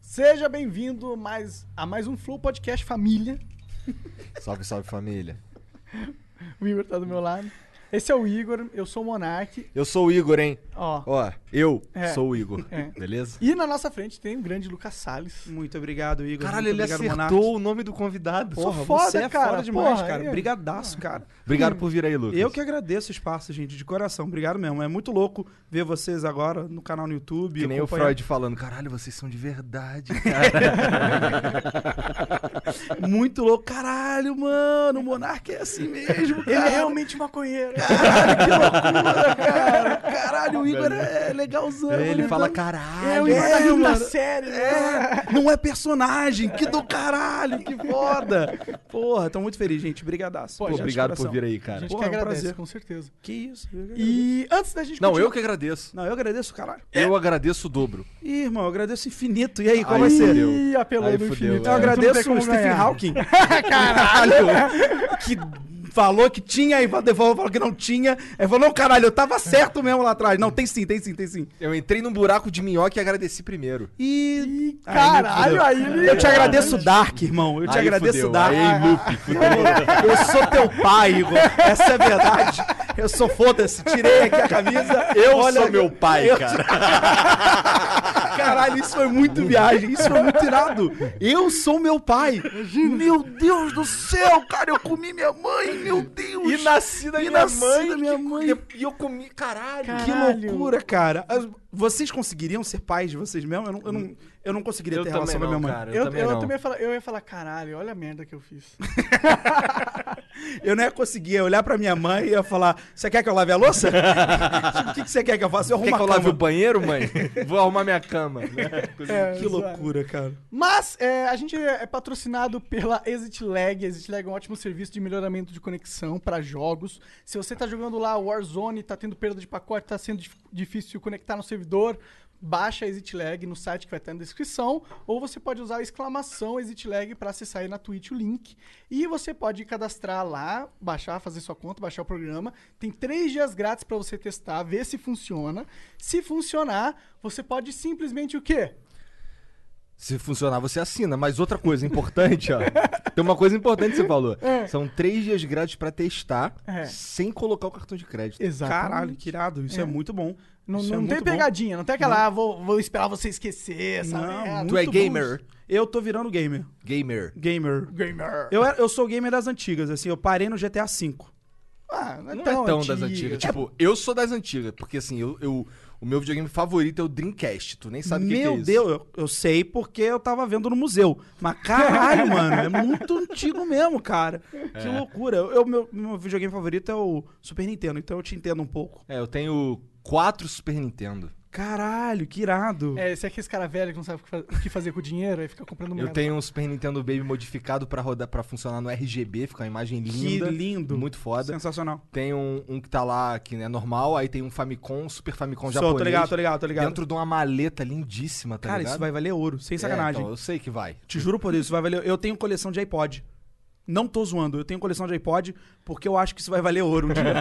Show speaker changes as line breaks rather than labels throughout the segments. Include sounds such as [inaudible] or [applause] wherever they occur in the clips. Seja bem-vindo mais, a mais um Flow Podcast Família.
Salve, salve família.
O Igor tá do meu lado. Esse é o Igor, eu sou o Monark.
Eu sou o Igor, hein?
Ó.
Ó, eu
É.
sou o Igor,
É.
beleza?
E na nossa frente tem o grande Lucas Salles.
Muito obrigado, Igor.
Caralho,
Muito
ele
obrigado,
acertou
Monark.
o nome do convidado.
Porra.
Porra,
Foda,
você é
cara,
foda demais,
porra,
cara.
é.
Brigadaço, cara.
Obrigado por vir aí, Lucas.
Eu que agradeço o espaço, gente, de coração. Obrigado mesmo. É muito louco ver vocês agora no canal no YouTube.
Que nem o
acompanhar-
Freud falando, caralho, vocês são de verdade, cara.
[laughs] Muito louco. Caralho, mano, o Monark é assim mesmo,
Ele é
cara.
realmente maconheiro.
Caralho, o Igor é legalzão.
ele
né?
fala,
É o Igor
caralho.
da
é,
quinta
mano.
série. né?
É, não é personagem. Que do caralho, que foda. Porra, tô muito feliz, gente. Brigadaço.
Pô,
Pô, obrigado por vir aí, cara.
A gente
Pô,
que
é um
agradece,
prazer.
com certeza.
Que isso. eu que agradeço.
E antes da gente
Não,
continuar-
eu que agradeço.
Não, eu agradeço, caralho.
Eu agradeço o dobro.
Ih, irmão, eu agradeço infinito. E aí, qual
Aí
vai ser?
fudeu.
Ih, apelou
Aí
do
fudeu,
infinito.
é.
Eu
Não
tem
agradeço
como
o Stephen
ganhar.
Hawking. Caralho! que falou que tinha e devolveu, falou que não tinha. Aí falou, não, caralho, eu tava certo mesmo lá atrás. Não, tem sim, tem sim, tem sim.
Eu entrei num buraco de minhoca e agradeci primeiro.
E...
Ih, Caralho, aí ele...
Eu te agradeço, Dark, irmão. Eu te
Aí
agradeço,
fudeu,
Dark.
Aí, loop,
Eu sou teu pai, Igor. Essa é a verdade. Eu sou foda-se. Tirei aqui a camisa.
Eu
Olha,
sou meu pai,
eu-
cara.
[laughs] Caralho, isso foi muito viagem, isso foi muito irado. Eu sou meu pai. Meu Deus do céu, cara, eu comi minha mãe, meu Deus.
E nasci da
E
minha
nasci
mãe.
da minha
que-
mãe.
E eu comi, caralho.
Cara-
Que
Caralho.
loucura, cara. As- Vocês conseguiriam ser pais de vocês mesmo? Eu não, eu não, eu não conseguiria
Eu
ter
também
relação com a minha
não,
mãe.
cara.
Eu,
Eu também
eu
não.
também ia falar, eu ia falar, caralho, olha a merda que eu fiz.
Eu não ia conseguir ia olhar pra minha mãe e ia falar: Você quer que eu lave
[laughs]
a louça? o que, que você quer que eu faça? Eu arrumo
Quer
a
que eu lave
cama.
o banheiro,
[laughs]
mãe? Vou arrumar minha cama. Coisa
É,
Que loucura, cara.
Mas é, a gente é patrocinado pela Exit Lag. A Exit Lag é um ótimo serviço de melhoramento de conexão para jogos. Se você tá jogando lá Warzone, tá tendo perda de pacote, tá sendo dif- difícil conectar no servidor, baixa a Exit Lag no site que vai estar na descrição, ou você pode usar a exclamação Exit Lag para acessar aí na Twitch o link. E você pode cadastrar lá, baixar, fazer sua conta, baixar o programa. Tem três dias grátis para você testar, ver se funciona. Se funcionar, você pode simplesmente o quê?
Se funcionar, você assina. Mas outra coisa importante, ó. Tem uma coisa importante que você falou.
É.
São três dias grátis pra testar,
É.
sem colocar o cartão de
É.
crédito.
Exato.
Caralho, que irado. Isso é, muito bom.
Não,
Isso é
não tem
muito bom.
pegadinha, não tem aquela, ah, vou, vou esperar você esquecer, essa merda.
Não,
Tu é
muito bom
gamer?
isso. Eu tô virando gamer.
Gamer.
Gamer.
Gamer.
Eu, era- eu sou gamer das antigas, assim, eu parei no GTA V.
Ah, não é
Não
tão,
é tão das
antiga.
antigas. Tipo, eu sou das antigas, porque assim, eu, eu- o meu videogame favorito é o Dreamcast. Tu nem sabe o que, que é
Meu
isso.
Deus, eu, eu sei porque eu tava vendo no museu. Mas
[laughs]
caralho, mano, é muito antigo mesmo, cara. Que
É.
loucura. Eu, eu- meu, meu videogame favorito é o Super Nintendo, então eu te entendo um pouco.
É, eu tenho quatro Super Nintendo.
Caralho, que irado.
É, esse aqui é esse cara velho que não sabe o que fa- o que fazer com o dinheiro, aí fica comprando
é.
merda.
Eu tenho um Super Nintendo Baby modificado pra rodar, para funcionar no RGB, fica uma imagem linda.
que lindo.
Muito foda.
Sensacional.
Tem um, um que tá lá, que é normal, aí tem um Famicom, Super Famicom
Sou,
japonês.
tô ligado, tô ligado, tô ligado.
Dentro de uma maleta lindíssima, tá
cara,
ligado?
isso vai valer ouro, sem sacanagem.
É, então, eu sei que vai.
Te juro por Deus, isso vai valer. Eu tenho coleção de iPod. Não tô zoando, eu tenho coleção de iPod porque eu acho que isso vai valer ouro
[laughs]
um dia.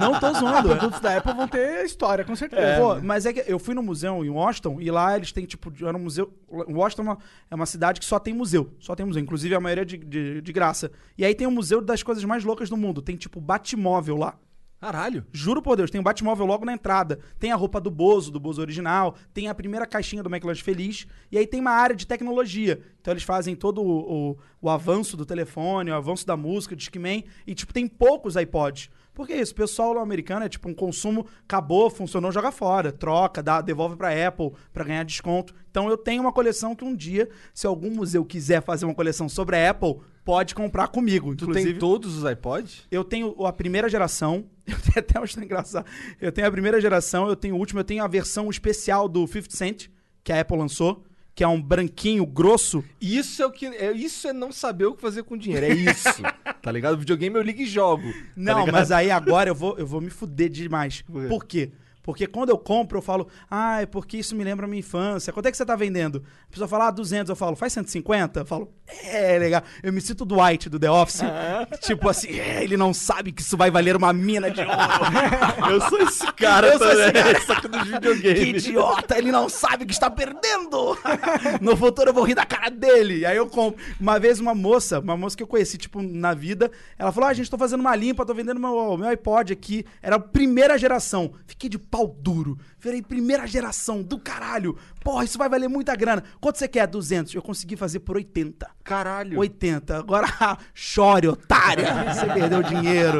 Não tô
Ah,
[laughs] zoando.
produtos da Apple vão ter história, com certeza.
Pô,
Pô,
mas é que eu fui no museu em Washington e lá eles têm, tipo, era um museu. Washington é uma, é uma cidade que só tem museu. Só tem museu, inclusive a maioria é de, de, de graça. E aí tem o museu das coisas mais loucas do mundo. Tem, tipo, Batmóvel lá.
Caralho.
Juro por Deus, tem um Batmóvel logo na entrada. Tem a roupa do Bozo, do Bozo original. Tem a primeira caixinha do McLanche Feliz. E aí tem uma área de tecnologia. Então eles fazem todo o, o- o avanço do telefone, o avanço da música, do Discman. E, tipo, tem poucos iPods. Porque isso, o pessoal lá americano é tipo um consumo, acabou, funcionou, joga fora, troca, dá, devolve pra Apple pra ganhar desconto. Então eu tenho uma coleção que um dia, se algum museu quiser fazer uma coleção sobre a Apple, pode comprar comigo.
Tu
Inclusive,
tem todos os iPods?
eu tenho a primeira geração. [laughs] Eu tenho até uma história engraçada. Eu tenho a primeira geração, eu tenho o último, eu tenho a versão especial do 50 Cent, que a Apple lançou, que é um branquinho grosso.
Isso é o que. É, isso é não saber o que fazer com dinheiro. É
[laughs]
isso. tá ligado? Videogame eu ligo e jogo. tá
Não,
ligado?
mas aí agora eu vou, eu vou me fuder
[laughs]
demais.
Por quê?
Por quê? Porque quando eu compro, eu falo, ah, é porque isso me lembra a minha infância. Quanto é que você tá vendendo? A pessoa fala, ah, 200. Eu falo, faz 150? Eu falo, é, legal. Eu me sinto Dwight do The Office.
Ah.
tipo assim, é, ele não sabe que isso vai valer uma mina
[laughs]
de ouro.
Eu sou [laughs] esse cara, eu
sou esse [laughs] cara.
só que dos
que
videogames.
idiota, ele não sabe que está perdendo. No futuro eu vou rir da cara dele. Aí eu compro. Uma vez uma moça, uma moça que eu conheci, tipo, na vida, ela falou: Ah, gente, tô fazendo uma limpa, tô vendendo meu, meu iPod aqui. Era a primeira geração. Fiquei de pau duro. Virei primeira geração do caralho. Porra, isso vai valer muita grana. Quanto você quer? 200. Eu consegui fazer por 80.
Caralho.
80. Agora [laughs] ah, chore, otária. Você perdeu dinheiro.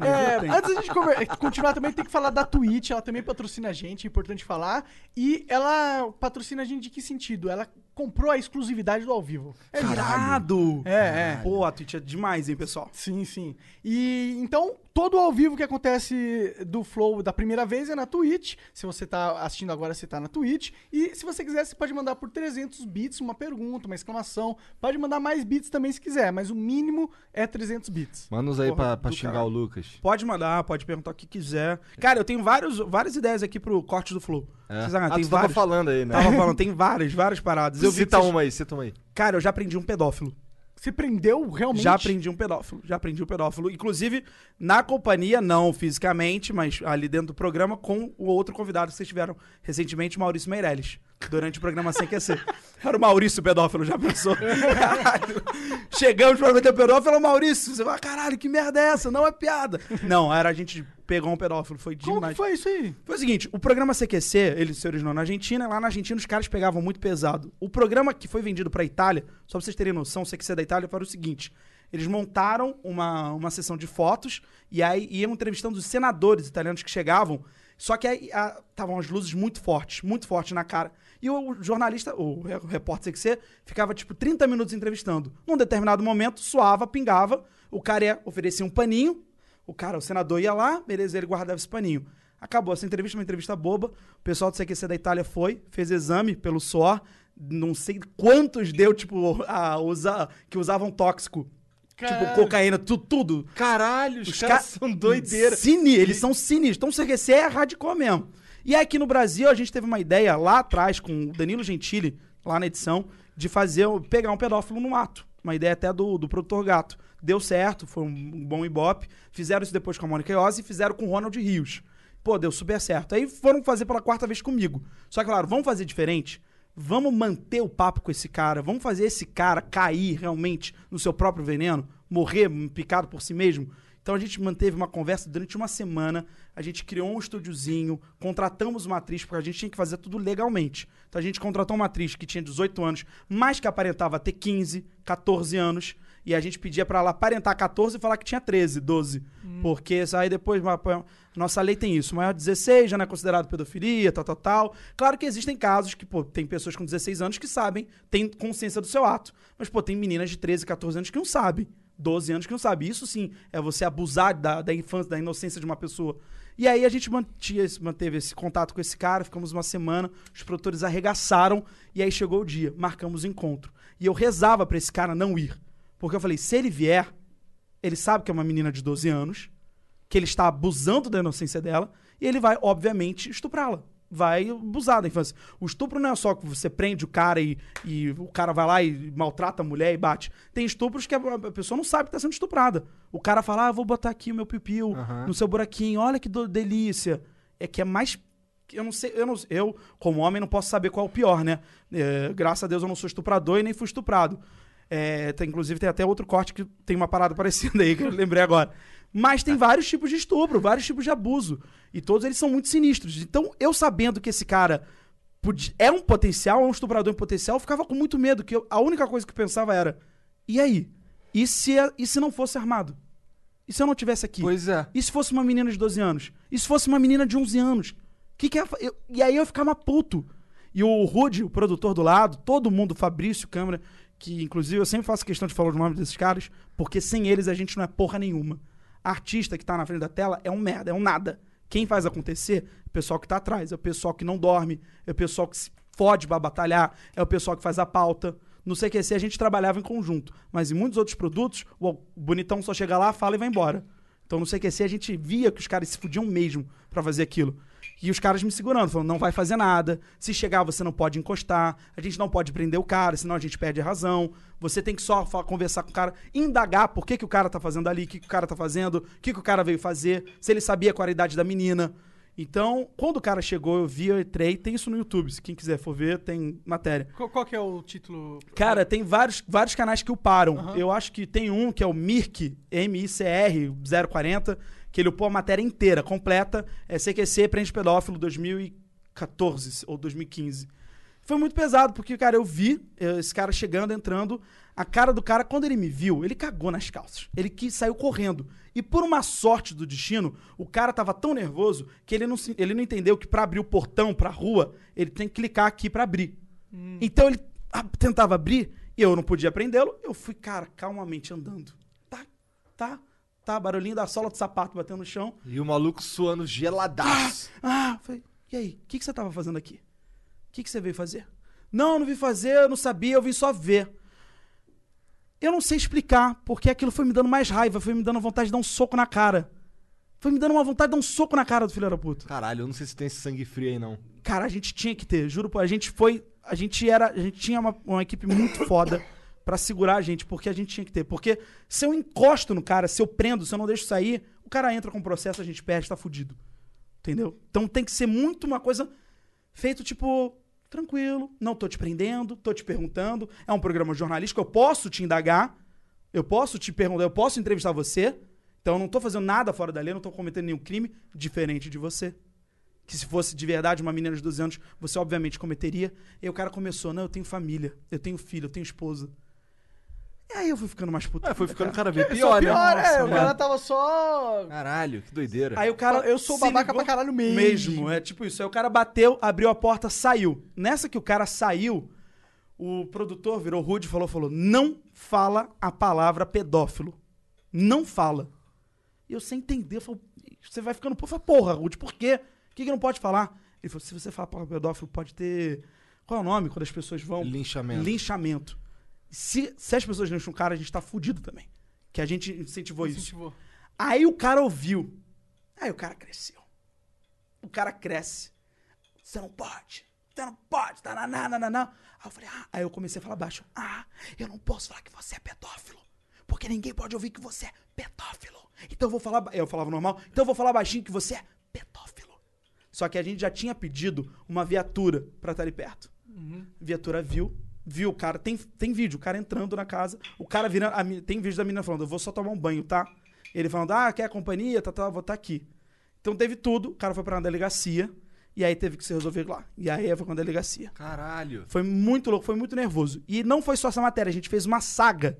É,
Mas eu tenho.
antes da gente conver- continuar também, tem que falar da Twitch. Ela também patrocina a gente, é importante falar. E ela patrocina a gente de que sentido? Ela comprou a exclusividade do ao vivo. É irado.
Irado.
É, é.
Pô, a Twitch é demais, hein, pessoal.
Sim, sim. E então, todo ao vivo que acontece do Flow da primeira vez é na Twitch. Se você tá assistindo agora, você tá na Twitch. E se você quiser, você pode mandar por 300 bits uma pergunta, uma exclamação. Pode mandar mais bits também se quiser, mas o mínimo é 300 bits.
Manda uns aí
Porra
pra, pra
do
xingar
caralho.
o Lucas.
Pode mandar, pode perguntar o que quiser. Cara, eu tenho vários, várias ideias aqui pro corte do Flow.
É.
Vocês, ah,
Ah,
tem
tu tava
vários.
falando aí, né? tá um-
Tava falando, tem várias, várias paradas. Eu vi
Cita
que vocês-
uma aí, cita uma aí.
Cara, eu já aprendi um pedófilo.
Você prendeu realmente?
Já aprendi um pedófilo. Já aprendi um pedófilo. Inclusive, na companhia, não fisicamente, mas ali dentro do programa, com o outro convidado que vocês tiveram recentemente, Maurício Meirelles. Durante o programa
[laughs]
Sem Aquecer. Era o Maurício pedófilo, já pensou? Caralho. Chegamos pra meter o pedófilo, era o Maurício. Você fala, caralho, que merda é essa? Não é piada. Não, era a gente pegou um pedófilo. Foi
Como
demais.
que foi isso aí?
Foi o seguinte, o programa CQC, ele se originou na Argentina, lá na Argentina os caras pegavam muito pesado. O programa que foi vendido pra Itália, só pra vocês terem noção, o CQC da Itália era o seguinte, eles montaram uma, uma sessão de fotos e aí iam entrevistando os senadores italianos que chegavam, só que aí estavam as luzes muito fortes, muito fortes na cara. E o jornalista, o re- repórter CQC, ficava tipo 30 minutos entrevistando. Num determinado momento, suava, pingava, o cara ia oferecer um paninho, o cara, o senador ia lá, beleza, ele guardava esse paninho. Acabou essa entrevista, é uma entrevista boba. O pessoal do CQC da Itália foi, fez exame pelo suor. Não sei quantos deu, tipo, [laughs] a usa, que usavam tóxico.
Caralho.
Tipo, cocaína, tu- tudo.
Caralho, os,
caras
são
Cine, eles são sinistros. Então o CQC é hardcore mesmo. E aí, aqui no Brasil, a gente teve uma ideia lá atrás com o Danilo Gentili, lá na edição, de fazer pegar um pedófilo no ato. Uma ideia até do, do produtor gato. Deu certo, foi um bom ibope. Fizeram isso depois com a Mônica Iose e fizeram com o Ronald Rios. Pô, deu super certo. Aí foram fazer pela quarta vez comigo. Só que, claro, vamos fazer diferente? Vamos manter o papo com esse cara? Vamos fazer esse cara cair realmente no seu próprio veneno? Morrer picado por si mesmo? Então a gente manteve uma conversa durante uma semana, a gente criou um estúdiozinho, contratamos uma atriz, porque a gente tinha que fazer tudo legalmente. Então a gente contratou uma atriz que tinha 18 anos, mas que aparentava ter 15, 14 anos, e a gente pedia pra ela aparentar 14 e falar que tinha 13, 12. Porque isso aí depois. ma- pa- Nossa lei tem isso. Maior de 16 já não é considerado pedofilia, tal, tal, tal. Claro que existem casos que, pô, tem pessoas com 16 anos que sabem, têm consciência do seu ato. Mas, pô, tem meninas de 13, 14 anos que não sabem. 12 anos que não sabem. Isso sim é você abusar da, da infância, da inocência de uma pessoa. E aí a gente mantinha esse- manteve esse contato com esse cara, ficamos uma semana, os produtores arregaçaram, e aí chegou o dia, marcamos o encontro. E eu rezava pra esse cara não ir. Porque eu falei, se ele vier, ele sabe que é uma menina de 12 anos, que ele está abusando da inocência dela, e ele vai, obviamente, estuprá-la. Vai abusar da infância. O estupro não é só que você prende o cara e, e o cara vai lá e maltrata a mulher e bate. Tem estupros que a, a pessoa não sabe que está sendo estuprada. O cara fala, ah, eu vou botar aqui o meu pipiu
Aham.
no seu buraquinho, olha que do- delícia. É que é mais. Eu não sei, eu, não- eu, como homem, não posso saber qual é o pior, né? É, graças a Deus eu não sou estuprador e nem fui estuprado. É, tem- inclusive tem até outro corte que tem uma parada [laughs] parecida aí que eu lembrei agora. Mas tem
Tá.
vários tipos de estupro, vários tipos de abuso. E todos eles são muito sinistros. Então, eu sabendo que esse cara podi- é um potencial, é um estuprador em potencial, eu ficava com muito medo, que eu- a única coisa que eu pensava era: e aí? E se, é, e se não fosse armado? E se eu não tivesse aqui?
Pois é.
E se fosse uma menina de 12 anos? E se fosse uma menina de 11 anos? Que que ia fa- eu- e aí eu ficava puto. E o Rude, o produtor do lado, todo mundo, Fabrício, Câmara, que inclusive eu sempre faço questão de falar os nomes desses caras, porque sem eles a gente não é porra nenhuma. Artista que tá na frente da tela é um merda, é um nada. Quem faz acontecer é o pessoal que tá atrás, é o pessoal que não dorme, é o pessoal que se fode pra batalhar, é o pessoal que faz a pauta. No CQC a gente trabalhava em conjunto, mas em muitos outros produtos, o bonitão só chega lá, fala e vai embora. Então no CQC a gente via que os caras se fudiam mesmo pra fazer aquilo. E os caras me segurando, falando, não vai fazer nada. Se chegar, você não pode encostar. A gente não pode prender o cara, senão a gente perde a razão. Você tem que só fa- conversar com o cara, indagar por que, que o cara tá fazendo ali, o que, que o cara tá fazendo, o que, que o cara veio fazer, se ele sabia qual era a idade da menina. Então, quando o cara chegou, eu vi, eu entrei. Tem isso no YouTube, se quem quiser for ver, tem matéria.
Qual, qual que é o título?
Cara, tem vários, vários canais que o param.
Aham.
Eu acho que tem um que é o Mirk, M-I-C-R 040, que ele upou a matéria inteira, completa. É CQC Prende Pedófilo 2014 ou 2015. Foi muito pesado, porque, cara, eu vi eh, esse cara chegando, entrando. A cara do cara, quando ele me viu, ele cagou nas calças. Ele quis, saiu correndo. E por uma sorte do destino, o cara tava tão nervoso que ele não, se- ele não entendeu que pra abrir o portão pra rua, ele tem que clicar aqui pra abrir. Então ele a- tentava abrir e eu não podia prendê-lo. Eu fui, cara, calmamente andando. Tá, tá, tá. Barulhinho da sola do sapato batendo no chão.
E o maluco suando geladaço.
Ah, falei, e aí, o que, que você tava fazendo aqui? O que, que você veio fazer? Não, não vim fazer, eu não sabia, eu vim só ver. Eu não sei explicar, porque aquilo foi me dando mais raiva, foi me dando vontade de dar um soco na cara. Foi me dando uma vontade de dar um soco na cara do filho da puta.
Caralho, eu não sei se tem esse sangue frio aí, não.
Cara, a gente tinha que ter, juro, pô, a gente foi, a gente era, a gente tinha uma, uma equipe muito foda pra segurar a gente, porque a gente tinha que ter, porque se eu encosto no cara, se eu prendo, se eu não deixo sair, o cara entra com processo, a gente perde, tá fudido. Entendeu? Então tem que ser muito uma coisa feito tipo tranquilo, não tô te prendendo, tô te perguntando, é um programa jornalístico, eu posso te indagar, eu posso te perguntar, eu posso entrevistar você. Então eu não tô fazendo nada fora da lei, eu não tô cometendo nenhum crime diferente de você que se fosse de verdade uma menina de 12 anos, você obviamente cometeria. E aí o cara começou, não, eu tenho família, eu tenho filho, eu tenho esposa. E aí eu fui ficando mais puto.
É, foi ficando cada vez
Só
pior, né?
pior, é. O
Nossa,
cara
mano.
tava só.
Caralho, que doideira.
Aí o cara,
Eu sou
se
babaca pra
ligou
caralho mesmo. Assim,
Mesmo, é tipo isso. Aí o cara bateu, abriu a porta, saiu. Nessa que o cara saiu, o produtor virou rude e falou, falou, não fala a palavra pedófilo. Não fala. E eu sem entender, eu falo, você vai ficando, pô, eu falo, porra, Rude, por quê? O que, que não pode falar? Ele falou, se você falar a palavra pedófilo, pode ter... Qual é o nome quando as pessoas vão...
Linchamento.
Linchamento. Se, se as pessoas lincham o cara, a gente tá fudido também. Que a gente incentivou isso.
Incentivou.
Aí o cara ouviu. Aí o cara cresceu. O cara cresce. Você não pode. Você não pode. Tá, Tananá, nananá. Aí eu falei, ah. Aí eu comecei a falar baixo. Ah, eu não posso falar que você é pedófilo. Porque ninguém pode ouvir que você é pedófilo. Então eu vou falar. ba- Eu falava normal. Então eu vou falar baixinho que você é pedófilo. Só que a gente já tinha pedido uma viatura pra estar ali perto. Viatura viu, viu o cara. Tem, tem vídeo, o cara entrando na casa, o cara virando. a me- tem vídeo da menina falando, eu vou só tomar um banho, tá? Ele falando, ah, quer companhia? Tá, tá, vou estar aqui. Então teve tudo, o cara foi pra uma delegacia, e aí teve que se resolver lá. E aí foi com a delegacia.
Caralho.
Foi muito louco, foi muito nervoso. E não foi só essa matéria, a gente fez uma saga.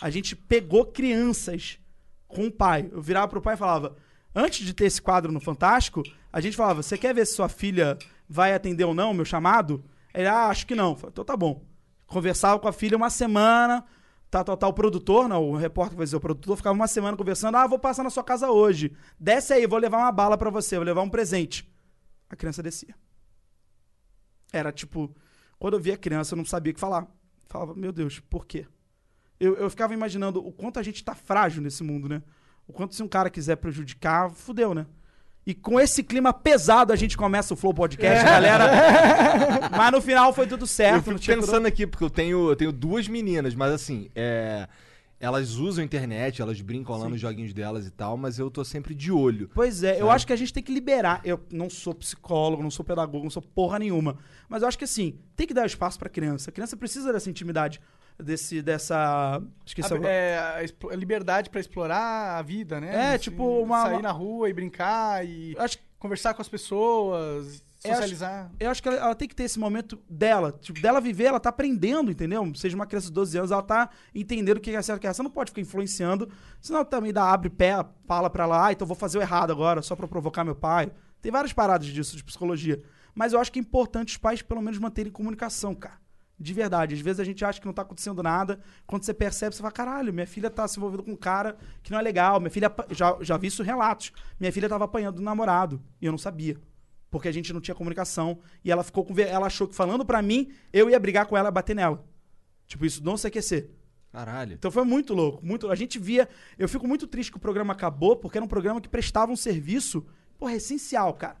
A gente pegou crianças com o pai. Eu virava pro pai e falava: Antes de ter esse quadro no Fantástico, a gente falava: Você quer ver se sua filha vai atender ou não o meu chamado? Ele, ah, acho que não. Eu falei, então tá bom. Conversava com a filha uma semana, tal, tal, tal. O produtor, não, o repórter que vai dizer o produtor, ficava uma semana conversando: Ah, vou passar na sua casa hoje. Desce aí, vou levar uma bala pra você, vou levar um presente. A criança descia. Era tipo, quando eu via criança, eu não sabia o que falar. Falava, meu Deus, por quê? Eu, eu ficava imaginando o quanto a gente tá frágil nesse mundo, né? O quanto se um cara quiser prejudicar, fudeu, né? E com esse clima pesado a gente começa o Flow Podcast, galera.
[laughs]
Mas no final foi tudo
É. Eu
certo.
fico
não tinha
pensando aqui, porque eu tenho, eu tenho duas meninas, mas assim, é, elas usam a internet, elas brincam lá nos joguinhos delas e tal, mas eu tô sempre de olho.
Pois é, eu acho que a gente tem que liberar. Eu não sou psicólogo, não sou pedagogo, não sou porra nenhuma. Mas eu acho que assim, tem que dar espaço pra criança. A criança precisa dessa intimidade, desse, dessa. Esqueci
A- é, a explo- a liberdade pra explorar a vida, né?
É, tipo uma-
Sair
uma-
na rua e brincar e
Eu acho que
conversar com as pessoas,
Eu acho-
socializar.
É. eu acho que ela, ela tem que ter esse momento dela. Tipo, dela viver, ela tá aprendendo, entendeu? Seja uma criança de 12 anos, ela tá entendendo o que é certo e o que é errado. Você não pode ficar influenciando, senão também dá abre pé, fala pra lá, ah, então vou fazer o errado agora, só pra provocar meu pai. Tem várias paradas disso, de psicologia. Mas eu acho que é importante os pais, pelo menos, manterem comunicação, cara. De verdade. Às vezes a gente acha que não tá acontecendo nada. Quando você percebe, você fala: caralho, minha filha tá se envolvendo com um cara que não é legal. Minha filha. apa- Já, já vi isso em relatos. Minha filha tava apanhando um namorado. E eu não sabia. Porque a gente não tinha comunicação. E ela ficou com. ve- Ela achou que falando pra mim, eu ia brigar com ela e bater nela. Tipo, isso não se aquecer.
Caralho.
Então foi muito louco. Muito... A gente via. Eu fico muito triste que o programa acabou, porque era um programa que prestava um serviço, porra, essencial, cara.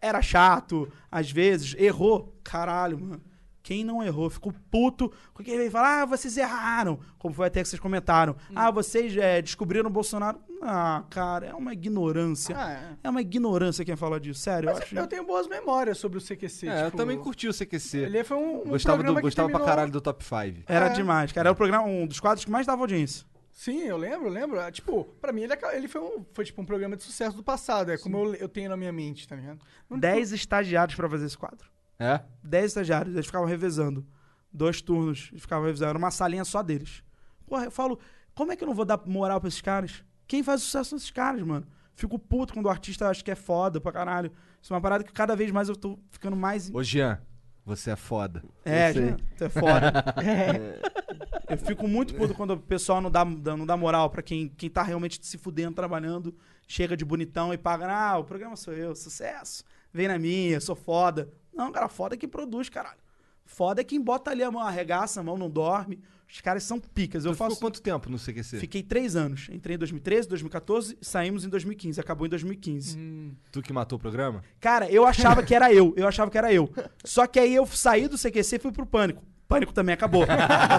Era chato, às vezes, errou. Caralho, mano. Quem não errou ficou puto, porque ele veio falar, ah, vocês erraram, como foi até que vocês comentaram.
Hum.
Ah, vocês é, descobriram o Bolsonaro. Ah, cara, é uma ignorância.
Ah, é.
É uma ignorância quem fala disso, sério.
Mas
eu acho...
eu tenho boas memórias sobre o CQC.
É, eu
tipo,
também curti o CQC.
Ele foi um, um
gostava
programa
do,
que
gostava pra
terminou-
caralho do Top 5.
Era
É.
demais, cara. Era o programa, um dos quadros que mais dava audiência.
Sim, eu lembro, eu lembro. Ah, Tipo, pra mim ele, aca- ele foi, um, foi tipo um programa de sucesso do passado. É como eu, eu tenho na minha mente, tá ligado? Não-
Dez estagiários pra fazer esse quadro.
É?
Dez estagiários, eles ficavam revezando. Dois turnos, eles ficavam revezando. Era uma salinha só deles. Porra, eu falo, como é que eu não vou dar moral pra esses caras? Quem faz sucesso são esses caras, mano. Fico puto quando o artista acha que é foda pra caralho. Isso é uma parada que cada vez mais eu tô ficando mais.
Ô, Jean, você é foda.
É,
eu sei.
gente, [laughs] tu é foda. [laughs] É. Eu fico muito puto quando o pessoal não dá, dá- não dá moral pra quem, quem tá realmente se fudendo, trabalhando, chega de bonitão e paga, ah, o programa sou eu, sucesso, vem na minha, sou foda. Não, cara, foda é quem produz, caralho. Foda é quem bota ali a mão, arregaça a mão, não dorme. Os caras são picas. Eu
tu ficou
faço.
quanto tempo no CQC?
Fiquei três anos. Entrei em 2013, 2014, saímos em 2015. Acabou em 2015.
Tu que matou o programa?
Cara, eu achava que era eu. Eu achava que era eu. Só que aí eu saí do CQC e fui pro Pânico. Pânico também acabou. Eu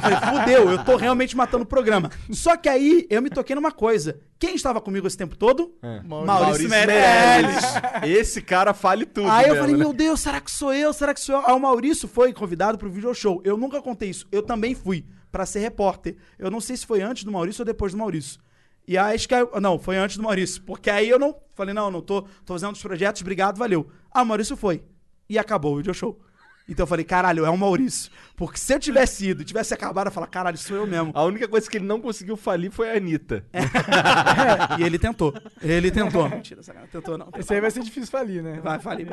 falei, fudeu, eu tô realmente matando o programa. Só que aí eu me toquei numa coisa. Quem estava comigo esse tempo todo?
É.
Maurício, Meirelles.
Esse cara fale tudo.
Aí eu
mesmo,
falei,
né?
meu Deus, será que sou eu? Será que sou eu? Aí o Maurício foi convidado pro video show. Eu nunca contei isso. Eu também fui pra ser repórter. Eu não sei se foi antes do Maurício ou depois do Maurício. E aí acho que. eu- Não, foi antes do Maurício. Porque aí eu não. Falei, não, não tô. Tô fazendo os projetos, obrigado, valeu. Ah, o Maurício foi. E acabou o video show. Então eu falei, caralho, é o Maurício. Porque se eu tivesse ido, e tivesse acabado, eu falar, caralho, sou eu [laughs] mesmo.
A única coisa que ele não conseguiu falir foi a Anitta.
É, e ele tentou. Ele tentou. é Mentira, sacanagem. Tentou não.
Esse aí vai ser difícil falir, né?
Vai, falei.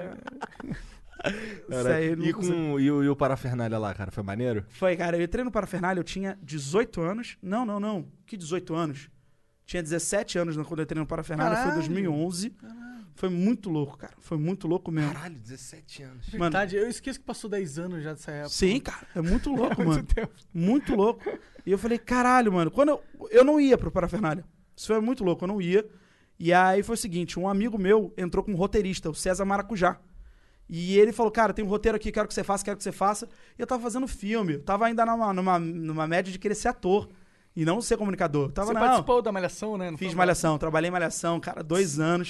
Isso
Cara,
aí eu não
e,
consegui.
com, e, o, e o parafernália lá, cara, foi maneiro?
Foi, cara, eu entrei no Parafernália, eu tinha 18 anos. Não, não, não. Que 18 anos? Tinha 17 anos quando eu entrei no Parafernália, foi em
Caralho.
2011. Foi muito louco, cara. Foi muito louco mesmo.
Caralho, 17 anos.
mano.
Verdade, eu esqueço que passou 10 anos já dessa época.
Sim, cara. É muito louco,
Muito
mano.
tempo.
Muito louco. E eu falei, caralho, mano. Quando eu, eu não ia pro Parafernália. Isso foi muito louco, eu não ia. E aí foi o seguinte, um amigo meu entrou com um roteirista, o César Maracujá. E ele falou, cara, tem um roteiro aqui, quero que você faça, quero que você faça. E eu tava fazendo filme, eu tava ainda numa, numa, numa média de querer ser ator e não ser comunicador. Eu tava,
Você
não,
participou da Malhação, né? Não
fiz
foi?
malhação, trabalhei malhação, cara,
[laughs]
dois anos.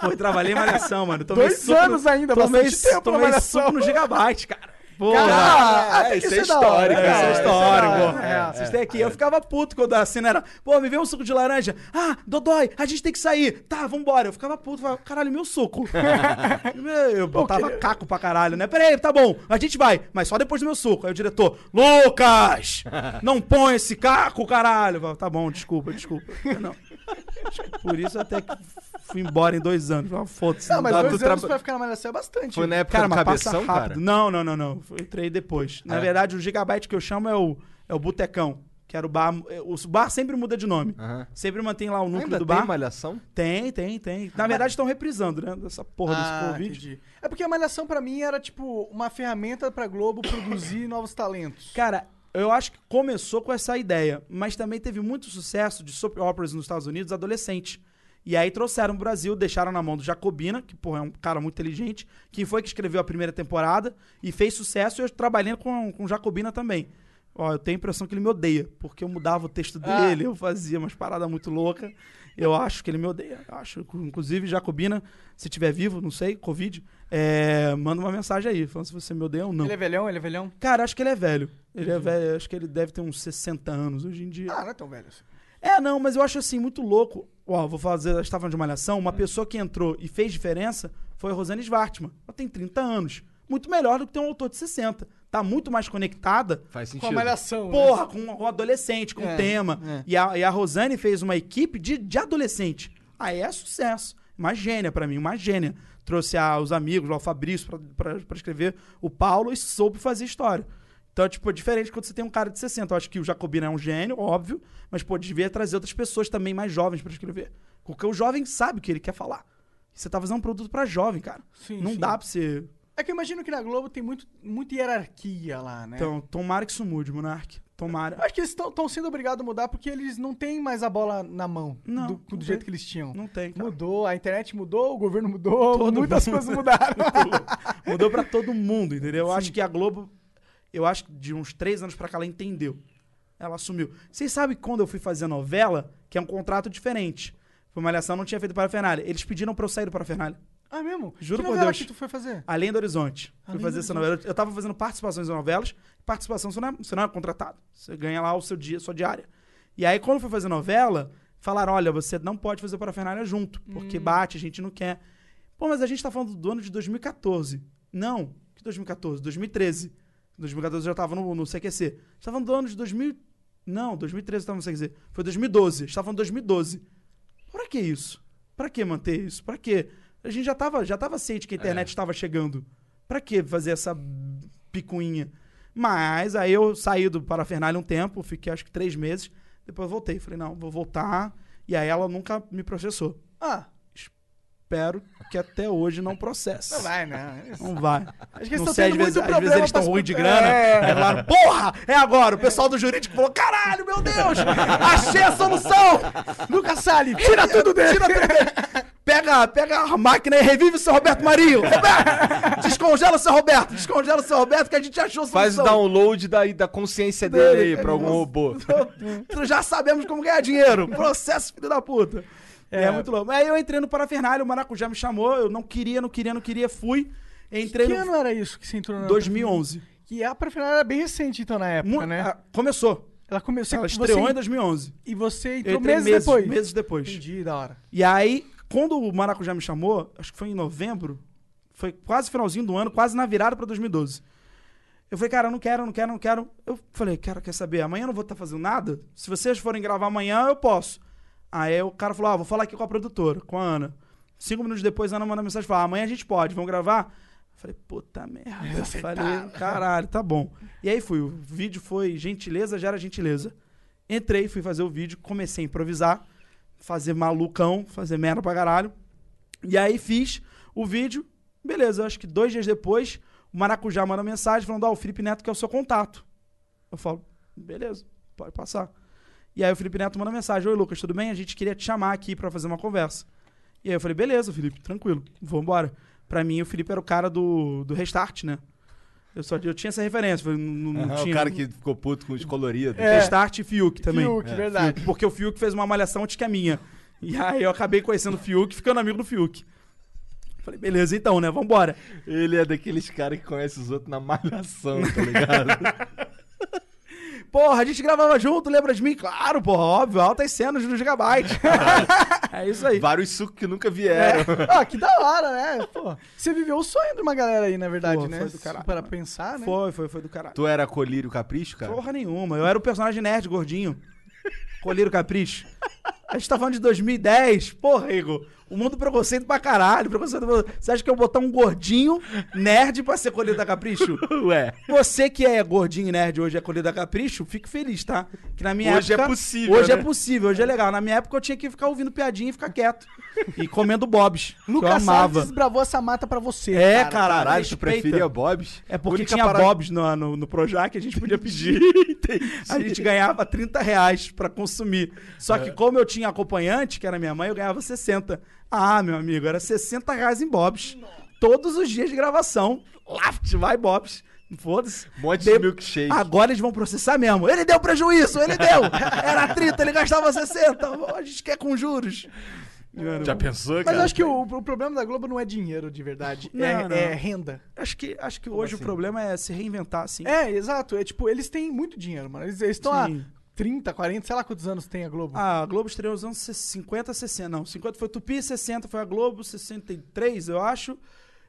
Foi, trabalhei malhação, mano. Tomei
Dois
suco no-
anos ainda,
tomei,
bastante tempo na
tomei
Malhação.
suco no Gigabyte, cara. Porra.
Caralho,
Ah,
tem que
isso é
ser da hora,
histórico,
cara.
Essa é
isso
a
é
história, pô.
É,
Vocês têm aqui. Eu ficava puto quando a cena era, pô, me vê um suco de laranja. Ah, Dodói, a gente tem que sair. Tá, vambora. Eu ficava puto, falava, caralho, meu suco. [laughs] eu botava caco pra caralho, né? Peraí, tá bom, a gente vai, mas só depois do meu suco. Aí o diretor, Lucas, não põe esse caco, caralho. Eu falava, tá bom, desculpa, desculpa. Eu, não. Acho que Por isso até que fui embora em dois anos. Eu falava, Foda-se,
Não, mas
Dá
dois
do
anos
traba-
pra ficar na Malhação é bastante.
Foi na época
Cara,
do
mas passa
cabeção,
rápido. né?
cara?
Não, não, não, não. Eu entrei depois. Na
É.
verdade, o gigabyte que eu chamo é o, é o Botecão, que era o bar. é, O bar sempre muda de nome.
Aham.
Sempre mantém lá o núcleo
Ah. Ainda
do
tem
bar.
malhação?
Tem, tem, tem. Na verdade, estão reprisando, né? Dessa porra desse
Ah,
Covid.
entendi. É porque a Malhação pra mim era tipo uma ferramenta pra Globo produzir [laughs] novos talentos.
Cara, eu acho que começou com essa ideia, mas também teve muito sucesso de soap operas nos Estados Unidos adolescente. E aí trouxeram pro Brasil, deixaram na mão do Jacobina, que porra, é um cara muito inteligente, que foi que escreveu a primeira temporada e fez sucesso, e eu trabalhando com, com o Jacobina também. Ó, eu tenho a impressão que ele me odeia, porque eu mudava o texto
Ah.
dele, eu fazia umas paradas muito loucas. Eu acho que ele me odeia. Eu acho, inclusive, Jacobina, se tiver vivo, não sei, Covid, é, manda uma mensagem aí, falando se você me odeia ou não.
Ele é velhão, ele é velhão?
Cara, acho que ele é velho. Ele é velho, acho que ele deve ter uns 60 anos hoje em dia.
Ah, não é tão velho assim.
É, não, mas eu acho assim, muito louco. Ó, vou fazer, a gente tava falando de malhação, uma pessoa que entrou e fez diferença foi a Rosane Svartman. Ela tem 30 anos. Muito melhor do que ter um autor de 60. Tá muito mais conectada
Faz
Com a
sentido.
Malhação, né?
Porra, com um adolescente, com
É,
um tema.
é.
E, a, e a Rosane fez uma equipe de, de adolescente. Aí é sucesso. Uma gênia pra mim, uma gênia. Trouxe a- os amigos, lá, o Fabrício pra- pra pra escrever, o Paulo, e soube fazer história. Então, tipo, é diferente quando você tem um cara de 60. Eu acho que o Jacobina é um gênio, óbvio, mas, pô, devia trazer outras pessoas também mais jovens pra escrever. Porque o jovem sabe o que ele quer falar. Você tá fazendo um produto pra jovem, cara.
Sim,
Não
sim.
dá pra você.
É que eu imagino que na Globo tem muito, muita hierarquia lá, né?
Então, tomara que um, isso mude, Monark. Tomara.
Acho que eles estão sendo obrigados a mudar porque eles não têm mais a bola na mão
Não,
do,
não
do jeito
tem.
que eles tinham.
Não tem, cara.
Mudou, a internet mudou, o governo mudou,
Todo
muitas
mundo.
coisas
[laughs]
mudaram.
Mudou pra todo mundo, entendeu? Eu acho que a Globo, eu acho que de uns três anos pra cá, ela entendeu. Ela assumiu. Vocês sabem quando eu fui fazer novela, que é um contrato diferente. Foi Malhação, não tinha feito para Eles pediram pra eu sair do Parafernália.
ah, mesmo?
Juro
que
por
novela
Deus.
que tu foi fazer?
Além do Horizonte.
Além
fui
do
fazer essa novela. Eu tava fazendo participações em novelas. Participação, você não, é, você não é contratado. Você ganha lá o seu dia, sua diária. E aí, quando eu fui fazer novela, falaram: olha, você não pode fazer parafernália junto, porque bate, a gente não quer. Pô, mas a gente tá falando do ano de 2014. Não, que 2014? 2013. 2014 eu já tava no, no CQC. Você tá falando do ano de 2000. Não, 2013 eu tava no CQC. Foi 2012. A gente tava falando de 2012. Pra que isso? Pra que manter isso? Pra que? A gente já tava, já tava ciente que a internet estava chegando. Pra que fazer essa picuinha? Mas aí eu saí do Parafernália um tempo, fiquei acho que três meses. Depois eu voltei. Falei, não, vou voltar. E aí ela nunca me processou.
Ah,
Espero que até hoje não processe.
não vai, [laughs] não.
Não vai.
Acho que eles
Não
estão
sei,
tendo muito
às vezes, às
problema.
vezes eles estão
pra-
ruins de grana.
É.
Aí falaram, porra, é agora. O pessoal do jurídico falou, caralho, meu Deus, achei a solução.
Lucas Salles,
[laughs]
tira tudo dele.
Tira tudo dele. Pega, pega a máquina e revive o seu Roberto Marinho. Roberto, descongela o seu Roberto. Descongela o seu Roberto que a gente achou a solução.
Faz o download da, da consciência dele aí pra algum robô.
um-
Já sabemos como ganhar
[laughs]
dinheiro. Processo, filho da puta. É, muito louco. Aí eu entrei no Parafernália, o Maracujá me chamou. Eu não queria, não queria, não queria. Fui. Entrei
Que
no
ano era isso que você entrou na...
2011.
Que a pré-final era bem recente, então, na época,
Mu-
né?
ah, Começou.
Ela começou...
Ela
você-
estreou em 2011.
E você
Eu
entrou
entrei
meses, depois?
Meses depois.
Entendi, da hora.
E aí, quando o Maracujá me chamou, acho que foi em novembro, foi quase finalzinho do ano, quase na virada pra 2012. Eu falei, cara, eu não quero, não quero, não quero. Eu falei, cara, quer saber? Amanhã eu não vou estar fazendo nada. Se vocês forem gravar amanhã, eu posso. Aí o cara falou, ah, vou falar aqui com a produtora, com a Ana. Cinco minutos depois, a Ana manda mensagem e fala, amanhã a gente pode, vamos gravar? Eu falei, puta merda. Eu falei, caralho, tá bom. E aí fui, o vídeo foi gentileza, já era gentileza. Entrei, fui fazer o vídeo, comecei a improvisar, fazer malucão, fazer merda pra caralho. E aí fiz o vídeo, beleza, acho que dois dias depois, o Maracujá manda mensagem falando, ó, o Felipe Neto quer o seu contato. Eu falo, beleza, pode passar. E aí o Felipe Neto manda mensagem, oi Lucas, tudo bem? A gente queria te chamar aqui pra fazer uma conversa. E aí eu falei, beleza, Felipe, tranquilo, vambora. Pra mim, o Felipe era o cara do, do Restart, né? Eu só eu tinha essa referência, eu falei, [laughs] não, não
Ah,
tinha...
o cara que ficou puto com os coloridos.
É.
Restart e Fiuk também.
Fiuk, verdade.
Porque o Fiuk fez uma malhação antes que a minha. E aí eu acabei conhecendo o Fiuk, ficando amigo do Fiuk. Falei, beleza, então, né? Vambora.
Ele é daqueles caras que conhece os outros na malhação, tá ligado?
Porra, a gente gravava junto, lembra de mim? Claro, porra, óbvio, altas cenas no Gigabyte. [laughs] é isso [laughs] aí. É.
Vários sucos que
[laughs]
nunca vieram.
Ah, que da hora, né? Pô, você viveu o sonho de uma galera aí, na verdade,
Pô,
né?
foi do caralho,
Para
mano.
pensar, né?
Foi, foi, foi do caralho.
Tu era colírio capricho, cara?
Porra nenhuma. Eu era o personagem nerd, gordinho. Colírio Capricho. A gente tá falando de 2010. Porra, Igor. O mundo preconceito pra caralho. Preconceito pra... Você acha que eu vou botar um gordinho nerd pra ser colírio da Capricho?
Ué.
Você que é gordinho e nerd hoje é colher da capricho, fico feliz, tá? Que na minha
Hoje é
época-
possível,
Hoje
né?
é possível, hoje é legal. Na minha época eu tinha que ficar ouvindo piadinha e ficar quieto. e comendo bobs. que eu
Lucas Salles
amava.
desbravou essa mata pra você.
É,
cara.
caralho,
Caralho, tu
respeita.
preferia Bob's?
É porque
Única
tinha
parada-
bobs no, no, no Projac que a gente
[laughs]
podia pedir. a gente ganhava 30 reais pra consumir. Só
É.
que como eu tinha acompanhante, que era minha mãe, eu ganhava 60. Ah, meu amigo, era 60 reais em bobs. Todos os dias de gravação. Laft, vai bobs. Foda-se.
Um monte
De-
de milkshake.
Agora eles vão processar mesmo. Ele deu prejuízo, ele deu. [laughs] Era 30, ele gastava 60. A gente quer com juros.
Já pensou,
Mas
cara?
eu acho que o, o problema da Globo não é dinheiro de verdade,
Não,
é,
não.
é renda.
Acho que, acho que hoje
assim?
o problema é se reinventar assim.
É, exato. É tipo, eles têm muito dinheiro, mano. Eles eles estão há
Sim. Ah,
30, 40, sei lá quantos anos tem a Globo.
A Globo estreou nos anos 50, 60. Não, 50 foi Tupi, 60 foi a Globo, 63, eu acho.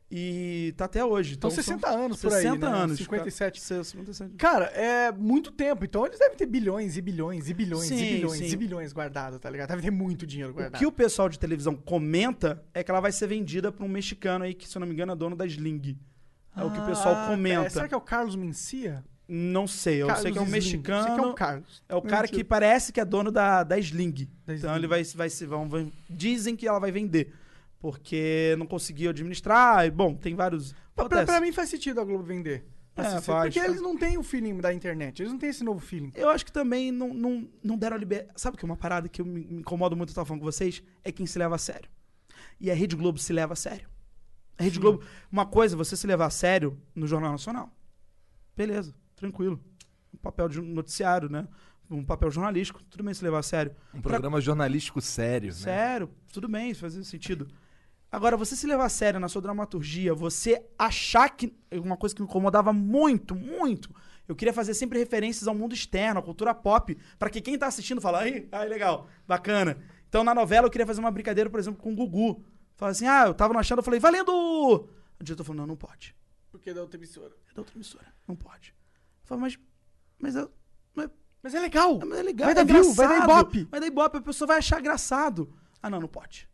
E tá até hoje.
então, 60 anos por aí,
60
né?
anos.
57.
Cara, 57.
Cara, é muito tempo. Então eles devem ter bilhões e bilhões e bilhões e
Sim,
bilhões
sim.
e bilhões guardados, tá ligado? Deve ter muito dinheiro
O
guardado.
que o pessoal de televisão comenta é que ela vai ser vendida pra um mexicano aí que, se eu não me engano, é dono da Sling. É o que o pessoal
Ah,
comenta.
é, será que é o Carlos Mencia?
Não sei, eu
Carlos
sei que é um
Slim.
mexicano.
Sei que
é,
é o Carlos.
o cara que parece que é dono da, da Sling.
Da
então
Sling.
ele vai, vai se. Vão, vão- dizem que ela vai vender. Porque não conseguiu administrar. e, bom, tem vários.
Pra, pra-
acontece.
pra mim faz sentido a Globo vender. pra
É,
se ser-
faz,
porque
faz.
eles não têm o feeling da internet, eles não têm esse novo feeling.
Eu acho que também não, não, não deram a liberdade. Sabe o que é uma parada que eu me me incomodo muito, eu tava falando com vocês? É quem se leva a sério. E a Rede Globo se leva a sério. A Rede Globo, uma coisa, é você se levar a sério no Jornal Nacional. Beleza, tranquilo. Um papel de um noticiário, né? Um papel jornalístico, tudo bem se levar a sério.
Um programa jornalístico sério, né?
Sério, tudo bem, isso fazia sentido. Agora, você se levar a sério na sua dramaturgia, você achar que. Uma coisa que me incomodava muito, muito. Eu queria fazer sempre referências ao mundo externo, à cultura pop, pra que quem tá assistindo fala, aí, aí, legal, bacana. Então, na novela, eu queria fazer uma brincadeira, por exemplo, com o Gugu. Fala assim, ah, eu tava no achando, eu falei, valendo! Um O diretor falou, não, não pode.
Porque da outra emissora.
É da outra emissora, não pode. Eu falei, mas. Mas eu. Mas
Mas é legal!
ah, Mas é legal,
Vai
é
dar view, vai dar
engraçado,
ibope.
Vai dar ibope, a pessoa vai achar engraçado. Ah, não, não pode.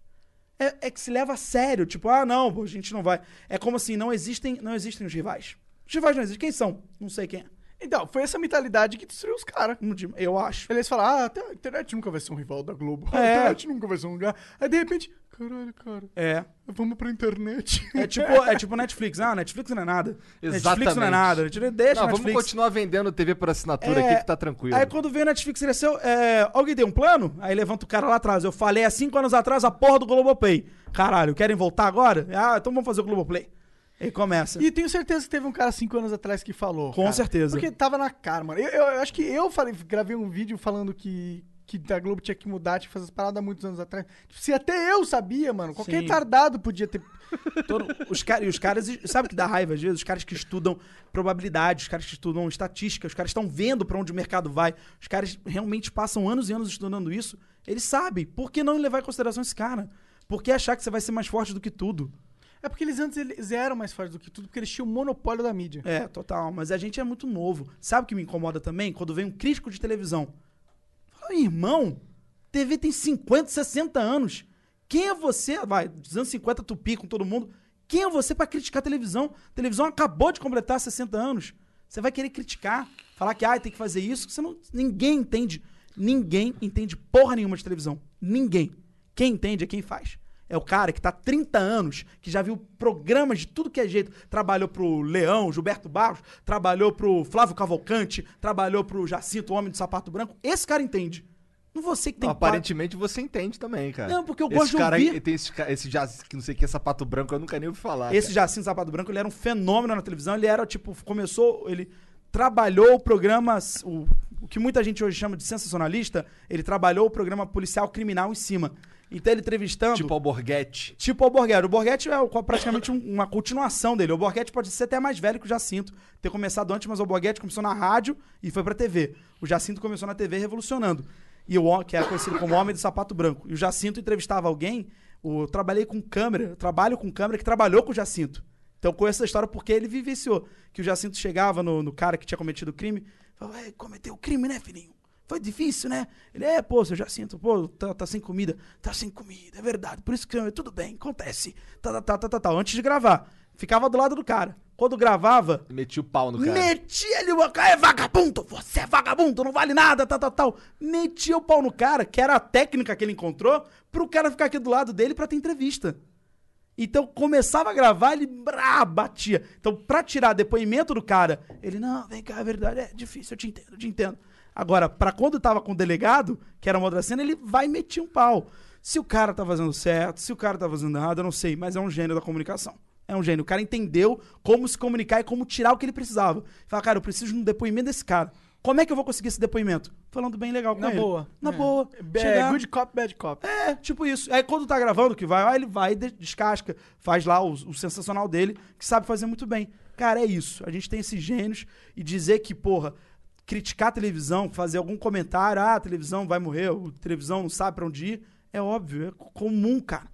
É, é que se leva a sério, tipo, ah, não, pô, a gente não vai. É como assim, não existem, não existem os rivais. Os rivais não existem. Quem são? Não sei quem é.
Então, foi essa mentalidade que destruiu os caras.
Não digo- Eu acho.
Eles falaram, ah, até a internet nunca vai ser um rival da Globo. A
É.
internet nunca vai ser um lugar. Aí, de repente, caralho, cara,
É.
vamos pra
[laughs]
internet.
É tipo, é tipo Netflix. Ah, Netflix não é nada. Netflix não é
Exatamente.
nada. Deixa
Não, vamos
Netflix.
continuar vendendo TV por assinatura
É,
aqui que tá tranquilo.
Aí quando veio o Netflix, ele assim, é, alguém deu um plano? Aí levanta o cara lá atrás. Eu falei há cinco anos atrás a porra do Globopay. Caralho, querem voltar agora? Ah, então vamos fazer o Globoplay. Aí começa.
E tenho certeza que teve um cara cinco anos atrás que falou.
Com
cara.
certeza.
Porque tava na cara, mano. Eu, eu- eu acho que eu falei, gravei um vídeo falando que, que da Globo tinha que mudar, tinha que fazer as paradas há muitos anos atrás. Tipo, se até eu sabia, mano, qualquer
Sim.
retardado podia ter.
Todo- os, cara, e os caras, sabe o que dá raiva às vezes? Os caras que estudam probabilidade, os caras que estudam estatística, os caras estão vendo pra onde o mercado vai, os caras realmente passam anos e anos estudando isso, eles sabem. Por que não levar em consideração esse cara? Por que achar que você vai ser mais forte do que tudo?
É porque eles antes eles eram mais fortes do que tudo, porque eles tinham o monopólio da mídia.
É, total. Mas a gente é muito novo. Sabe o que me incomoda também? Quando vem um crítico de televisão. Fala, irmão, TV tem 50, 60 anos. Quem é você? Vai, 250 tupi com todo mundo. Quem é você pra criticar televisão? Televisão acabou de completar 60 anos. Você vai querer criticar, falar que ah, tem que fazer isso, que você não. Ninguém entende. Ninguém entende porra nenhuma de televisão. Ninguém. Quem entende é quem faz. É o cara que tá há 30 anos, que já viu programas de tudo que é jeito. Trabalhou pro Leão, Gilberto Barros, trabalhou pro Flávio Cavalcante, trabalhou pro Jacinto, Homem do Sapato Branco. Esse cara entende. Não você que tem
Não,
quatro-
aparentemente você entende também, cara.
Não, porque eu
Esse
gosto de
cara
ouvir.
aí, Tem esse, ca- esse jazz que não sei o que, sapato branco, eu nunca nem ouvi falar.
Esse Jacinto Sapato Branco, ele era um fenômeno na televisão. Ele era, tipo, começou... Ele trabalhou o programa... O, o que muita gente hoje chama de sensacionalista. Ele trabalhou o programa policial criminal em cima. Então ele entrevistando...
cara. Tipo Alborguete.
Tipo o Borghetti. O Borghetti é o- praticamente um- uma continuação dele. O Borghetti pode ser até mais velho que o Jacinto, ter começado antes, mas o Borghetti começou na rádio e foi pra TV. O Jacinto começou na TV revolucionando. E o hom- que era conhecido como Homem do Sapato Branco. E o Jacinto entrevistava alguém, o, eu trabalhei com câmera, eu trabalho com câmera que trabalhou com o Jacinto. Então eu conheço essa história porque ele vivenciou. Que o Jacinto chegava no, no cara que tinha cometido o crime, falava, "É, cometeu o crime, né, filhinho? Foi difícil, né? Ele, é, pô, seu Jacinto, pô, tá, tá sem comida. Tá sem comida, é verdade. Por isso que eu, tudo bem, acontece. Tá, tá, tá, tá, tá, tá. Antes de gravar, ficava do lado do cara. Quando gravava,
Meti o pau no cara.
metia ele o cara, é vagabundo, você é vagabundo, não vale nada, tal, tal, tal. Metia o pau no cara, que era a técnica que ele encontrou, pro cara ficar aqui do lado dele pra ter entrevista. Então começava a gravar, ele brá, batia. Então, pra tirar depoimento do cara, ele, não, vem cá, é verdade, é difícil, eu te entendo, eu te entendo. Agora, pra quando tava com o delegado, que era uma outra cena, ele vai meter um pau. Se o cara tá fazendo certo, se o cara tá fazendo errado, eu não sei, mas é um gênio da comunicação. É um gênio. O cara entendeu como se comunicar e como tirar o que ele precisava. Fala, cara, eu preciso de um depoimento desse cara. Como é que eu vou conseguir esse depoimento? Falando bem legal com
Na
ele.
boa.
Na
É.
boa.
É,
Chegar-
good cop, bad cop.
é, tipo isso. Aí quando tá gravando, que vai, ó, ele vai, e de- descasca, faz lá o, o sensacional dele, que sabe fazer muito bem. Cara, é isso. A gente tem esses gênios e dizer que, porra, criticar a televisão, fazer algum comentário, ah, a televisão vai morrer, o televisão não sabe pra onde ir, é óbvio, é co- comum, cara.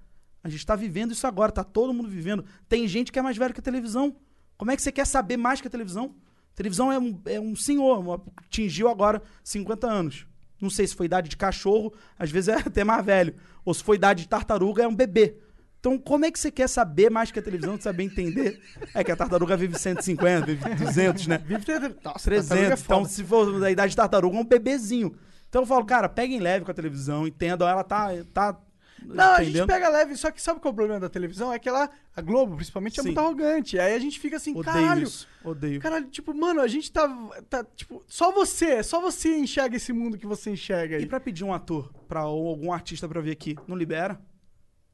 A gente tá vivendo isso agora, tá todo mundo vivendo. Tem gente que é mais velho que a televisão. Como é que você quer saber mais que a televisão? A televisão é um, é um senhor, uma- atingiu agora 50 anos. Não sei se foi idade de cachorro, às vezes é [laughs] até mais velho. Ou se foi idade de tartaruga, é um bebê. Então, como é que você quer saber mais que a televisão, de saber entender? É que a tartaruga vive 150, vive 200, né?
Vive ter- Nossa,
300.
[laughs] tartaruga é
então,
foda.
se for da idade de tartaruga, é um bebezinho. Então, eu falo, cara, peguem leve com a televisão, entendam, ela tá, tá
Não, a gente
entendendo?
pega leve, só que sabe qual é o problema da televisão? É que ela, a Globo, principalmente, é
Sim.
muito arrogante. Aí a gente fica assim,
Odeio
caralho,
isso. Odeio.
Caralho, tipo, mano, a gente tá, tá. Tipo, só você, só você enxerga esse mundo que você enxerga aí.
E pra pedir um ator pra, ou algum artista pra vir aqui, não libera?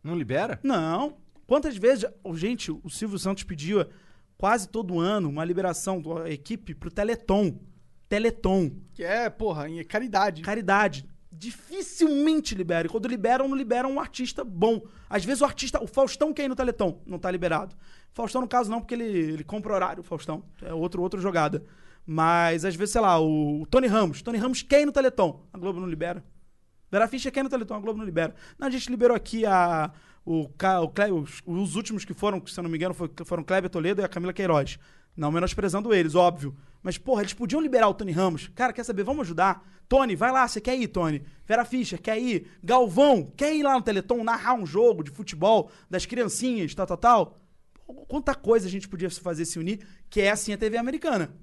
Não libera?
Não. Quantas vezes. já- oh, Gente, o Silvio Santos pediu quase todo ano uma liberação da equipe pro Teleton. Teleton.
Que é, porra, em caridade.
Caridade. Dificilmente libera. E quando liberam, não liberam um artista bom. Às vezes o artista. O Faustão quer ir no Teleton, não tá liberado. Faustão, no caso, não, porque ele, ele compra horário, o Faustão. É outro, outra jogada. Mas às vezes, sei lá, o, o Tony Ramos. Tony Ramos quer ir no Teleton. A Globo não libera. Vera Fischer quer ir no Teleton, a Globo não libera. Não, a gente liberou aqui a. O, Ca- o Cle- os, os últimos que foram, que, se eu não me engano, foi- foram Kleber Toledo e a Camila Queiroz. Não menosprezando eles, óbvio. Mas, porra, eles podiam liberar o Tony Ramos. Cara, quer saber? Vamos ajudar. Tony, vai lá, você quer ir, Tony? Vera Fischer, quer ir? Galvão, quer ir lá no Teleton narrar um jogo de futebol das criancinhas, tal, tal, tal? Pô, Quanta coisa a gente podia fazer se unir, que é assim a TV americana.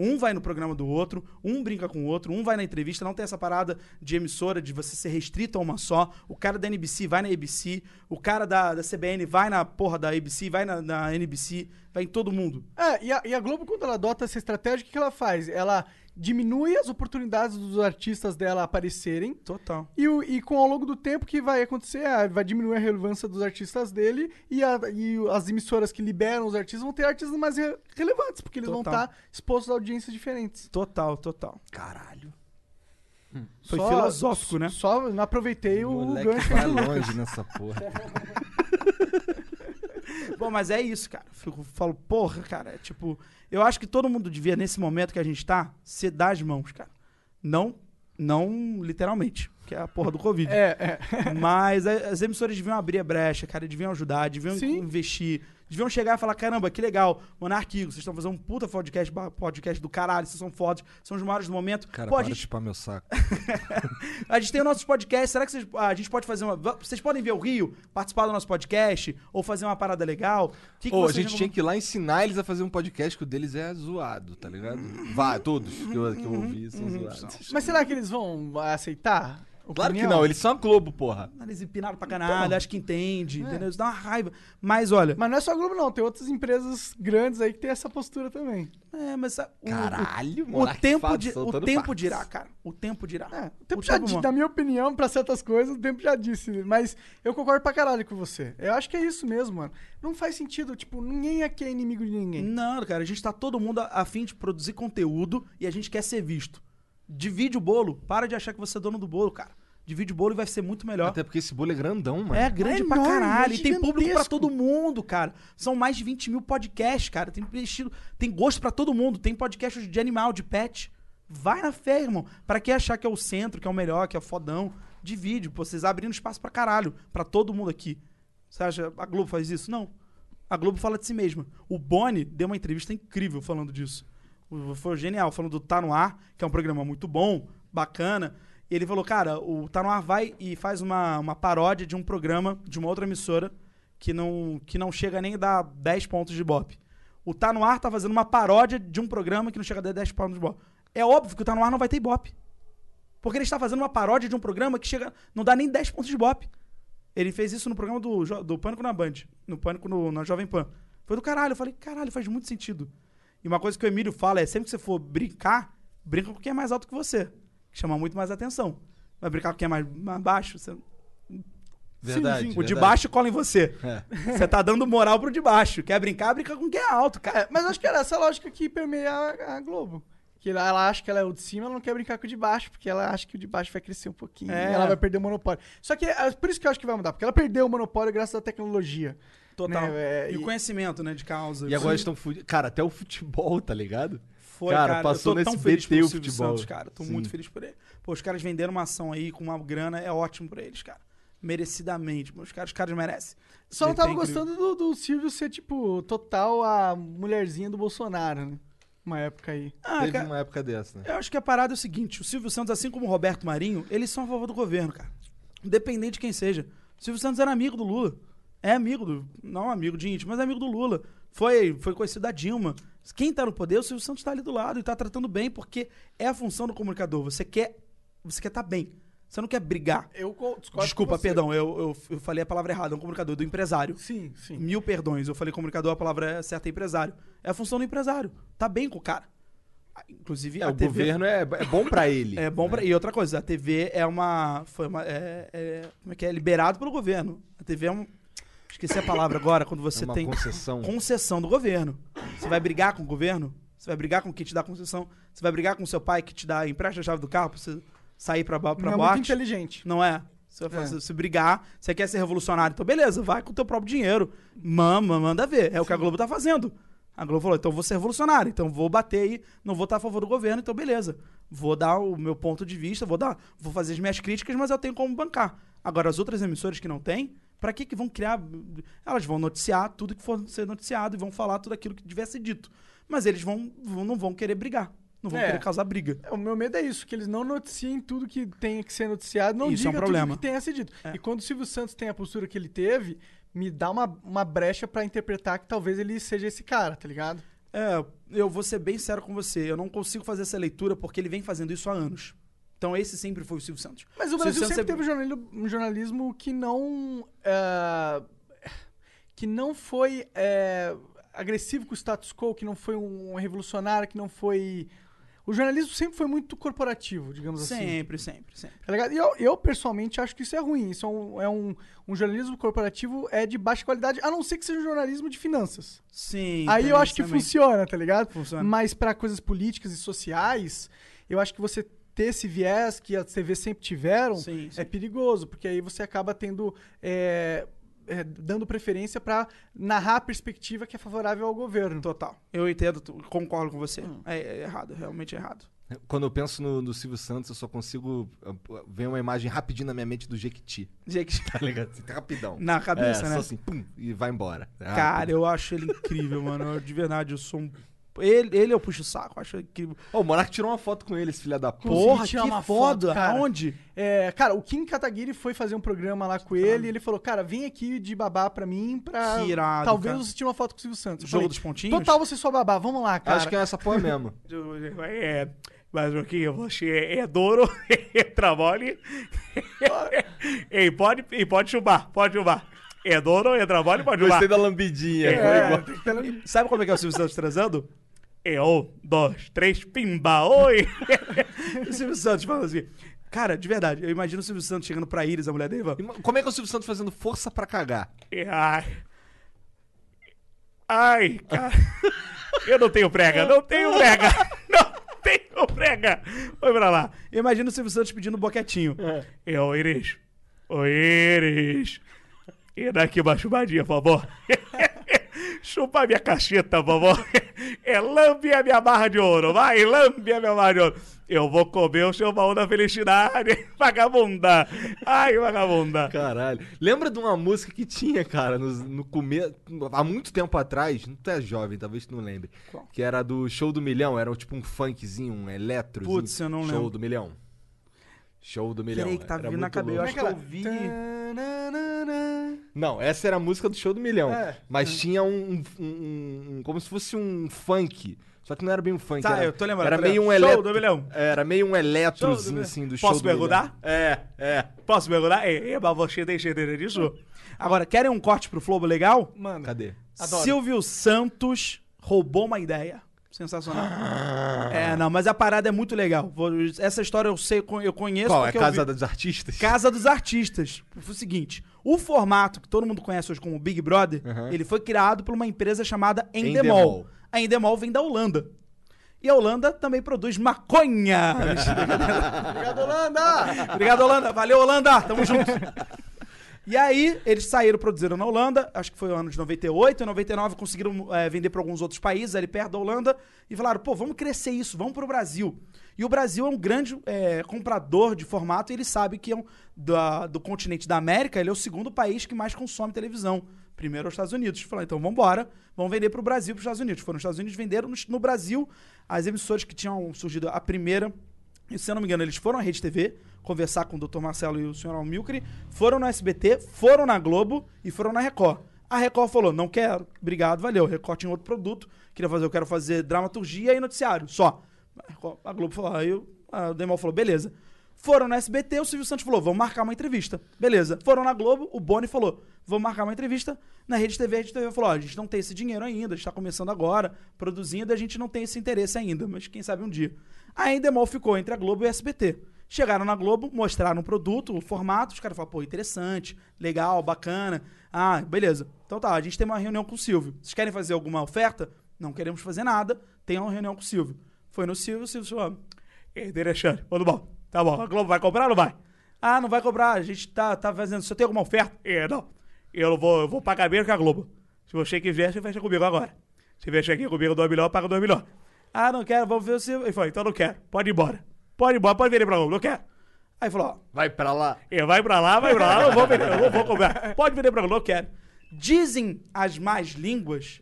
Um vai no programa do outro, um brinca com o outro, um vai na entrevista, não tem essa parada de emissora, de você ser restrito a uma só. O cara da NBC vai na ABC, o cara da, da CBN vai na porra da ABC, vai na, na NBC, vai em todo mundo.
É, e a, e a Globo, quando ela adota essa estratégia, o que, que ela faz? Ela diminui as oportunidades dos artistas dela aparecerem.
Total.
E, o- e com ao longo do tempo que vai acontecer, ah, vai diminuir a relevância dos artistas dele e, a- e o- as emissoras que liberam os artistas vão ter artistas mais re- relevantes, porque eles vão
Total.
estar expostos a audiências diferentes.
Total, total.
Caralho.
Foi filosófico, né?
Só não aproveitei o, o
moleque
gancho.
vai longe nessa porra.
Bom, mas é isso, cara. Fico, falo, porra, cara. é tipo, eu acho que todo mundo devia, nesse momento que a gente tá, se dar as mãos, cara. Não, não literalmente, que é a porra do Covid.
É, é.
Mas a- as emissoras deviam abrir a brecha, cara, deviam ajudar, deviam
Sim.
investir, deviam chegar e falar: caramba, que legal, Monark Eagle, vocês estão fazendo um puta podcast, ba- podcast do caralho, vocês são fodas, são os maiores do momento.
Cara,
Pô, a
para de
gente,
chupar meu saco.
a gente tem os nossos podcasts, será que vocês- ah, a gente pode fazer uma. va- Vocês podem ver o Rio, participar do nosso podcast, ou fazer uma parada legal? O Que que
Ô, a
vocês
gente
não-
tinha que ir lá ensinar eles a fazer um podcast que o deles é zoado, tá ligado? Vá, todos que eu, que eu
Uhum.
ouvi são zoados.
Mas será que eles vão aceitar?
Claro que
opinião?
não, eles são a Globo, porra.
Eles empinaram pra caralho,
Então.
acho que entende, entendeu? Isso dá uma raiva. Mas olha,
Mas não é só a Globo, não. Tem outras empresas grandes aí que tem essa postura também.
é, mas sabe, o- o-
Caralho,
o,
moleque,
tempo,
fato,
de, o
soltando
tempo
fatos.
dirá, cara. O tempo dirá.
É, o tempo já disse,
mano.
na minha opinião, pra certas coisas, o tempo já disse. Mas eu concordo pra caralho com você. Eu acho que é isso mesmo, mano. Não faz sentido, tipo, ninguém aqui é inimigo de ninguém.
Não, cara, a gente tá todo mundo a, a fim de produzir conteúdo e a gente quer ser visto. Divide o bolo, para de achar que você é dono do bolo, cara. Divide o bolo e vai ser muito melhor.
Até porque esse bolo é grandão, mano.
É grande
É
pra
enorme,
caralho.
é
e tem público pra
gigantesco.
todo mundo, cara. São mais de 20 mil podcasts, cara. Tem estilo, tem gosto pra todo mundo. Tem podcast de animal, de pet. Vai na fé, irmão. Pra quem achar que é o centro, que é o melhor, que é o fodão, divide. Pô, vocês abrindo espaço pra caralho, pra todo mundo aqui. Você acha a Globo faz isso? Não. A Globo fala de si mesma. O Boni deu uma entrevista incrível falando disso. O- Foi genial, falando do Tá No Ar, que é um programa muito bom, bacana. E ele falou, cara, o Tá No Ar vai e faz uma, uma paródia de um programa de uma outra emissora que não, que não chega nem a dar 10 pontos de Ibope. O Tá No Ar tá fazendo uma paródia de um programa que não chega a dar 10 pontos de Ibope. É óbvio que o Tá No Ar não vai ter Ibope. Porque ele está fazendo uma paródia de um programa que chega não dá nem 10 pontos de Ibope. Ele fez isso no programa do, Jo- do Pânico na Band, no Pânico no- na Jovem Pan. Foi do caralho. Eu falei, caralho, faz muito sentido. E uma coisa que o Emílio fala é: sempre que você for brincar, brinca com quem é mais alto que você, que chama muito mais atenção. Vai brincar com quem é mais, mais baixo, você-
Verdade.
o de
verdade.
baixo cola em você.
É.
Você tá dando moral pro de baixo. Quer brincar, brinca com quem é alto, cara.
É, mas eu acho que era essa lógica que permeia a, a Globo. Que ela, ela acha que ela é o de cima, ela não quer brincar com o de baixo, porque ela acha que o de baixo vai crescer um pouquinho
É.
e ela vai perder o monopólio. Só que é por isso que eu acho que vai mudar, porque ela perdeu o monopólio graças à tecnologia.
Total.
Né, é,
e
e-
o conhecimento, né, de causa.
E agora estão fudidos. Cara, até o futebol, tá ligado?
Foi,
Cara,
cara.
passou
eu tô
no
tão feliz
SBT
pelo
o
Silvio
futebol.
Santos, cara. Tô
Sim.
muito feliz por ele. Pô, os caras venderam uma ação aí com uma grana, é ótimo pra eles, cara. Merecidamente, mano. Os caras, os caras merecem.
Só não
Ele
tava
tá incrível.
gostando do, do Silvio ser, tipo, total a mulherzinha do Bolsonaro, né? Uma época aí.
Ah,
Teve
cara,
uma época dessa, né?
eu acho que a parada é o seguinte: o Silvio Santos, assim como o Roberto Marinho, eles são a favor do governo, cara. Independente de quem seja. O Silvio Santos era amigo do Lula. É amigo do. Não amigo de íntimo, mas é amigo do Lula. Foi, foi conhecido da Dilma. Quem tá no poder, o Silvio Santos tá ali do lado e tá tratando bem, porque é a função do comunicador. Você quer. Você quer estar tá bem. Você não quer brigar.
Eu co- discordo com
Desculpa,
você.
perdão, eu, eu, eu falei a palavra errada, é um comunicador, do empresário.
Sim, sim.
Mil perdões, eu falei comunicador, a palavra é certa é empresário. É a função do empresário. Tá bem com o cara. Ah, Inclusive,
É,
a
o
TV
governo né? é, é bom pra ele.
é bom pra... E outra coisa, a TV é uma. Foi uma. É, é- como é que é? Liberado pelo governo. A TV é um. Esqueci a palavra agora, quando
É
você
uma
tem
concessão.
concessão do governo. Você vai brigar com o governo? Você vai brigar com quem te dá concessão? Você vai brigar com seu pai que te dá empresta a chave do carro pra você sair pra, ba- pra
Não é muito
boate?
inteligente.
Não é? Você vai fazer, se brigar, você quer ser revolucionário, então beleza, vai com o teu próprio dinheiro. Mama, manda ver. É o que a Globo tá fazendo. A Globo falou, então vou ser revolucionário, então vou bater aí, não vou estar a favor do governo, então beleza. Vou dar o meu ponto de vista, vou dar, vou fazer as minhas críticas, mas eu tenho como bancar. Agora, as outras emissoras que não têm, pra que que vão criar? Elas vão noticiar tudo que for ser noticiado e vão falar tudo aquilo que tiver sido dito. Mas eles vão, vão- não vão querer brigar, não vão
É.
querer causar briga.
O meu medo é isso, que eles não noticiem tudo que tenha que ser noticiado, não
Isso é um
digam
problema.
tudo que tenha sido dito.
É.
E quando o Silvio Santos tem a postura que ele teve, me dá uma, uma brecha pra interpretar que talvez ele seja esse cara, tá ligado?
É, eu vou ser bem sério com você. Eu não consigo fazer essa leitura porque ele vem fazendo isso há anos. Então esse sempre foi o Silvio Santos.
Mas o
Silvio
Brasil
Santos
sempre
é-
teve um jornalismo, um jornalismo que não. ah, que não foi eh, agressivo com o status quo, que não foi um revolucionário, que não foi. O jornalismo sempre foi muito corporativo, digamos assim.
Sempre, sempre, sempre.
Tá ligado? E eu, eu, pessoalmente, acho que isso é ruim. Isso é um, é um, um jornalismo corporativo é de baixa qualidade, a não ser que seja um jornalismo de finanças.
Sim.
Aí
tem
eu
isso
acho que
também.
funciona, tá ligado?
Funciona.
Mas pra coisas políticas e sociais, eu acho que você ter esse viés que as TVs sempre tiveram
Sim, sim.
é perigoso, porque aí você acaba tendo. é, é, dando preferência pra narrar a perspectiva que é favorável ao governo.
Total. Eu entendo, tu- concordo com você.
Hum.
É, é errado, realmente é errado.
Quando eu penso no, no Silvio Santos, eu só consigo uh, ver uma imagem rapidinho na minha mente do Jequiti.
Gente, [laughs]
Tá ligado? Assim, Rapidão.
na cabeça,
é,
né?
Só assim, pum, e vai embora. É
Cara,
rápido.
eu acho ele incrível, mano. Eu, de verdade, eu sou um. Ele, ele eu puxo o saco, eu acho incrível.
Ô, o Monark tirou uma foto com ele, esse filho da porra.
Consegui
Porra,
tirar
que
uma
foda.
foto, cara.
Aonde?
É, cara, o Kim Kataguiri foi fazer um programa lá com ele e ele falou, cara, vem aqui de babá pra mim pra...
Que irado,
Ah, talvez
cara.
você tire uma foto com o Silvio Santos. Eu
Jogo
falei,
dos pontinhos?
Total, você só babá, vamos lá, cara.
Acho que é essa porra mesmo.
É, mas o que você [laughs] é duro, [laughs] trabalhe e pode, e pode chumbar, pode chumbar. É duro, é trabalho, pode chumbar.
Gostei da lambidinha.
É.
foi igual.
Sabe como é que é o Silvio Santos transando?
É um, dois, três, pimba, oi.
[laughs] O Silvio Santos falando assim. Cara, de verdade, eu imagino o Silvio Santos chegando pra Iris, a mulher dele, e falando,
E Como é que é o Silvio Santos fazendo força pra cagar?
E É, Ai, ai, cara. Eu não tenho prega, não tenho prega, [laughs] não tenho prega. Foi pra lá.
Eu imagino o Silvio Santos pedindo boquetinho.
um É o Iris. O Iris. E dá aqui uma chupadinha, por favor. [laughs] Chupa minha cacheta, por favor. É lambe a minha barra de ouro. Vai, lambe a minha barra de ouro. Eu vou comer o seu baú da felicidade. [laughs] Vagabunda. Ai, vagabunda.
Caralho. Lembra de uma música que tinha, cara, no, no começo. Há muito tempo atrás, não tu é jovem, talvez tu não lembre.
Qual?
Que era do Show do Milhão, era tipo um funkzinho, um eletro.
Putz, eu não
Show
lembro.
do Milhão. Show do Milhão.
Peraí, que tá
Era
vindo na
muito
cabeça. Eu
louco.
acho que eu ouvi.
Não, essa era a música do Show do Milhão.
É.
Mas tinha um, um- um- um- Como se fosse um funk. Só que não era bem um funk.
Tá,
era,
eu tô lembrando,
Era
tô
meio
lembrando.
um
Show
eletro.
do Milhão.
Era meio um
Show do
eletrozinho,
Milhão.
assim, do
Posso
show do
perguntar?
Milhão. É, é.
Posso mergulhar? É, é mas você tem certeza disso?
Agora, querem um corte pro Flobo legal?
Mano,
Cadê?
Adoro.
Silvio Santos roubou uma ideia. Sensacional.
Ah.
é, não, mas a parada é muito legal. Vou- Essa história eu sei, eu conheço.
Qual? É
porque eu
Casa
vi-
dos Artistas?
Casa dos Artistas. Foi o seguinte: o formato que todo mundo conhece hoje como Big Brother,
Uhum.
ele foi criado por uma empresa chamada Endemol.
Endemol.
A Endemol vem da Holanda. E a Holanda também produz maconha.
[laughs]
Obrigado, tá
[laughs]
Holanda!
Obrigado, Holanda. Valeu, Holanda. Tamo junto. E aí, eles saíram, produziram na Holanda, acho que foi o ano de 98, em 99 conseguiram eh, vender para alguns outros países ali perto da Holanda e falaram, pô, vamos crescer isso, vamos pro Brasil. E o Brasil é um grande eh, comprador de formato e ele sabe que é um, da- do continente da América, ele é o segundo país que mais consome televisão. Primeiro aos Estados Unidos. Falaram, então vamos embora, vamos vender pro Brasil, pros Estados Unidos. Foram aos Estados Unidos, venderam no, no Brasil as emissoras que tinham surgido a primeira e, se eu não me engano, eles foram à Rede TV conversar com o Dr. Marcelo e o Sr. Almilcre, foram no SBT, foram na Globo e foram na Record. A Record falou: não quero, obrigado, valeu. A Record tinha outro produto, queria fazer, eu quero "Ah, fazer dramaturgia e noticiário, só. A Record- A Globo falou, aí o a Demol falou, beleza. Foram no SBT, o Silvio Santos falou, vamos marcar uma entrevista. Beleza. Foram na Globo, o Boni falou, vamos marcar uma entrevista. Na Rede TV, a Rede TV falou, ó, a gente não tem esse dinheiro ainda, a gente tá começando agora, produzindo, a gente não tem esse interesse ainda, mas quem sabe um dia. Aí a Endemol ficou entre a Globo e o SBT. Chegaram na Globo, mostraram o produto, o formato, os caras falaram, pô, interessante, legal, bacana. Ah, beleza. Então tá, a gente tem uma reunião com o Silvio. Vocês querem fazer alguma oferta? Não queremos fazer nada, tem uma reunião com o Silvio. Foi no Silvio, o Silvio falou,
É, Alexandre, tudo bom? Tá bom, a Globo vai comprar ou não vai?
ah, não vai cobrar, a gente tá, tá fazendo, só tem alguma oferta?
É, não. Eu não vou, eu vou pagar menos que a Globo. Se você quiser, você fecha comigo agora. Se fecha aqui comigo 2 milhões, eu pago 2 milhões.
Ah, não quero, vamos ver o Silvio.
Ele falou, então não quero. Pode ir embora. Pode ir embora, pode vender pra Globo, não quero.
Aí falou, ó,
Vai pra lá.
É, vai pra lá, vai pra lá, não vou vender, eu não vou comprar. Pode vender pra Globo, não quero.
Dizem as más línguas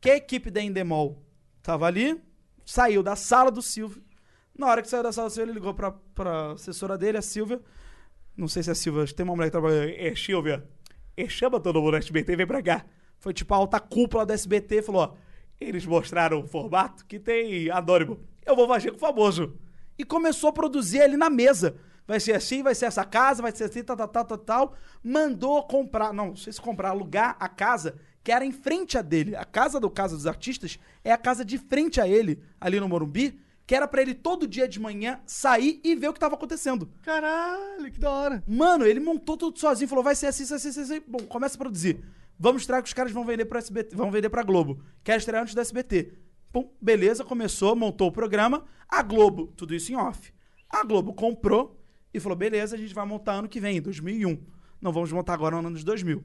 que a equipe da Endemol tava ali, saiu da sala do Silvio. Na hora que saiu da sala do Silvio, ele ligou pra, pra assessora dele, a Silvia. Não sei se é a Silvia, acho que tem uma mulher que trabalha.
É, Silvia, é, chama todo mundo no SBT e vem pra cá.
Foi tipo a alta cúpula do SBT, falou, ó.
Eles mostraram um formato que tem anônimo. Eu vou fazer com o famoso.
E começou a produzir ali na mesa. Vai ser assim, vai ser essa casa, vai ser assim, tal, tal, tal, tal, tal. Mandou comprar, não, não sei se comprar, alugar a casa que era em frente a dele. A casa do Casa dos Artistas é a casa de frente a ele, ali no Morumbi, que era pra ele todo dia de manhã sair e ver o que tava acontecendo.
Caralho, que da hora.
Mano, ele montou tudo sozinho, falou, vai ser assim, assim, assim, assim, assim. Bom, começa a produzir. Vamos mostrar que os caras vão vender pro SBT, vão vender pra Globo. Quer estrear antes do SBT. Pum, beleza, começou, montou o programa. A Globo, tudo isso em off. A Globo comprou e falou, beleza, a gente vai montar ano que vem, 2001. Não vamos montar agora no ano de 2000.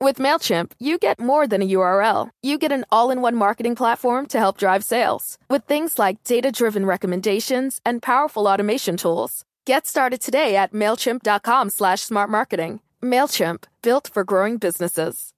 With MailChimp, you get more than a URL. You get an all in one marketing platform to help drive sales with things like data driven recommendations and powerful automation tools. Get started today at MailChimp.com slash smart marketing. MailChimp, built for growing businesses.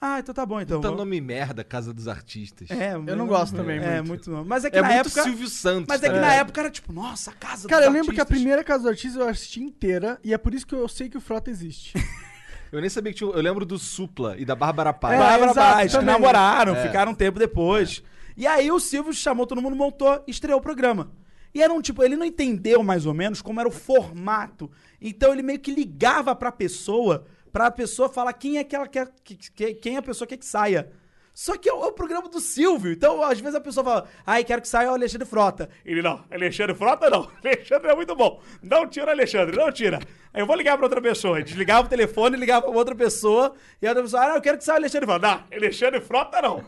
Ah, então tá bom, então.
Puta
vamos-
nome merda, Casa dos Artistas. É,
É,
Eu não gosto também
É,
muito.
muito não. Mas é que na
muito
época...
Silvio Santos.
Mas é que
tá
na
ligado?
época era tipo, nossa, a casa dos
Cara, eu lembro que a
artistas.
primeira Casa dos Artistas eu assisti inteira e é por isso que eu sei que o Frota existe.
[laughs]
Eu nem sabia que tinha. um- Eu lembro do Supla e da Bárbara Paz.
É,
Bárbara
exato,
Paz, que
também. É.
namoraram, ficaram um tempo depois. E aí o Silvio chamou todo mundo, montou, estreou o programa. E era um tipo, ele não entendeu mais ou menos como era o formato. Então ele meio que ligava pra pessoa, pra pessoa falar quem é que ela quer, que- que- quem é a pessoa quer que saia. Só que é o, é o programa do Silvio. Então, às vezes a pessoa fala, ai, quero que saia o Alexandre Frota.
Ele não, Alexandre Frota
[laughs]
não. Alexandre é muito bom. Não tira, Alexandre, não tira. Aí eu vou ligar pra outra pessoa. Ele Desligava
Ligava o telefone, ligava pra outra pessoa, e a outra pessoa, ah, eu quero que saia o Alexandre
Ele falou, não, Alexandre Frota não.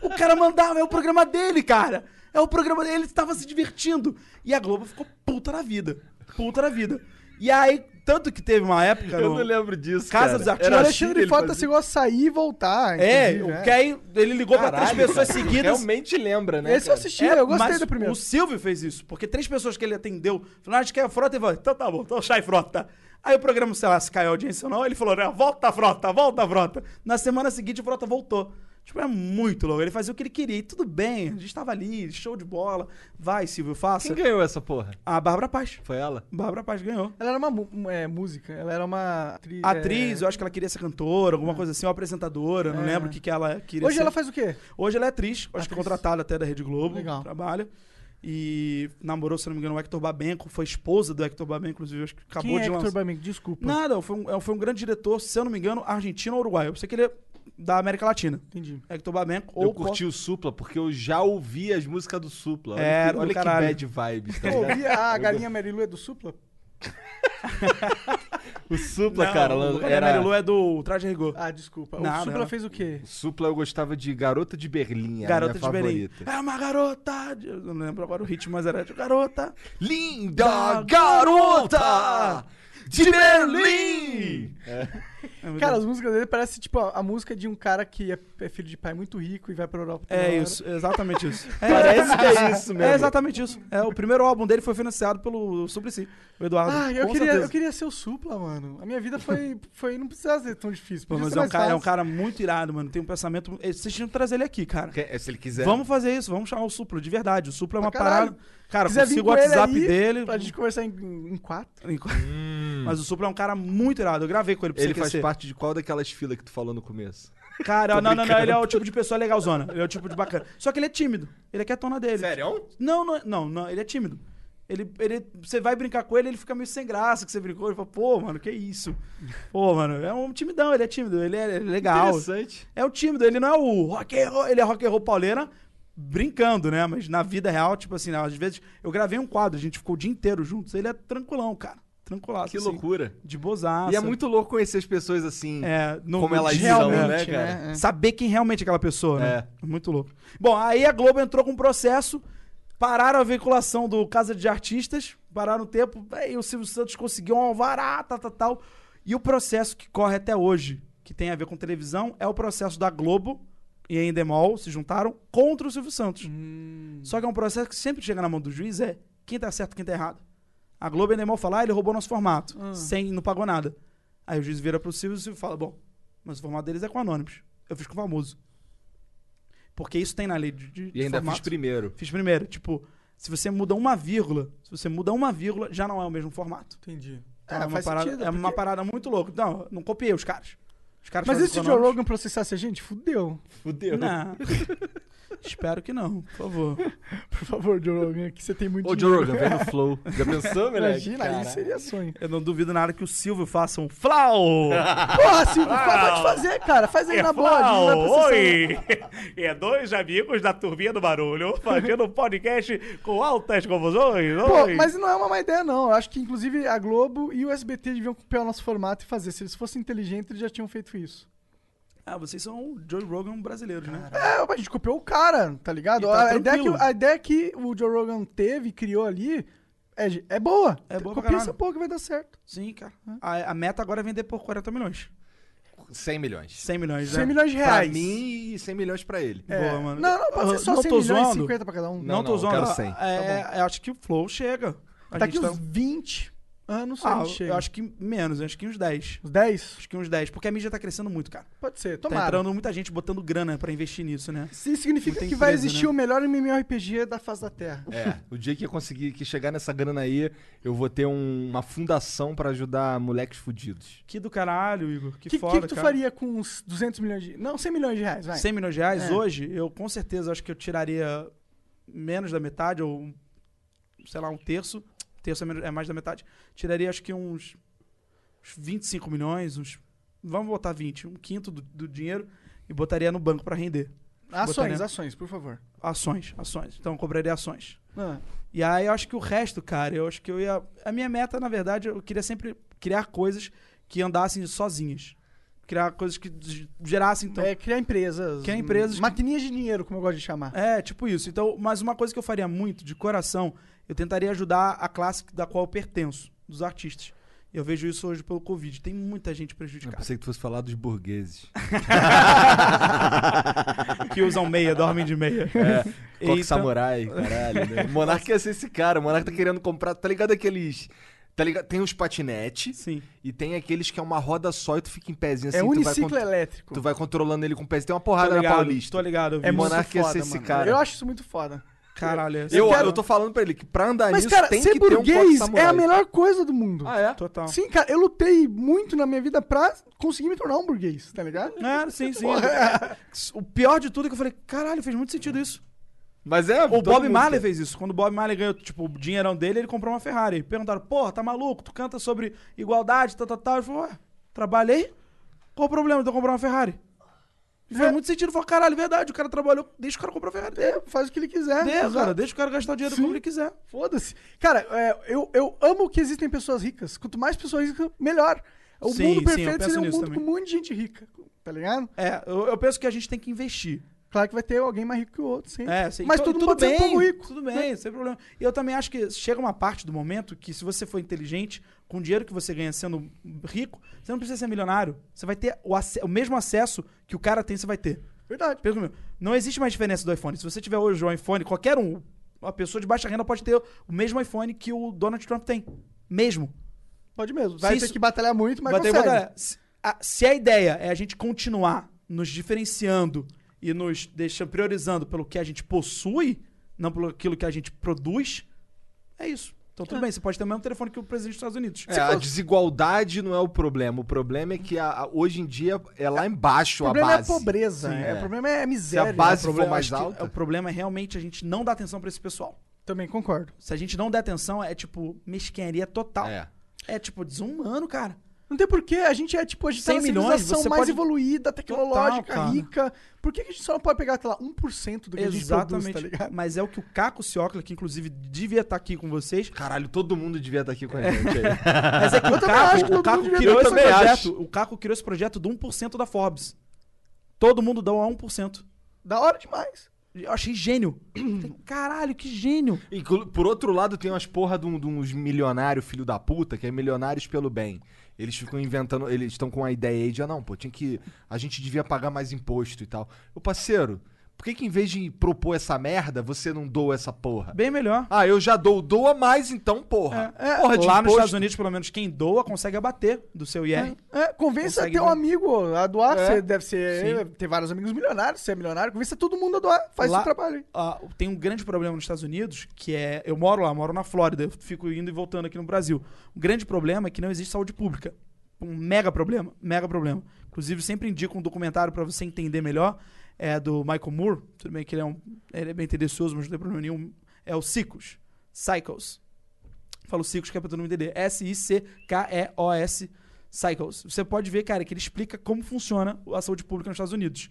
O cara mandava, é o programa dele, cara. É o programa dele, ele tava se divertindo. E a Globo ficou puta na vida. Puta na vida. E aí, tanto que teve uma época.
Eu
no-
não lembro disso.
Casa
cara.
dos Artistas.
Tipo, o
Era assim que
Alexandre
ele
Frota
fazia.
chegou a sair e voltar.
É,
inclusive, né?
o que aí ele ligou pra
Caralho,
três pessoas
cara,
seguidas.
Realmente lembra, né?
Esse eu
cara?
assisti,
É,
eu gostei
mas
da primeira.
O Silvio fez isso, porque três pessoas que ele atendeu falaram, a gente quer frota e vai. Então tá bom, então sai frota. Aí o programa, sei lá, se caiu a audiência ou não, ele falou, né, volta frota, volta frota. Na semana seguinte, o frota voltou. Tipo, era muito louco. Ele fazia o que ele queria. E tudo bem, a gente tava ali, show de bola. Vai, Silvio, faça.
Quem ganhou essa porra?
A Bárbara Paz.
Foi ela?
Bárbara Paz ganhou.
Ela era uma mu- um, é, música, ela era uma atri- é, Ah.
Atriz, eu acho que ela queria ser cantora, alguma coisa assim, ou apresentadora, não
É.
lembro o que, que ela queria
Hoje
ser.
ela faz o quê?
Hoje ela é atriz, acho que
Atriz.
contratada até da Rede Globo,
Legal.
trabalha. E namorou, se não me engano, o Hector Babenco, foi esposa do Hector Babenco, inclusive, acho que acabou
Quem
de
é Hector
lançar.
Babenco? Desculpa.
Nada, foi um, é, foi um grande diretor, se eu não me engano, argentino ou uruguaio. Eu sei que ele é da América Latina.
Entendi.
Hector Babenco
Eu
ou
curti o Supla porque eu já ouvi as músicas do Supla. Olha
É,
que,
do
olha que
caralho.
bad vibes, tá
Pô,
ligado?
vi a galinha Marilu é do Supla?
O Supla,
Não,
cara,
o
era...
Marilu é do Traje a Rigor.
Ah, desculpa.
Não,
o Supla
não.
fez o quê?
O Supla eu gostava de Garota de Berlim, era a
Garota
minha
de Belém.
favorita.
É uma garota. de- Eu não lembro agora o ritmo, mas era de garota.
Linda Garota de Berlim!
É
Cara, as músicas dele parecem tipo a, a música de um cara que é, é filho de pai muito rico e vai pra Europa. toda
É
hora.
isso, exatamente
[laughs]
isso. É,
Parece que é isso mesmo.
É exatamente isso. É, o primeiro álbum dele foi financiado pelo Suplicy, o Eduardo.
Ah, eu
com
queria,
certeza.
eu queria ser o Supla, mano. A minha vida foi. foi não precisava ser tão difícil.
Pô,
podia
mas
ser
é um,
mais
cara, é um
fácil.
cara muito irado, mano. Tem um pensamento. eh, Vocês tinham que trazer ele aqui, cara.
Quer- É, Se ele quiser.
Vamos fazer isso, vamos chamar o Supla, de verdade. O Supla é
Pra
uma
caralho.
parada. Cara,
quiser vir
consigo o
com ele
WhatsApp
aí,
dele.
Pra gente conversar em, em quatro.
Mas o Supla é um cara muito irado. Eu gravei com ele pra
Hum. Ele
você
faz
conhecer.
parte de qual daquelas filas que tu falou no começo?
Cara, não, não, não. Ele é o tipo de pessoa legalzona. Ele é o tipo de bacana. Só que ele é tímido. Ele é quietona dele.
Sério? um
Não, não, não, não, ele é tímido. Ele, ele, você vai brincar com ele, ele fica meio sem graça que você brincou. Ele fala, pô, mano, que isso? Pô, mano, é um timidão, ele é tímido, ele é, ele é legal.
Interessante.
É o tímido, ele não é o rock and roll, ele é rock and roll pauleira brincando, né? Mas na vida real, tipo assim, às vezes eu gravei um quadro, a gente ficou o dia inteiro juntos, ele é tranquilão, cara. Tranquilaço.
Que
assim,
loucura.
De bozaça.
E é muito louco conhecer as pessoas assim,
É, no-
como elas são,
realmente,
né, cara?
né? É.
Saber quem realmente é aquela pessoa, né? Muito louco. Bom, aí a Globo entrou com um processo, pararam a veiculação do Casa de Artistas, pararam o tempo, aí o Silvio Santos conseguiu um alvará, tal, tal, tal. E o processo que corre até hoje, que tem a ver com televisão, é o processo da Globo e a Endemol se juntaram contra o Silvio Santos. Só que é um processo que sempre chega na mão do juiz é quem tá certo, quem tá errado. A Globo e a Endemol falam, ah, ele roubou nosso formato, sem, não pagou nada. Aí o juiz vira pro Silvio e o Silvio fala, bom, mas o formato deles é com anônimos. Eu fiz com o famoso. Porque isso tem na lei de, de
E ainda
formato.
fiz primeiro.
Fiz primeiro. Tipo, se você muda uma vírgula, se você muda uma vírgula, já não é o mesmo formato.
Entendi.
Então
É,
é, uma
faz
parada,
sentido,
é uma
porque-
parada muito louca. Não, não copiei os caras. Os caras
Mas é
fazem
e se o
com
Joe
anônimos.
Rogan processasse a gente? Fudeu. [laughs]
Fudeu.
Não. Espero que não, por favor.
Por favor, Joe Rogan, aqui você tem muito
Ô,
dinheiro.
Joe
[laughs]
Rogan, vem no flow. Já pensou, moleque?
Imagina, aí
Cara.
seria sonho.
Eu não duvido nada que o Silvio faça um
[laughs]
flau.
Porra,
Ah,
Silvio, fa- pode fazer, cara. Faz aí
É
na boa. a gente vai
Flau,
processar.
oi! [laughs] É dois amigos da turminha do
[laughs]
barulho fazendo um podcast com altas confusões.
Pô,
oi.
mas não é uma má ideia, não. Eu acho que, inclusive, a Globo e o SBT deviam copiar o nosso formato e fazer. Se eles fossem inteligentes, eles já tinham feito isso.
Ah, vocês são o Joe Rogan brasileiro, né?
É, a gente copiou o cara, tá ligado?
E tá
a, ideia que,
tranquilo.
a ideia que o Joe Rogan teve, e criou ali, é, ge- é boa.
É boa
Copia
pra caralho.
essa porra que vai dar certo.
Sim, cara. A, a meta agora é vender por 40 milhões.
100 milhões.
100 milhões, né?
100 milhões de
Pra
reais.
mim e 100 milhões pra ele.
É.
Boa, mano.
Não, não, pode
Eu
ser só
não
100
tô
milhões e
zoando.
50 pra cada um.
Não,
Não,
tô
não,
zoando.
eu quero 100.
É, eu acho que o Flow chega. A
Daqui
gente tá
uns 20 anos a
Ah,
gente chega.
eu acho que menos, eu acho que uns 10.
Uns 10?
Acho que uns 10, porque a mídia tá crescendo muito, cara.
Pode ser,
Tá
tomara.
entrando muita gente botando grana pra investir nisso, né?
Isso significa
Não
que
tem
vai
empresa,
existir
né?
o melhor MMORPG da face da Terra.
É, o dia que eu conseguir que chegar nessa grana aí, eu vou ter um- uma fundação pra ajudar moleques fudidos.
Que do caralho, Igor. Que,
O que,
foda,
que, que tu
cara.
faria com uns 200 milhões de... Não, 100 milhões de reais, vai.
100 milhões de reais,
É.
hoje, eu com certeza acho que eu tiraria menos da metade, ou um- sei lá, um terço. Um terço é, menos- é mais da metade. Tiraria acho que uns, uns 25 milhões, uns. Vamos botar 20, um quinto do, do dinheiro e botaria no banco pra render.
Ações,
Botaria-
ações, por favor.
Ações, ações. Então eu cobraria ações.
Ah,
E aí eu acho que o resto, cara, eu acho que eu ia. A minha meta, na verdade, eu queria sempre criar coisas que andassem sozinhas. Criar coisas que g- gerassem. Então,
é, criar empresas.
Criar empresas
hum,
que-
Maquininhas de dinheiro, como eu gosto de chamar.
É, tipo isso. Então, mas uma coisa que eu faria muito, de coração, eu tentaria ajudar a classe da qual eu pertenço, dos artistas. Eu vejo isso hoje pelo Covid. Tem muita gente
Eu
prejudicada.
pensei que tu fosse falar dos
[laughs]
burgueses.
Que usam meia, dormem de meia.
É, Coque
Então-
Samurai, caralho. Né? O Monark ia ser esse cara. O Monark tá querendo comprar. Tá ligado aqueles. Tá ligado? Tem uns patinete
Sim.
e tem aqueles que é uma roda só e tu fica em pezinho assim.
é
tu vai,
uniciclo
contro-
elétrico.
tu vai controlando ele com o pezinho. Tem uma
Tô
porrada na
ligado,
Paulista.
tô ligado. eu vi
É
isso.
monarca ia ser
Foda,
esse
mano.
cara.
Eu acho isso muito foda.
Caralho, é
Eu,
cara-
eu tô falando pra ele que pra andar
Mas,
nisso
cara,
tem
ser
que ter um Coque
burguês
Samurai.
é a melhor coisa do mundo.
Ah, é?
Total.
Sim, cara, eu lutei muito na minha vida pra conseguir me tornar um burguês, tá ligado? [laughs]
É, sim, sim.
é.
O pior de tudo é que eu falei, caralho, fez muito sentido isso.
Mas é.
O
Então
todo
Bob
mundo tem.
Marley fez isso. Quando o Bob Marley ganhou, tipo, o dinheirão dele, ele comprou uma Ferrari. Perguntaram, porra, tá maluco? Tu canta sobre igualdade, tal, tal, tal. Ele falou, ué, trabalhei? Qual o problema de eu comprar uma Ferrari? E
É.
Fez muito sentido. Ele falou, caralho, verdade, o cara trabalhou, deixa o cara comprar a Ferrari dele.
Faz o que ele quiser.
Dê,
É, exato.
Né, cara, deixa o cara gastar o dinheiro
Sim.
como ele quiser.
Foda-se. Cara, é, eu, eu amo que existem pessoas ricas. Quanto mais pessoas ricas, melhor. O
Sim, sim,
mundo
eu
perfeito
penso
seria um
nisso
mundo
também.
com um monte de gente rica, tá ligado?
É, eu, eu penso que a gente tem que investir.
Claro que vai ter alguém mais rico que o outro, sim.
É, sim.
Mas
Tu-
todo mundo
tudo
pode
bem,
ser um pouco rico.
Tudo bem, sem problema. E eu também acho que chega uma parte do momento que se você for inteligente, com o dinheiro que você ganha sendo rico, você não precisa ser milionário. Você vai ter o, ace- o mesmo acesso que o cara tem, você vai ter.
Verdade.
Pensa comigo. Não existe mais diferença do iPhone. Se você tiver hoje um iPhone, qualquer um, uma pessoa de baixa renda pode ter o mesmo iPhone que o Donald Trump tem. Mesmo.
Pode mesmo. Vai
Se
ter
isso-
que batalhar muito, mas
Vai ter que
consegue.
botar- é, se, a, se a ideia é a gente continuar nos diferenciando e nos deixa, priorizando pelo que a gente possui, não pelo aquilo que a gente produz, é isso. Então tudo bem, você pode ter o mesmo telefone que o presidente dos Estados Unidos.
É, a desigualdade não é o problema. O problema é que a- a- hoje em dia é lá embaixo
O
a
problema é a
base.
pobreza.
Sim,
é.
é.
O problema é a
Se
miséria.
a base
né?
for mais
acho que
alta.
o problema é realmente a gente não dar atenção pra esse pessoal.
Também concordo.
Se a gente não der atenção, é tipo mesquinharia total. É,
É.
tipo desumano, cara.
Não tem porquê, a gente é tipo, a gente tá
100
na
milhões,
civilização
você
mais
pode-
evoluída, tecnológica,
Total, cara.
rica. Por que que a gente só não pode pegar, sei lá, 1% do que a gente
Exatamente.
produz, tá ligado?
Mas é o que o Caco Ciocla, que inclusive devia estar aqui com vocês.
Caralho, todo mundo devia estar aqui com a gente aí.
[laughs] Mas é que o
também acho que
Caco, o
todo
Caco
mundo devia
criou
estar
esse
aqui. Eu também
projeto.
acho.
O Caco criou esse projeto do 1% da Forbes. Todo mundo dá um a 1%.
Da hora demais.
Eu achei gênio. Falei, [clears throat] Caralho, que gênio.
E clu- por outro lado, tem umas porra de, um- de uns milionários filho da puta, que é milionários pelo bem. Eles ficam inventando, eles estão com a ideia aí de, ah não, pô, tinha que. A gente devia pagar mais imposto e tal. Ô parceiro, por que que em vez de propor essa merda, você não doa essa porra?
Bem melhor.
Ah, eu já dou, doa mais então, porra.
É,
porra
lá nos Estados Unidos, pelo menos, quem doa consegue abater do seu IR.
É, convence
Consegue
até um
man-
amigo a doar.
É.
Você deve ser. Ter vários amigos milionários, você é milionário. Convence todo mundo a doar. Faz
Lá-
seu trabalho. aí.
Ah, tem um grande problema nos Estados Unidos, que é. Eu moro lá, moro na Flórida, eu fico indo e voltando aqui no Brasil. O grande problema é que não existe saúde pública. Um mega problema, mega problema. Inclusive, sempre indico um documentário para você entender melhor. É do Michael Moore. Tudo bem que ele é, um, ele é bem tendencioso, mas não tem problema nenhum. É o Cicos. Cycles. Falo Cicos, que é pra todo mundo entender. S-I-C-K-E-O-S. Cycles. Você pode ver, cara, que ele explica como funciona a saúde pública nos Estados Unidos.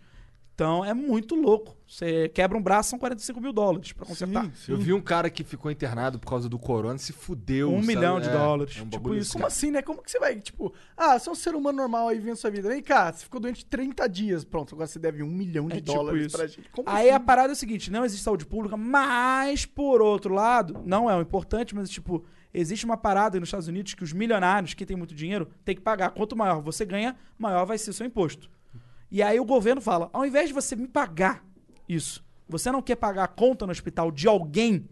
Então é muito louco. Você quebra um braço, são 45 mil dólares pra consertar.
Eu vi um cara que ficou internado por causa do corona, se fudeu.
Um milhão de dólares,
um
tipo
bagulho
isso.
Como assim, né? Como que você vai, tipo, ah, você é um ser humano normal aí vivendo sua vida. Vem cá, você ficou doente 30 dias. Pronto, agora você deve um milhão de
É tipo
dólares
isso.
pra gente. Como
Aí a
assim?
parada é o seguinte: não existe saúde pública, mas por outro lado, não é o importante, mas tipo, existe uma parada aí nos Estados Unidos que os milionários, quem tem muito dinheiro, tem que pagar. Quanto maior você ganha, maior vai ser o seu imposto. E aí o governo fala: ao invés de você me pagar isso, você não quer pagar a conta no hospital de alguém,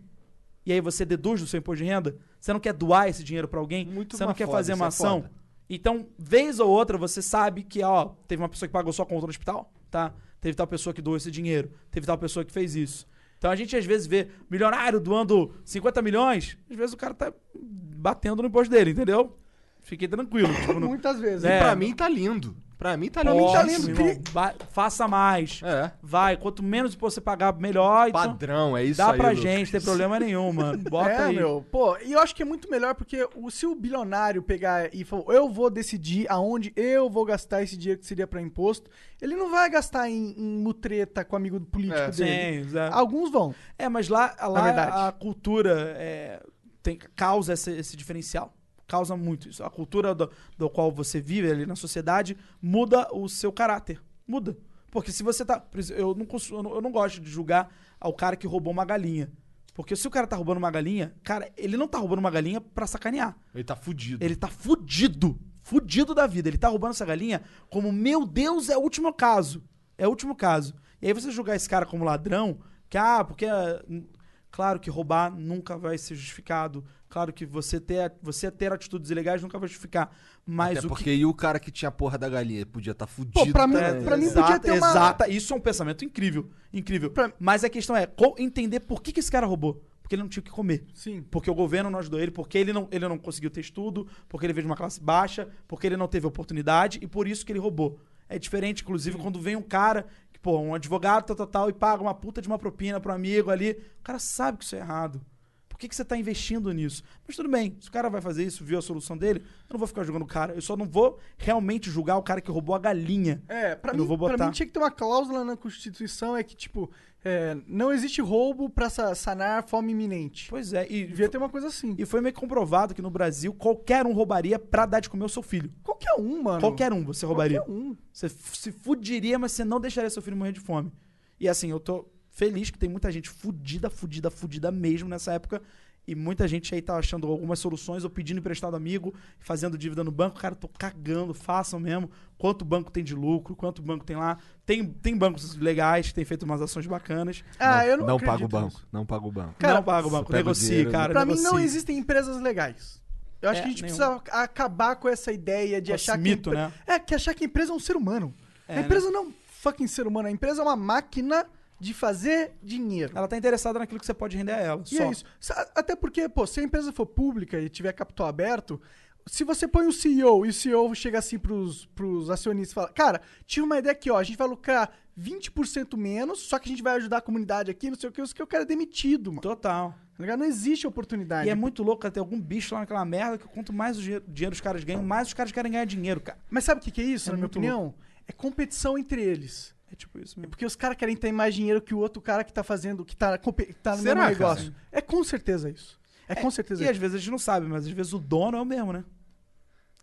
e aí você deduz do seu imposto de renda, você não quer doar esse dinheiro pra alguém,
Muito
você não
uma
quer
foda,
fazer
isso
uma
é
ação.
foda.
Então, vez ou outra, você sabe que, ó, teve uma pessoa que pagou sua conta no hospital, tá? Teve tal pessoa que doou esse dinheiro, teve tal pessoa que fez isso. Então a gente às vezes vê milionário doando 50 milhões, às vezes o cara tá batendo no imposto dele, entendeu? Fiquei tranquilo.
[laughs]
tipo, não-
Muitas vezes.
É.
Pra mim tá lindo. Pra mim tá
Pra
lindo.
mim tá
Ótimo,
lindo.
irmão. Vai- faça mais.
É.
Vai, quanto menos imposto você pagar, melhor. Então,
Padrão, é isso
dá
aí.
pra
Lucas.
gente, não tem problema
[laughs]
nenhum, mano. Bota
é,
aí.
meu. Pô, e eu acho que é muito melhor porque o, se o bilionário pegar e falar, eu vou decidir aonde eu vou gastar esse dinheiro que seria pra imposto, ele não vai gastar em, em mutreta com amigo político
É.
dele.
Sim, Zé.
Alguns vão.
É, mas lá, lá
verdade.
a cultura é, tem, causa esse, esse diferencial. Causa muito isso. A cultura do, do qual você vive ali na sociedade muda o seu caráter. Muda. Porque se você tá. por exemplo, Eu não, consu- eu não, eu não gosto de julgar ao cara que roubou uma galinha. Porque se o cara tá roubando uma galinha, cara, ele não tá roubando uma galinha pra sacanear.
Ele tá fudido.
Ele tá fudido. Fudido da vida. Ele tá roubando essa galinha como, meu Deus, é o último caso. É o último caso. E aí você julgar esse cara como ladrão, que, ah, porque. ah, n- Claro que roubar nunca vai ser justificado. Claro que você ter, você ter atitudes ilegais nunca vai justificar. Mas
Até
o
porque
tá que.
e o cara que tinha a porra da galinha? Podia estar tá fudido.
Pô, pra mim-
também.
né? pra mim
é Exata-
podia ter uma-
Exata, isso é um pensamento incrível. Incrível.
Pra-
Mas a questão é co- entender por que, que esse cara roubou. Porque ele não tinha o que comer.
Sim.
Porque o governo não ajudou ele, porque ele não, ele não conseguiu ter estudo, porque ele veio de uma classe baixa, porque ele não teve oportunidade e por isso que ele roubou. É diferente, inclusive, quando vem um cara, que, pô, um advogado, tal, tal, tal, e paga uma puta de uma propina pro amigo ali. O cara sabe que isso é errado. Por que, que você tá investindo nisso? Mas tudo bem, se o cara vai fazer isso, viu a solução dele, eu não vou ficar julgando o cara. Eu só não vou realmente julgar o cara que roubou a galinha.
É, pra
Eu
mim,
não vou
pra
botar.
mim tinha que ter uma cláusula na Constituição é que, tipo, é, não existe roubo pra sa- sanar fome iminente.
Pois é, e,
Devia ter uma coisa assim.
e foi meio comprovado que no Brasil qualquer um roubaria pra dar de comer ao seu filho.
Qualquer um, mano.
Qualquer um você roubaria.
Qualquer um.
Você f- se fudiria, mas você não deixaria seu filho morrer de fome. E assim, eu tô feliz que tem muita gente fudida, fudida, fudida mesmo nessa época. E muita gente aí tá achando algumas soluções ou pedindo emprestado amigo, fazendo dívida no banco. Cara, eu tô cagando, façam mesmo. Quanto banco tem de lucro, quanto banco tem lá. Tem, tem bancos legais que tem feito umas ações bacanas.
Ah, eu não
Não
acredito
paga o banco.
nisso.
Não paga o banco.
Cara,
não paga o banco,
pega o
negocie,
dinheiro, né?
cara.
Pra mim não
negocie.
existem empresas legais. Eu acho
É,
que a gente
nenhum.
precisa acabar com essa ideia de
Com
achar
esse
que.
mito, né?
É, que achar que a empresa é um ser humano.
É,
a empresa não é um fucking ser humano, a empresa é uma máquina de fazer dinheiro.
Ela tá interessada naquilo que você pode render a ela.
E
só.
é isso. Sa- Até porque, pô, se a empresa for pública e tiver capital aberto, se você põe um CEO e o CEO chega assim pros, pros acionistas e fala, cara, tive uma ideia aqui, ó, a gente vai lucrar 20% menos, só que a gente vai ajudar a comunidade aqui, não sei o que, não sei o que, o cara é demitido, mano.
Total.
Tá ligado? Não existe oportunidade.
E é muito louco, cara, tem algum bicho lá naquela merda que quanto mais o dinhe- dinheiro os caras ganham, mais os caras querem ganhar dinheiro, cara.
Mas sabe o que, que é isso,
É
na minha
muito
opinião? É competição entre eles.
É tipo isso
É
mesmo.
porque os caras querem ter mais dinheiro que o outro cara que tá fazendo, que tá, compe- que tá no
Será,
mesmo negócio. É com certeza isso. É, com certeza
E
isso.
às vezes a gente não sabe, mas às vezes o dono é o mesmo, né?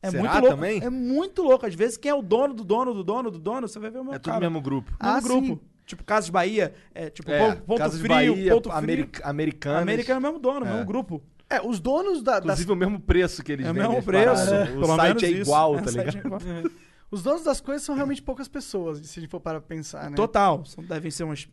É
Será
muito louco.
também?
É muito louco. Às vezes quem é o dono do dono do dono do dono, você vai ver o mesmo
É tudo
cara.
mesmo grupo.
Ah,
Mesmo grupo.
sim.
Tipo, Casas Bahia, é, tipo,
É,
Pon- Ponto
Casas de
Frio,
Bahia,
Ponto Frio.
Ameri- Americanas.
América é o mesmo dono, é. mesmo grupo.
É, os donos da, das
Inclusive o mesmo preço que eles
É o
vendem
mesmo
as
preço.
paradas.
É,
O site é
isso.
igual,
É,
tá
o site
ligado?
é igual.
Os donos das coisas são realmente poucas pessoas, se a gente for para pensar, né?
Total. São- Devem ser umas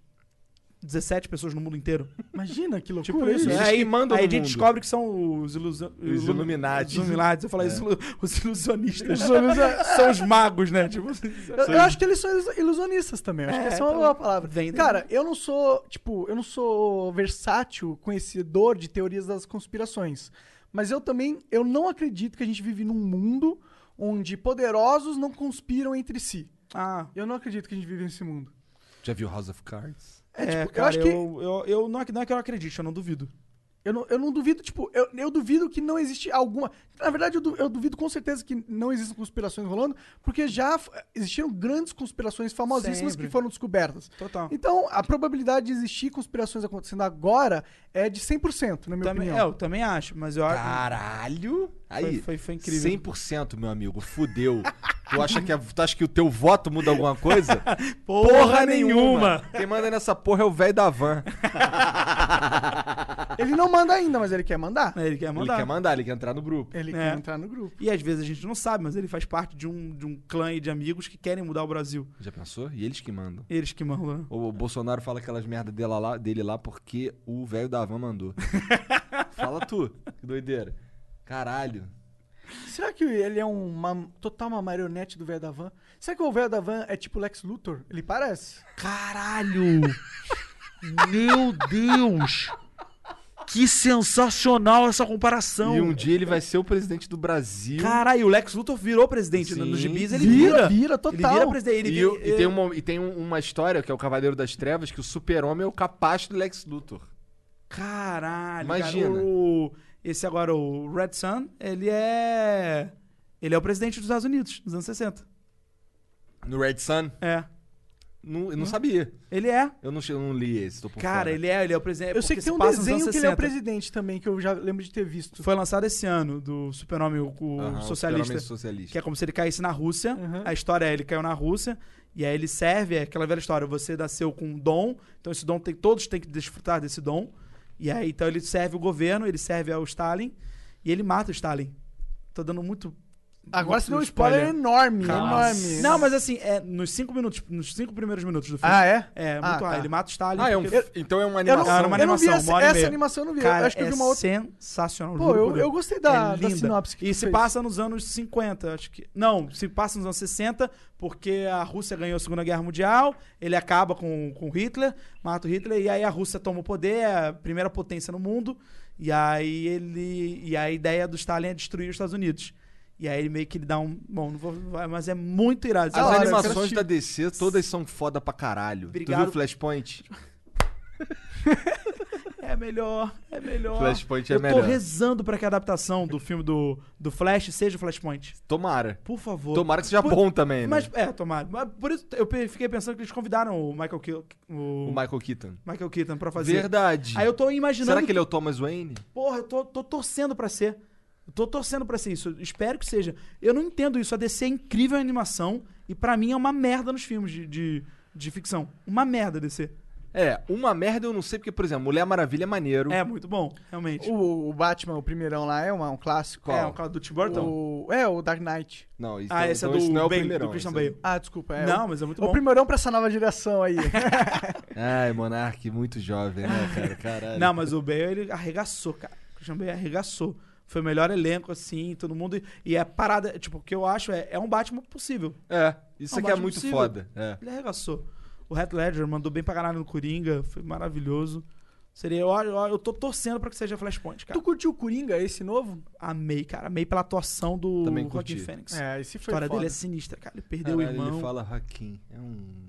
17 pessoas no mundo inteiro.
Imagina que loucura
Tipo isso.
isso. É,
Eles
aí
que mandam
aí
É, no
a gente
mundo.
descobre que são os ilusionistas.
Os Illuminati.
Os Illuminati. Eu falo ilu- os ilusionistas. [laughs] são os magos, né? Tipo,
Eu, eu acho que eles são ilus- ilusionistas também. eu Acho
É,
que essa é uma
tá
boa
bom.
palavra.
Vem daí.
Cara, eu não sou, tipo, eu não sou versátil, conhecedor de teorias das conspirações. Mas eu também, eu não acredito que a gente vive num mundo onde poderosos não conspiram entre si.
Ah,
Eu não acredito que a gente vive nesse mundo.
Já viu House of Cards?
é,
tipo, eu
cara, eu
acho que-
Eu, eu não, é que- não é que eu não acredite, eu não duvido.
Eu não, eu não duvido, tipo, eu, eu duvido que não existe alguma. Na verdade, eu, du- eu duvido com certeza que não existem conspirações rolando, porque já f- existiram grandes conspirações famosíssimas
Sempre.
que foram descobertas.
Total.
Então, a probabilidade de existir conspirações acontecendo agora é de 100%, na minha
Também, é,
opinião.
eu também acho, mas eu acho.
Caralho! Aí,
foi- foi incrível.
100%, meu amigo. Fudeu. tu, acha que a- tu acha que o teu voto muda alguma
[laughs]
coisa?
Porra,
Quem manda nessa porra é o velho da van.
Ele não manda ainda, mas ele quer mandar.
Ele quer
Ele
mandar.
quer mandar, ele quer entrar no grupo.
Ele
É.
quer entrar no grupo.
E às vezes a gente não sabe, mas ele faz parte de um, de um clã e de amigos que querem mudar o Brasil.
Já pensou? E eles que mandam.
Eles que mandam. né?
O Bolsonaro fala aquelas merda dela lá, dele lá porque o velho da van mandou. fala tu, que doideira. Caralho.
Será que ele é uma total uma marionete do velho da van? Será que o velho da van é tipo Lex Luthor? Ele parece?
Caralho! Meu Deus! Que sensacional essa
Então-
comparação!
E um dia ele vai ser o presidente do Brasil.
Caralho, o Lex Luthor virou presidente. né?
Sim.
Nos gibis ele
Vira,
vira.
vira,
Ele
total.
vira presidente. Ele
E,
vira-
o- e tem, uma, e tem um- uma história, que é o Cavaleiro das Trevas, que o super-homem é o capaz do Lex Luthor.
Caralho,
Imagina.
cara, o- esse agora, o Red Sun, ele é. Ele é o presidente dos Estados Unidos, nos anos 60.
No Red Sun?
É.
Não, eu não sabia.
Ele é.
Eu não, che- eu não li esse, tô por
Hum? Cara,
fora.
ele é, ele é o presidente.
Eu sei
porque
que
se
tem um
passa nos
desenho
anos
que ele é o
60.
presidente também, que eu já lembro de ter visto.
Foi lançado esse ano, do Super-Homem, o, o
Aham, o
é um socialista.
super-homem socialista.
Que é como se ele caísse na Rússia.
Uhum.
A história é, ele caiu na Rússia. E aí ele serve, é aquela velha história, você nasceu com um dom, então esse dom tem, todos têm que desfrutar desse dom. E aí, então ele serve o governo, ele serve ao Stalin, e ele mata o Stalin. Tô dando muito...
Agora
muito
você deu um spoiler enorme, enorme.
Não, mas assim, é, nos cinco minutos, nos cinco primeiros minutos do filme.
Ah, é?
É, muito
Ah,
rápido.
tá.
Ele mata o Stalin.
Ah, é um,
porque-
então é uma
Eu não,
animação.
Era uma
eu não vi
animação,
essa,
uma hora e
essa
meia.
animação, eu não vi.
Cara,
eu acho que eu
é
vi uma outra.
sensacional.
Pô,
juro
eu-
por Deus.
eu gostei da- da
É linda.
sinopse que
E
tu
se
fez.
passa nos anos 50, acho que... Não, se passa nos anos 60, porque a Rússia ganhou a Segunda Guerra Mundial, ele acaba com, com Hitler, mata o Hitler, e aí a Rússia toma o poder, é a primeira potência no mundo, e aí ele... E a ideia do Stalin é destruir os Estados Unidos. E aí ele meio que ele dá um... Bom, não vou... vai, Mas é muito irado.
As
hora, eu quero
animações
assistir.
da DC todas são foda pra caralho. Tu
Obrigado.
viu Flashpoint?
É melhor, é melhor.
[laughs] Flashpoint é
eu
melhor.
tô rezando pra que a adaptação do filme do, do Flash seja o Flashpoint.
Tomara.
Por favor.
Tomara que seja
Por-
bom também, né?
Mas, é, tomara. Mas por isso eu pe- fiquei pensando que eles convidaram o Michael, Keaton, o
O Michael Keaton.
Michael Keaton pra fazer.
Verdade.
Aí eu tô imaginando.
Será que ele é o Thomas Wayne?
Porra, eu tô, tô torcendo pra ser. Eu tô torcendo pra ser isso. Eu espero que seja. Eu não entendo isso. A DC é incrível em animação e pra mim é uma merda nos filmes de, de, de ficção. Uma merda DC.
É, uma merda eu não sei, porque, por exemplo, Mulher Maravilha é maneiro.
É muito bom, realmente.
O, o Batman, o primeirão lá, é uma- um clássico.
Qual?
É, o cara do Tim Burton.
O, é, o Dark Knight.
Não, então,
Ah, esse
então
é do,
isso não é o
Bale,
primeirão,
do Christian
esse é
Bale.
Ah, desculpa. É,
Não,
o,
mas é muito
o
bom.
primeirão pra essa nova geração
[laughs]
aí.
Ai, Monark, muito jovem, né, cara? Caralho.
Não, mas o Bale, ele arregaçou, cara. O Christian Bale arregaçou. Foi o melhor elenco, assim, todo mundo. E é parada, tipo, o que eu acho é, é um Batman possível.
É, isso
Não,
aqui é
Batman
muito
possível.
foda. É.
Ele arregaçou. O Heath Ledger mandou bem pra caralho no Coringa, foi maravilhoso. Seria, eu, eu, eu tô torcendo pra que seja Flashpoint, cara.
Tu curtiu o Coringa, esse novo?
Amei, cara. Amei pela atuação do
Também
Joaquin
curti.
Fênix.
É, esse
a
foi
história
foda.
dele é sinistra, cara. Ele perdeu o
Caralho,
irmão.
Ele fala Joaquim. É um.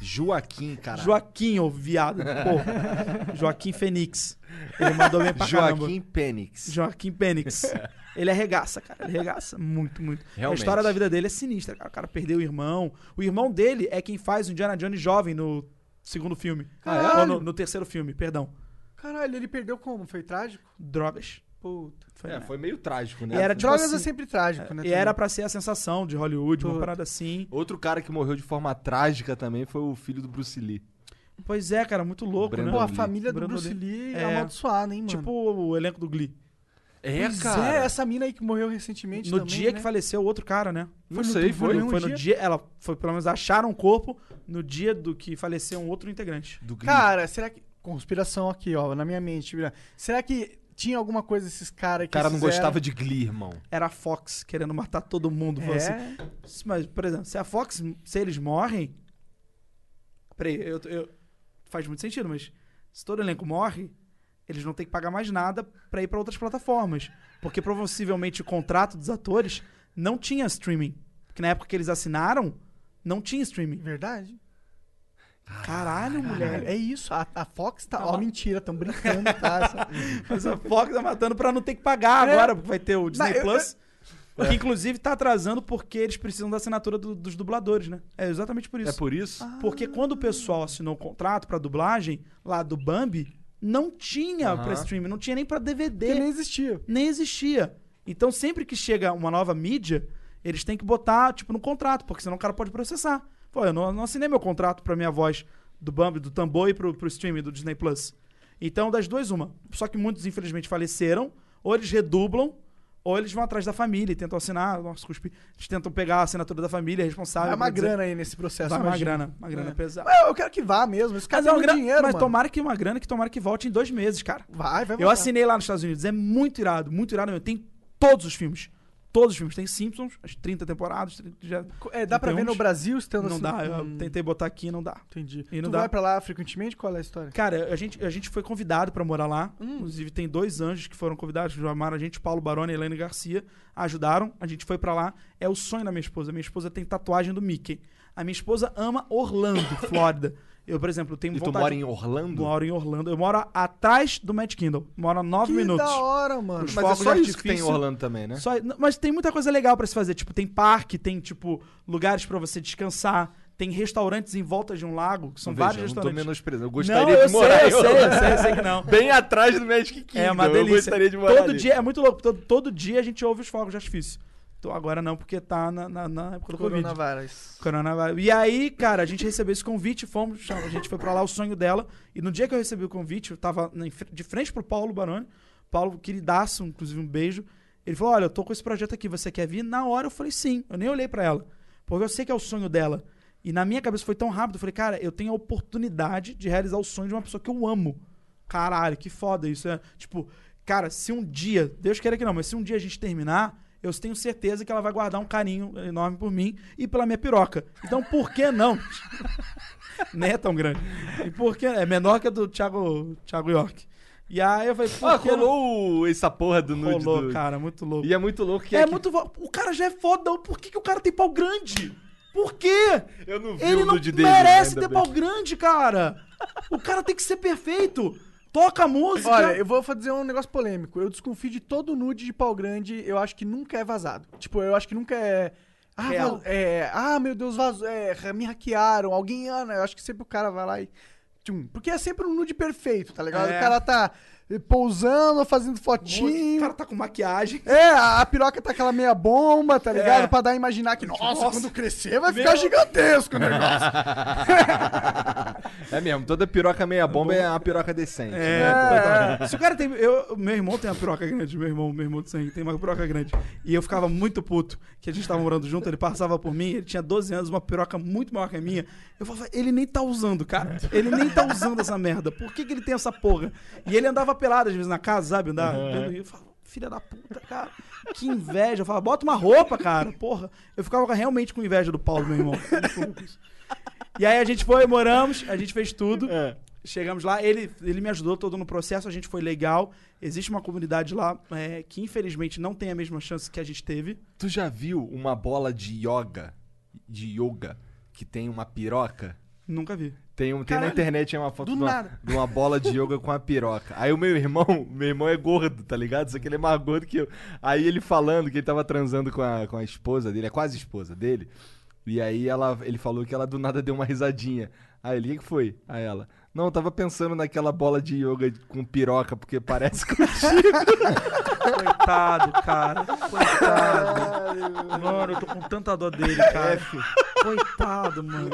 Joaquim, cara.
Joaquim, ô viado.
[laughs]
Pô. Joaquim Fênix. Ele mandou bem é pra caramba.
Joaquim Penix.
Joaquim Pênix. Ele arregaça, cara. Ele arregaça muito, muito.
Realmente.
A história da vida dele é sinistra, cara. O cara perdeu o irmão. O irmão dele é quem faz o Indiana Jones jovem no segundo filme.
Caralho.
Ou no, no terceiro filme, perdão.
assim. Caralho, ele perdeu como? Foi
Tipo
trágico?
Drogas.
Puta.
Foi,
É,
né?
foi meio trágico, né?
E era de- Tipo
Drogas
assim,
é sempre trágico, né?
E era pra ser a sensação de Hollywood, uma parada assim.
Outro cara que morreu de forma trágica também foi o filho do Bruce Lee.
Pois é, cara, muito louco,
Brandon
Pô,
né?
a
Lee.
família do
Brando
Bruce Lee é
É.
amaldiçoada, hein, mano?
Tipo o elenco do Glee.
É,
Pois É, essa mina aí que morreu recentemente
no
também,
dia
né?
que faleceu o outro cara, né?
Não sei, foi?
Foi,
no
no dia? Ela foi, pelo menos, acharam o corpo no dia do que faleceu um outro integrante.
Do Glee.
Cara, será que... Conspiração aqui, ó, na minha mente. vira. Será que tinha alguma coisa esses caras
o
que
cara não
fizeram?
gostava de Glee, irmão.
Era a Fox querendo matar todo mundo. falou assim,
É,
Mas, por exemplo, se a Fox, se eles morrem. Peraí, eu, eu- faz muito sentido, mas se todo elenco morre, eles não têm que pagar mais nada pra ir pra outras plataformas. Porque provavelmente o contrato dos atores não tinha streaming. Porque na época que eles assinaram, não tinha streaming.
verdade.
Caralho, mulher.
É isso, a, a Fox tá...
Tá
ó,
lá.
mentira, tão brincando, tá? Essa-
Mas a Fox tá matando pra não ter que pagar
É.
agora, porque vai ter o Disney
Não, eu-
Plus.
É.
Que inclusive tá atrasando porque eles precisam da assinatura do- dos dubladores, né? É exatamente por isso.
É por isso?
Ah.
Porque quando o pessoal assinou o contrato pra dublagem, lá do Bambi, não tinha
Aham.
pra streaming, não tinha nem pra DVD,
Porque
nem...
nem existia.
existia. Então sempre que chega uma nova mídia, eles têm que botar, tipo, no contrato, porque senão o cara pode processar. Pô, eu não, não assinei meu contrato pra minha voz do Bambi, do Tambor e pro, pro streaming do Disney Plus. Então, das duas, uma. Só que muitos, infelizmente, faleceram, ou eles redublam, ou eles vão atrás da família e tentam assinar, nossa, cuspi, eles tentam pegar a assinatura da família, responsável.
É uma
pra dizer-
grana aí nesse processo,
Vai, uma
imagina.
grana, uma grana
É.
pesada.
Mas eu quero que vá mesmo, esse cara
Mas,
tem
é uma
muito
grana,
dinheiro,
mas
mano.
tomara que uma grana que tomara que volte em dois meses, cara.
Vai, vai
Eu
voltar.
assinei lá nos Estados Unidos, é muito irado, muito irado mesmo. Tem todos os filmes. Todos os filmes. Tem Simpsons, as 30 temporadas, 30 já-
É, dá pra
Tem
ver
uns-
no Brasil estando
Não
assim?
dá, eu
Hum,
tentei botar aqui e não dá.
Entendi.
E não
tu
dá.
vai pra lá frequentemente? Qual é a história?
Cara, a gente, a gente foi convidado pra morar lá. Inclusive, tem dois anjos que foram convidados, que chamaram a gente, Paulo Baroni e Helene Garcia. Ajudaram, a gente foi pra lá. É o sonho da minha esposa. Minha esposa tem tatuagem do Mickey. A minha esposa ama Orlando, [laughs] Flórida. Eu, por exemplo, tenho
E tu
vontade...
mora em Orlando?
Moro em Orlando. Eu moro atrás do Mad Kindle. Moro a nove
que
minutos.
da hora, mano.
Os
Mas é
fogos
só
de
isso que tem em
artifício.
Orlando também, né?
Só- n- mas tem muita coisa legal pra se fazer. Tipo, tem parque, tem, tipo, lugares pra você descansar. Tem restaurantes em volta de um lago, que são
Veja,
vários
eu não tô
restaurantes.
menosprezando. Eu
não,
gostaria
eu
de morar
sei,
em
eu sei, eu
Orlando.
sei, eu sei que não.
[laughs] Bem atrás do Magic Kingdom.
É uma
Eu
delícia.
gostaria de morar
Todo
ali.
dia, é muito louco. Todo, todo dia a gente ouve os fogos de artifício. Tô, agora não, porque tá na, na, na época do Covid.
Coronavírus.
Coronavírus. E aí, cara, a gente recebeu esse convite, fomos, chama- a gente foi pra lá, o sonho dela. E no dia que eu recebi o convite, eu tava na- em fre- de frente pro Paulo Baroni. Paulo, queridaço, inclusive um beijo. Ele falou: Olha, eu tô com esse projeto aqui, você quer vir? Na hora eu falei: Sim. Eu nem olhei pra ela, porque eu sei que é o sonho dela. E na minha cabeça foi tão rápido, eu falei: Cara, eu tenho a oportunidade de realizar o sonho de uma pessoa que eu amo. Caralho, que foda isso. É, tipo, cara, se um dia, Deus queira que não, mas se um dia a gente terminar, eu tenho certeza que ela vai guardar um carinho enorme por mim e pela minha piroca. Então por que não? [laughs] Nem é tão grande. E por que? É menor que a do Thiago, Thiago York. E aí eu falei, por
Ah,
que não?
rolou o- essa porra do nude.
Rolou,
do...
é cara, muito louco.
E é muito louco que
é
aqui-
muito vo- O cara já é fodão. Por que, que o cara tem pau grande? Por quê?
Eu não vi
Ele
o
não
nude dele.
merece
ainda
ter
bem.
pau grande, cara. O cara tem que ser perfeito. Toca a música.
Olha, eu vou fazer um negócio polêmico. Eu desconfio de todo nude de pau grande, eu acho que nunca é vazado. Tipo, eu acho que nunca é. Ah,
Real.
vaz- é, ah meu Deus, vazou. É, me hackearam, alguém ana. Eu acho que sempre o cara vai lá e. tchum. Porque é sempre um nude perfeito, tá ligado?
É.
O cara tá eh, pousando, fazendo
O
fotinho.
cara tá com maquiagem.
É, a a piroca tá aquela meia bomba, tá ligado?
É.
Pra dar a imaginar que, nossa,
nossa.
quando crescer vai ficar
Meu-
gigantesco o
[laughs]
negócio.
É mesmo, toda piroca meia bomba é uma piroca decente.
É.
né?
Se o cara tem. Eu, meu irmão tem uma piroca grande, meu irmão, meu irmão de sangue tem uma piroca grande. E eu ficava muito puto que a gente tava morando junto, ele passava por mim, ele tinha 12 anos, uma piroca muito maior que a minha. Eu falava, ele nem tá usando, cara. Ele nem tá usando essa merda. Por que, que ele tem essa porra? E ele andava pelado às vezes na casa, sabe? Andava. E eu falava, filha da puta, cara. Que inveja. Eu falava, bota uma roupa, cara. Porra. Eu ficava realmente com inveja do Paulo, meu irmão. E aí a gente foi, moramos, a gente fez tudo. Chegamos lá, ele, ele me ajudou todo no processo, a gente foi legal. Existe uma comunidade lá é, que infelizmente não tem a mesma chance que a gente teve.
Tu já viu uma bola de yoga, de yoga, que tem uma piroca?
Nunca vi.
Tem, um, tem na
Caralho,
internet é uma foto
do
de, uma,
nada.
de uma bola de yoga com a piroca. Aí o meu irmão, meu irmão é gordo, tá ligado? Só que ele é mais gordo que eu. Aí ele falando que ele tava transando com a, com a esposa dele, é quase esposa dele. E aí ela, ele falou que ela do nada deu uma risadinha. Aí ele, o que que foi? Aí ela, não, eu tava pensando naquela bola de yoga com piroca, porque parece [laughs] que...
Coitado, cara. Coitado. Mano, eu tô com tanta dó dele,
É.
cara. Coitado, mano.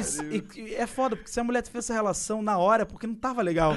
Isso, e, e é foda, porque se a mulher fez essa relação na hora, é porque não tava legal.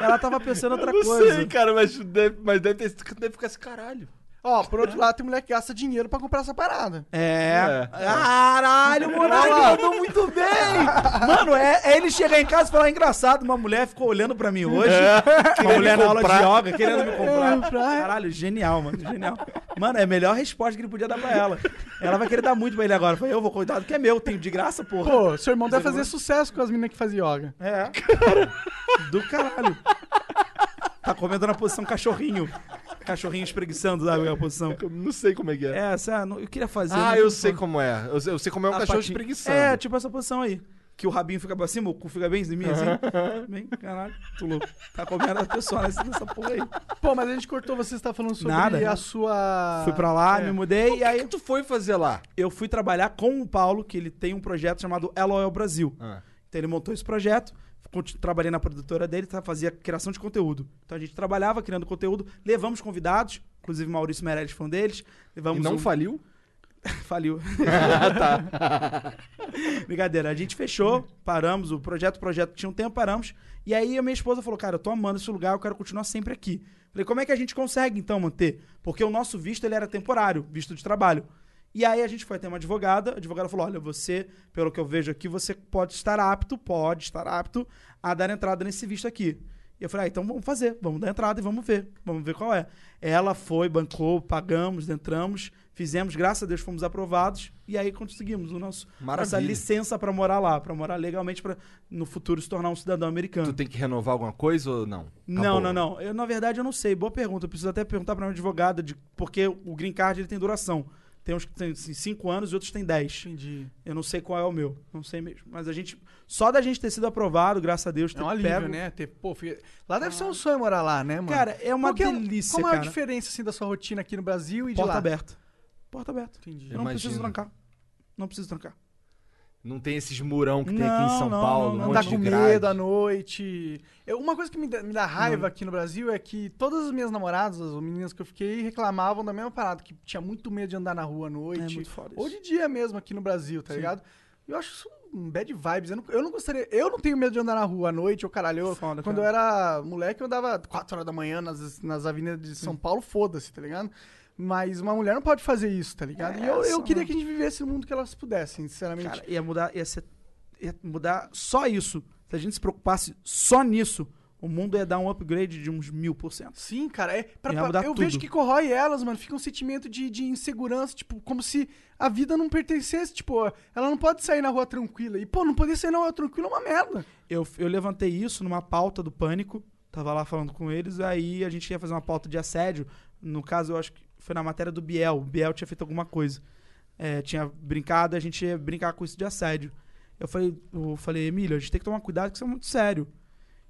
Ela tava pensando outra
É. Não
coisa.
sei, cara, mas deve, mas deve, ter, deve ficar assim, caralho.
Ó, por outro lado, tem mulher que gasta dinheiro pra comprar essa parada.
É.
É.
Caralho, o Monark mandou muito bem! Mano, é, é ele chegar em casa e falar: engraçado, uma mulher ficou olhando pra mim hoje.
É.
Uma mulher na aula de yoga, querendo me comprar. Caralho, genial, mano, genial. Mano, é a melhor resposta que ele podia dar pra ela. Ela vai querer dar muito pra ele agora. Falei: eu vou cuidar do que é meu, tenho de graça, porra.
Pô, seu irmão deve fazer sucesso com as meninas que fazem yoga.
É. Do caralho. Tá comendo na posição cachorrinho. Cachorrinho espreguiçando sabe, a posição.
Eu Não sei como é que é.
É, essa, não- eu queria fazer. um
ah,
mas
eu
não
sei
tô.
como é. Eu sei, eu sei como é um
A
cachorro
patinha.
espreguiçando.
É, tipo essa posição aí. Que o rabinho fica pra cima, o cu fica bem em cima, assim. Bem, caralho, tu louco. Tá comendo a pessoa nessa, nessa porra aí.
Pô, mas a gente cortou, você está falando sobre
Nada.
a sua.
Ah, fui pra lá,
é.
me mudei, e
O que
aí
que tu foi fazer lá?
eu fui trabalhar com o Paulo, que ele tem um projeto chamado LOL Brasil.
Ah.
Então ele montou esse projeto, conti- trabalhei na produtora dele, tá- fazia criação de conteúdo. Então a gente trabalhava criando conteúdo, levamos convidados, inclusive Maurício Meirelles foi um deles. Levamos
e não [laughs]
um-
faliu?
Faliu.
Ah, tá.
[laughs] Brincadeira, a gente fechou, paramos, o projeto, o projeto tinha um tempo, paramos. E aí a minha esposa falou, cara, eu tô amando esse lugar, eu quero continuar sempre aqui. Falei, como é que a gente consegue então manter? Porque o nosso visto ele era temporário, visto de trabalho. E aí a gente foi até uma advogada, a advogada falou, olha, você, pelo que eu vejo aqui, você pode estar apto, pode estar apto a dar entrada nesse visto aqui. E eu falei, ah, então vamos fazer, vamos dar entrada e vamos ver, vamos ver qual é. Ela foi, bancou, pagamos, entramos, fizemos, graças a Deus fomos aprovados e aí conseguimos o nosso, nossa
Maravilha.
licença para morar lá, para morar legalmente, para no futuro se tornar um cidadão americano.
tá
Tu tem que renovar alguma coisa ou não?
Não,
Acabou.
não, não. Eu, na verdade, eu não sei. Boa pergunta. Eu preciso até perguntar para minha advogada, de, porque o green card ele tem duração. Tem uns que tem 5 anos e outros tem 10.
Entendi.
Eu não sei qual é o meu. Não sei mesmo. Mas a gente. Só da gente ter sido aprovado, graças a Deus, ter
É um alívio,
pego-
né? Ter, pô, fi- Lá deve ser um sonho morar lá, né, mano?
Cara, é uma
Qual que é-
delícia,
Qual é a
cara.
diferença, assim, da sua rotina aqui no Brasil e de
Porta
lá?
aberta. Porta aberta.
Entendi.
É um
Eu não preciso
Imagino.
trancar. Não preciso trancar.
Não tem esses murão que tem aqui
Não,
em São
não,
Paulo.
não,
um
Não
monte
tá
de
com
grade.
medo à noite. Eu- uma coisa que me dá, me dá raiva aqui no Brasil é que todas as minhas namoradas, as meninas que eu fiquei, reclamavam da mesma parada, que tinha muito medo de andar na rua à noite.
É muito foda
Ou
isso.
de dia mesmo aqui no Brasil, tá ligado? Eu acho isso um bad vibes. Eu não, eu não gostaria. Eu não tenho medo de andar na rua à noite, ou caralho. Eu,
Foda,
quando eu
cara.
era moleque, eu andava 4 horas da manhã nas, nas avenidas de São Paulo, foda-se, tá ligado? Mas uma mulher não pode fazer isso, tá ligado? e eu, eu
Essa,
queria
mano.
que a gente vivesse no mundo que elas pudessem, sinceramente.
Cara, ia mudar, ia, ser, ia mudar só isso. Se a gente se preocupasse só nisso, o mundo ia dar um upgrade de uns mil por cento.
Sim, cara, é pra-
Ia
pra-
mudar
eu
tudo.
vejo que corrói elas, mano. Fica um sentimento de, de insegurança, tipo, como se a vida não pertencesse. Tipo, ela não pode sair na rua tranquila. E, pô, não poder sair na rua tranquila é uma merda.
eu, eu levantei isso numa pauta do pânico. Tava lá falando com eles, aí a gente ia fazer uma pauta de assédio. No caso, eu acho que foi na matéria do Biel. O Biel tinha feito alguma coisa. É, tinha brincado, a gente ia brincar com isso de assédio. Eu falei, eu falei, Emílio, a gente tem que tomar cuidado que isso é muito sério.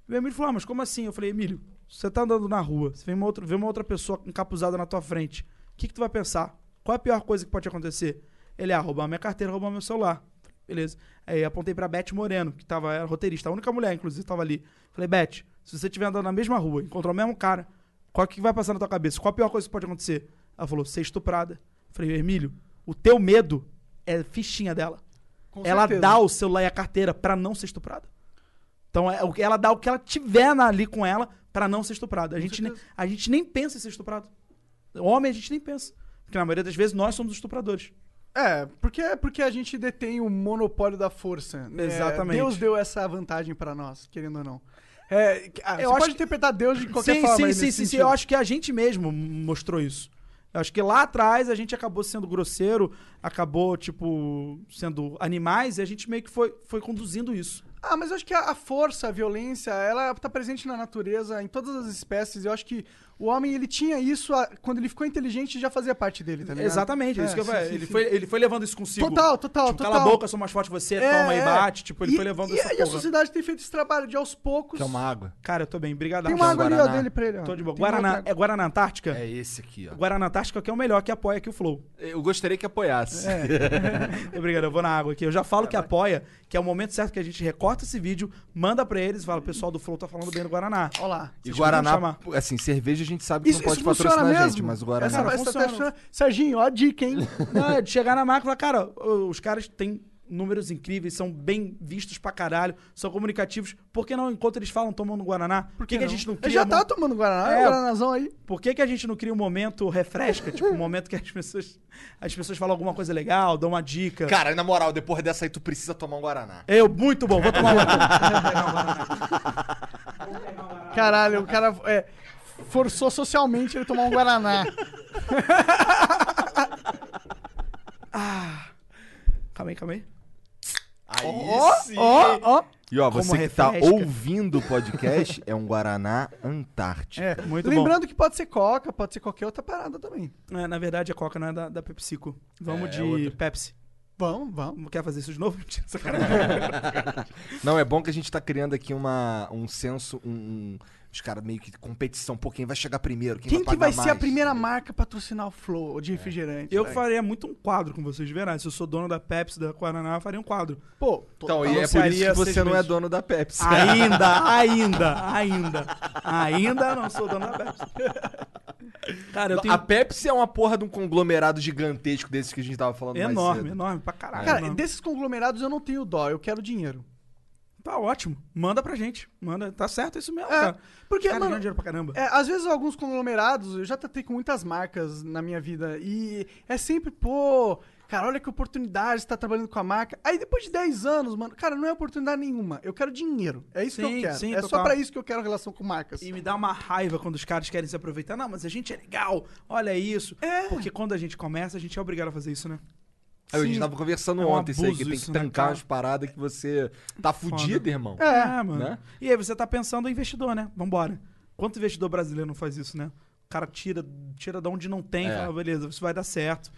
E o Emílio falou, ah, mas como assim? Eu falei, Emílio, você tá andando na rua, você vê uma outra, vê uma outra pessoa encapuzada na tua frente. O que, que tu vai pensar? Qual é a pior coisa que pode acontecer? Ele, ah, roubar minha carteira, roubar meu celular. Beleza. Aí apontei pra Beth Moreno, que tava, era roteirista, a única mulher, inclusive, tava ali. Falei, Beth, se você estiver andando na mesma rua, encontrar o mesmo cara, qual que vai passar na tua cabeça? Qual a pior coisa que pode acontecer? Ela falou, ser estuprada. Falei, Emílio, o teu medo é fichinha dela.
Com
Ela
certeza.
dá o celular e a carteira pra não ser estuprada. Então é, o que- ela dá o que ela tiver na- ali com ela pra não ser estuprada. A gente, nem, a gente nem pensa em ser estuprado. Homem, a gente nem pensa. Porque na maioria das vezes nós somos os estupradores.
É, porque, porque a gente detém o monopólio da força. né?
Exatamente.
Deus deu essa vantagem pra nós, querendo ou não. É, ah, você
Eu acho
pode
que-
interpretar Deus de qualquer
sim,
forma.
Sim,
aí
sim,
nesse
sim, sim.
sentido.
Eu acho que a gente mesmo mostrou isso. Eu acho que lá atrás a gente acabou sendo grosseiro, acabou, tipo, sendo animais, e a gente meio que foi, foi conduzindo isso.
Ah, mas eu acho que a, a força, a violência, ela tá presente na natureza, em todas as espécies. Eu acho que o homem, ele tinha isso a- quando ele ficou inteligente, já fazia parte dele, tá ligado?
Exatamente, é, isso que eu
sim,
falei.
sim,
Ele
sim.
foi, ele foi levando isso consigo.
Total, total,
tipo,
total.
Cala a boca, eu sou mais forte que você,
É,
toma e
é.
bate. Tipo, ele
E-
foi levando
e,
essa
E a
porra.
sociedade tem feito esse trabalho de aos poucos.
Que é uma água.
Cara, eu tô bem, brigadão.
Tem uma água ali, ó,
Guaraná.
dele pra ele, ó.
Tô de boa.
Tem uma
Guaraná,
outra-
é Guaraná Antártica?
É esse aqui, ó.
Guaraná Antártica que é o melhor, que apoia aqui o Flow.
Eu gostaria que apoiasse.
Obrigado, eu vou na água aqui. Eu já falo que apoia, que é o momento certo que a gente recorta esse vídeo, manda pra eles e fala, pessoal do Flow tá falando bem do Guaraná.
Ó lá.
E
Vocês
Guaraná,
podiam
assim, cerveja a gente sabe que
Isso,
não pode
isso funciona
patrocinar
mesmo?
a gente, mas o Guaraná.
Essa, é
Cara,
essa
funciona.
testa- Serginho, ó a dica, hein?
Não, é de chegar na máquina e falar, cara, os caras têm números incríveis, são bem vistos pra caralho, são comunicativos. Por que não, enquanto eles falam tomando Guaraná, por que, que a gente não
Ele
cria...
já
um-
tá tomando Guaraná,
É.
é o Guaranazão aí.
Por que, que a gente não cria um momento refresca? tipo, um momento que as pessoas, as pessoas falam alguma coisa legal, dão uma dica.
Cara, na moral, depois dessa aí tu precisa tomar um Guaraná.
Eu, muito bom, vou tomar
[laughs]
uma.
[laughs] Caralho, o cara é, forçou socialmente ele tomar um [laughs] Guaraná.
calma aí, calma aí.
Aí sim.
Ó, ó.
E ó,
Como
você que tá
refresca.
ouvindo o podcast, é um Guaraná Antártico.
É, muito
Lembrando que pode ser coca, pode ser qualquer outra parada também.
bom. É, na verdade, a Coca não é da, da PepsiCo. Vamos
É,
de
outra.
Pepsi.
Vamos, vamos.
Quer fazer isso de novo? [laughs] Mentira, sacanagem.
Não, é bom que a gente tá criando aqui uma, um senso, um, um- os caras meio que competição. Pô, quem vai chegar primeiro? Quem,
Quem
vai
que vai
pagar
ser a
mais?
primeira marca a patrocinar o Flow de refrigerante?
eu
velho?
faria muito um quadro com vocês, de verdade. Se eu sou dono da Pepsi, da Guaraná, eu faria um quadro.
Pô, tá
Então, e é por isso
Anunciaria
que você
seis
não é
meses.
dono da Pepsi.
Ah,
[laughs]
Ainda, ainda, ainda. Ainda não sou dono da Pepsi. Cara, eu tenho...
A Pepsi é uma porra de um conglomerado gigantesco desses que a gente tava falando mais
É Enorme,
cedo.
enorme, pra caralho.
cara,
enorme.
desses conglomerados eu não tenho dó, eu quero dinheiro.
Tá ótimo. Manda pra gente. Manda. Tá certo isso mesmo,
É,
cara.
porque,
cara,
mano,
ganha dinheiro pra caramba.
É, às vezes alguns conglomerados, eu já tratei com muitas marcas na minha vida e é sempre, pô, cara, olha que oportunidade, você tá trabalhando com a marca. Aí depois de 10 anos, mano, cara, não é oportunidade nenhuma. Eu quero dinheiro. É isso que
Sim,
eu quero.
sim,
é
total.
só pra isso que eu quero relação com marcas.
E me dá uma raiva quando os caras querem se aproveitar. Não, mas a gente é legal. Olha isso.
É.
Porque quando a gente começa, a gente é obrigado a fazer isso, né?
Aí a
Sim.
gente tava conversando
É um
ontem isso aí, que
abuso
tem
isso,
que
né,
tancar
cara?
umas paradas que você tá fudido, irmão.
É, mano.
né?
E aí você tá pensando em investidor, né? Vambora. Quanto investidor brasileiro não faz isso, né? O cara tira, tira de onde não tem,
É.
fala, beleza, isso vai dar certo.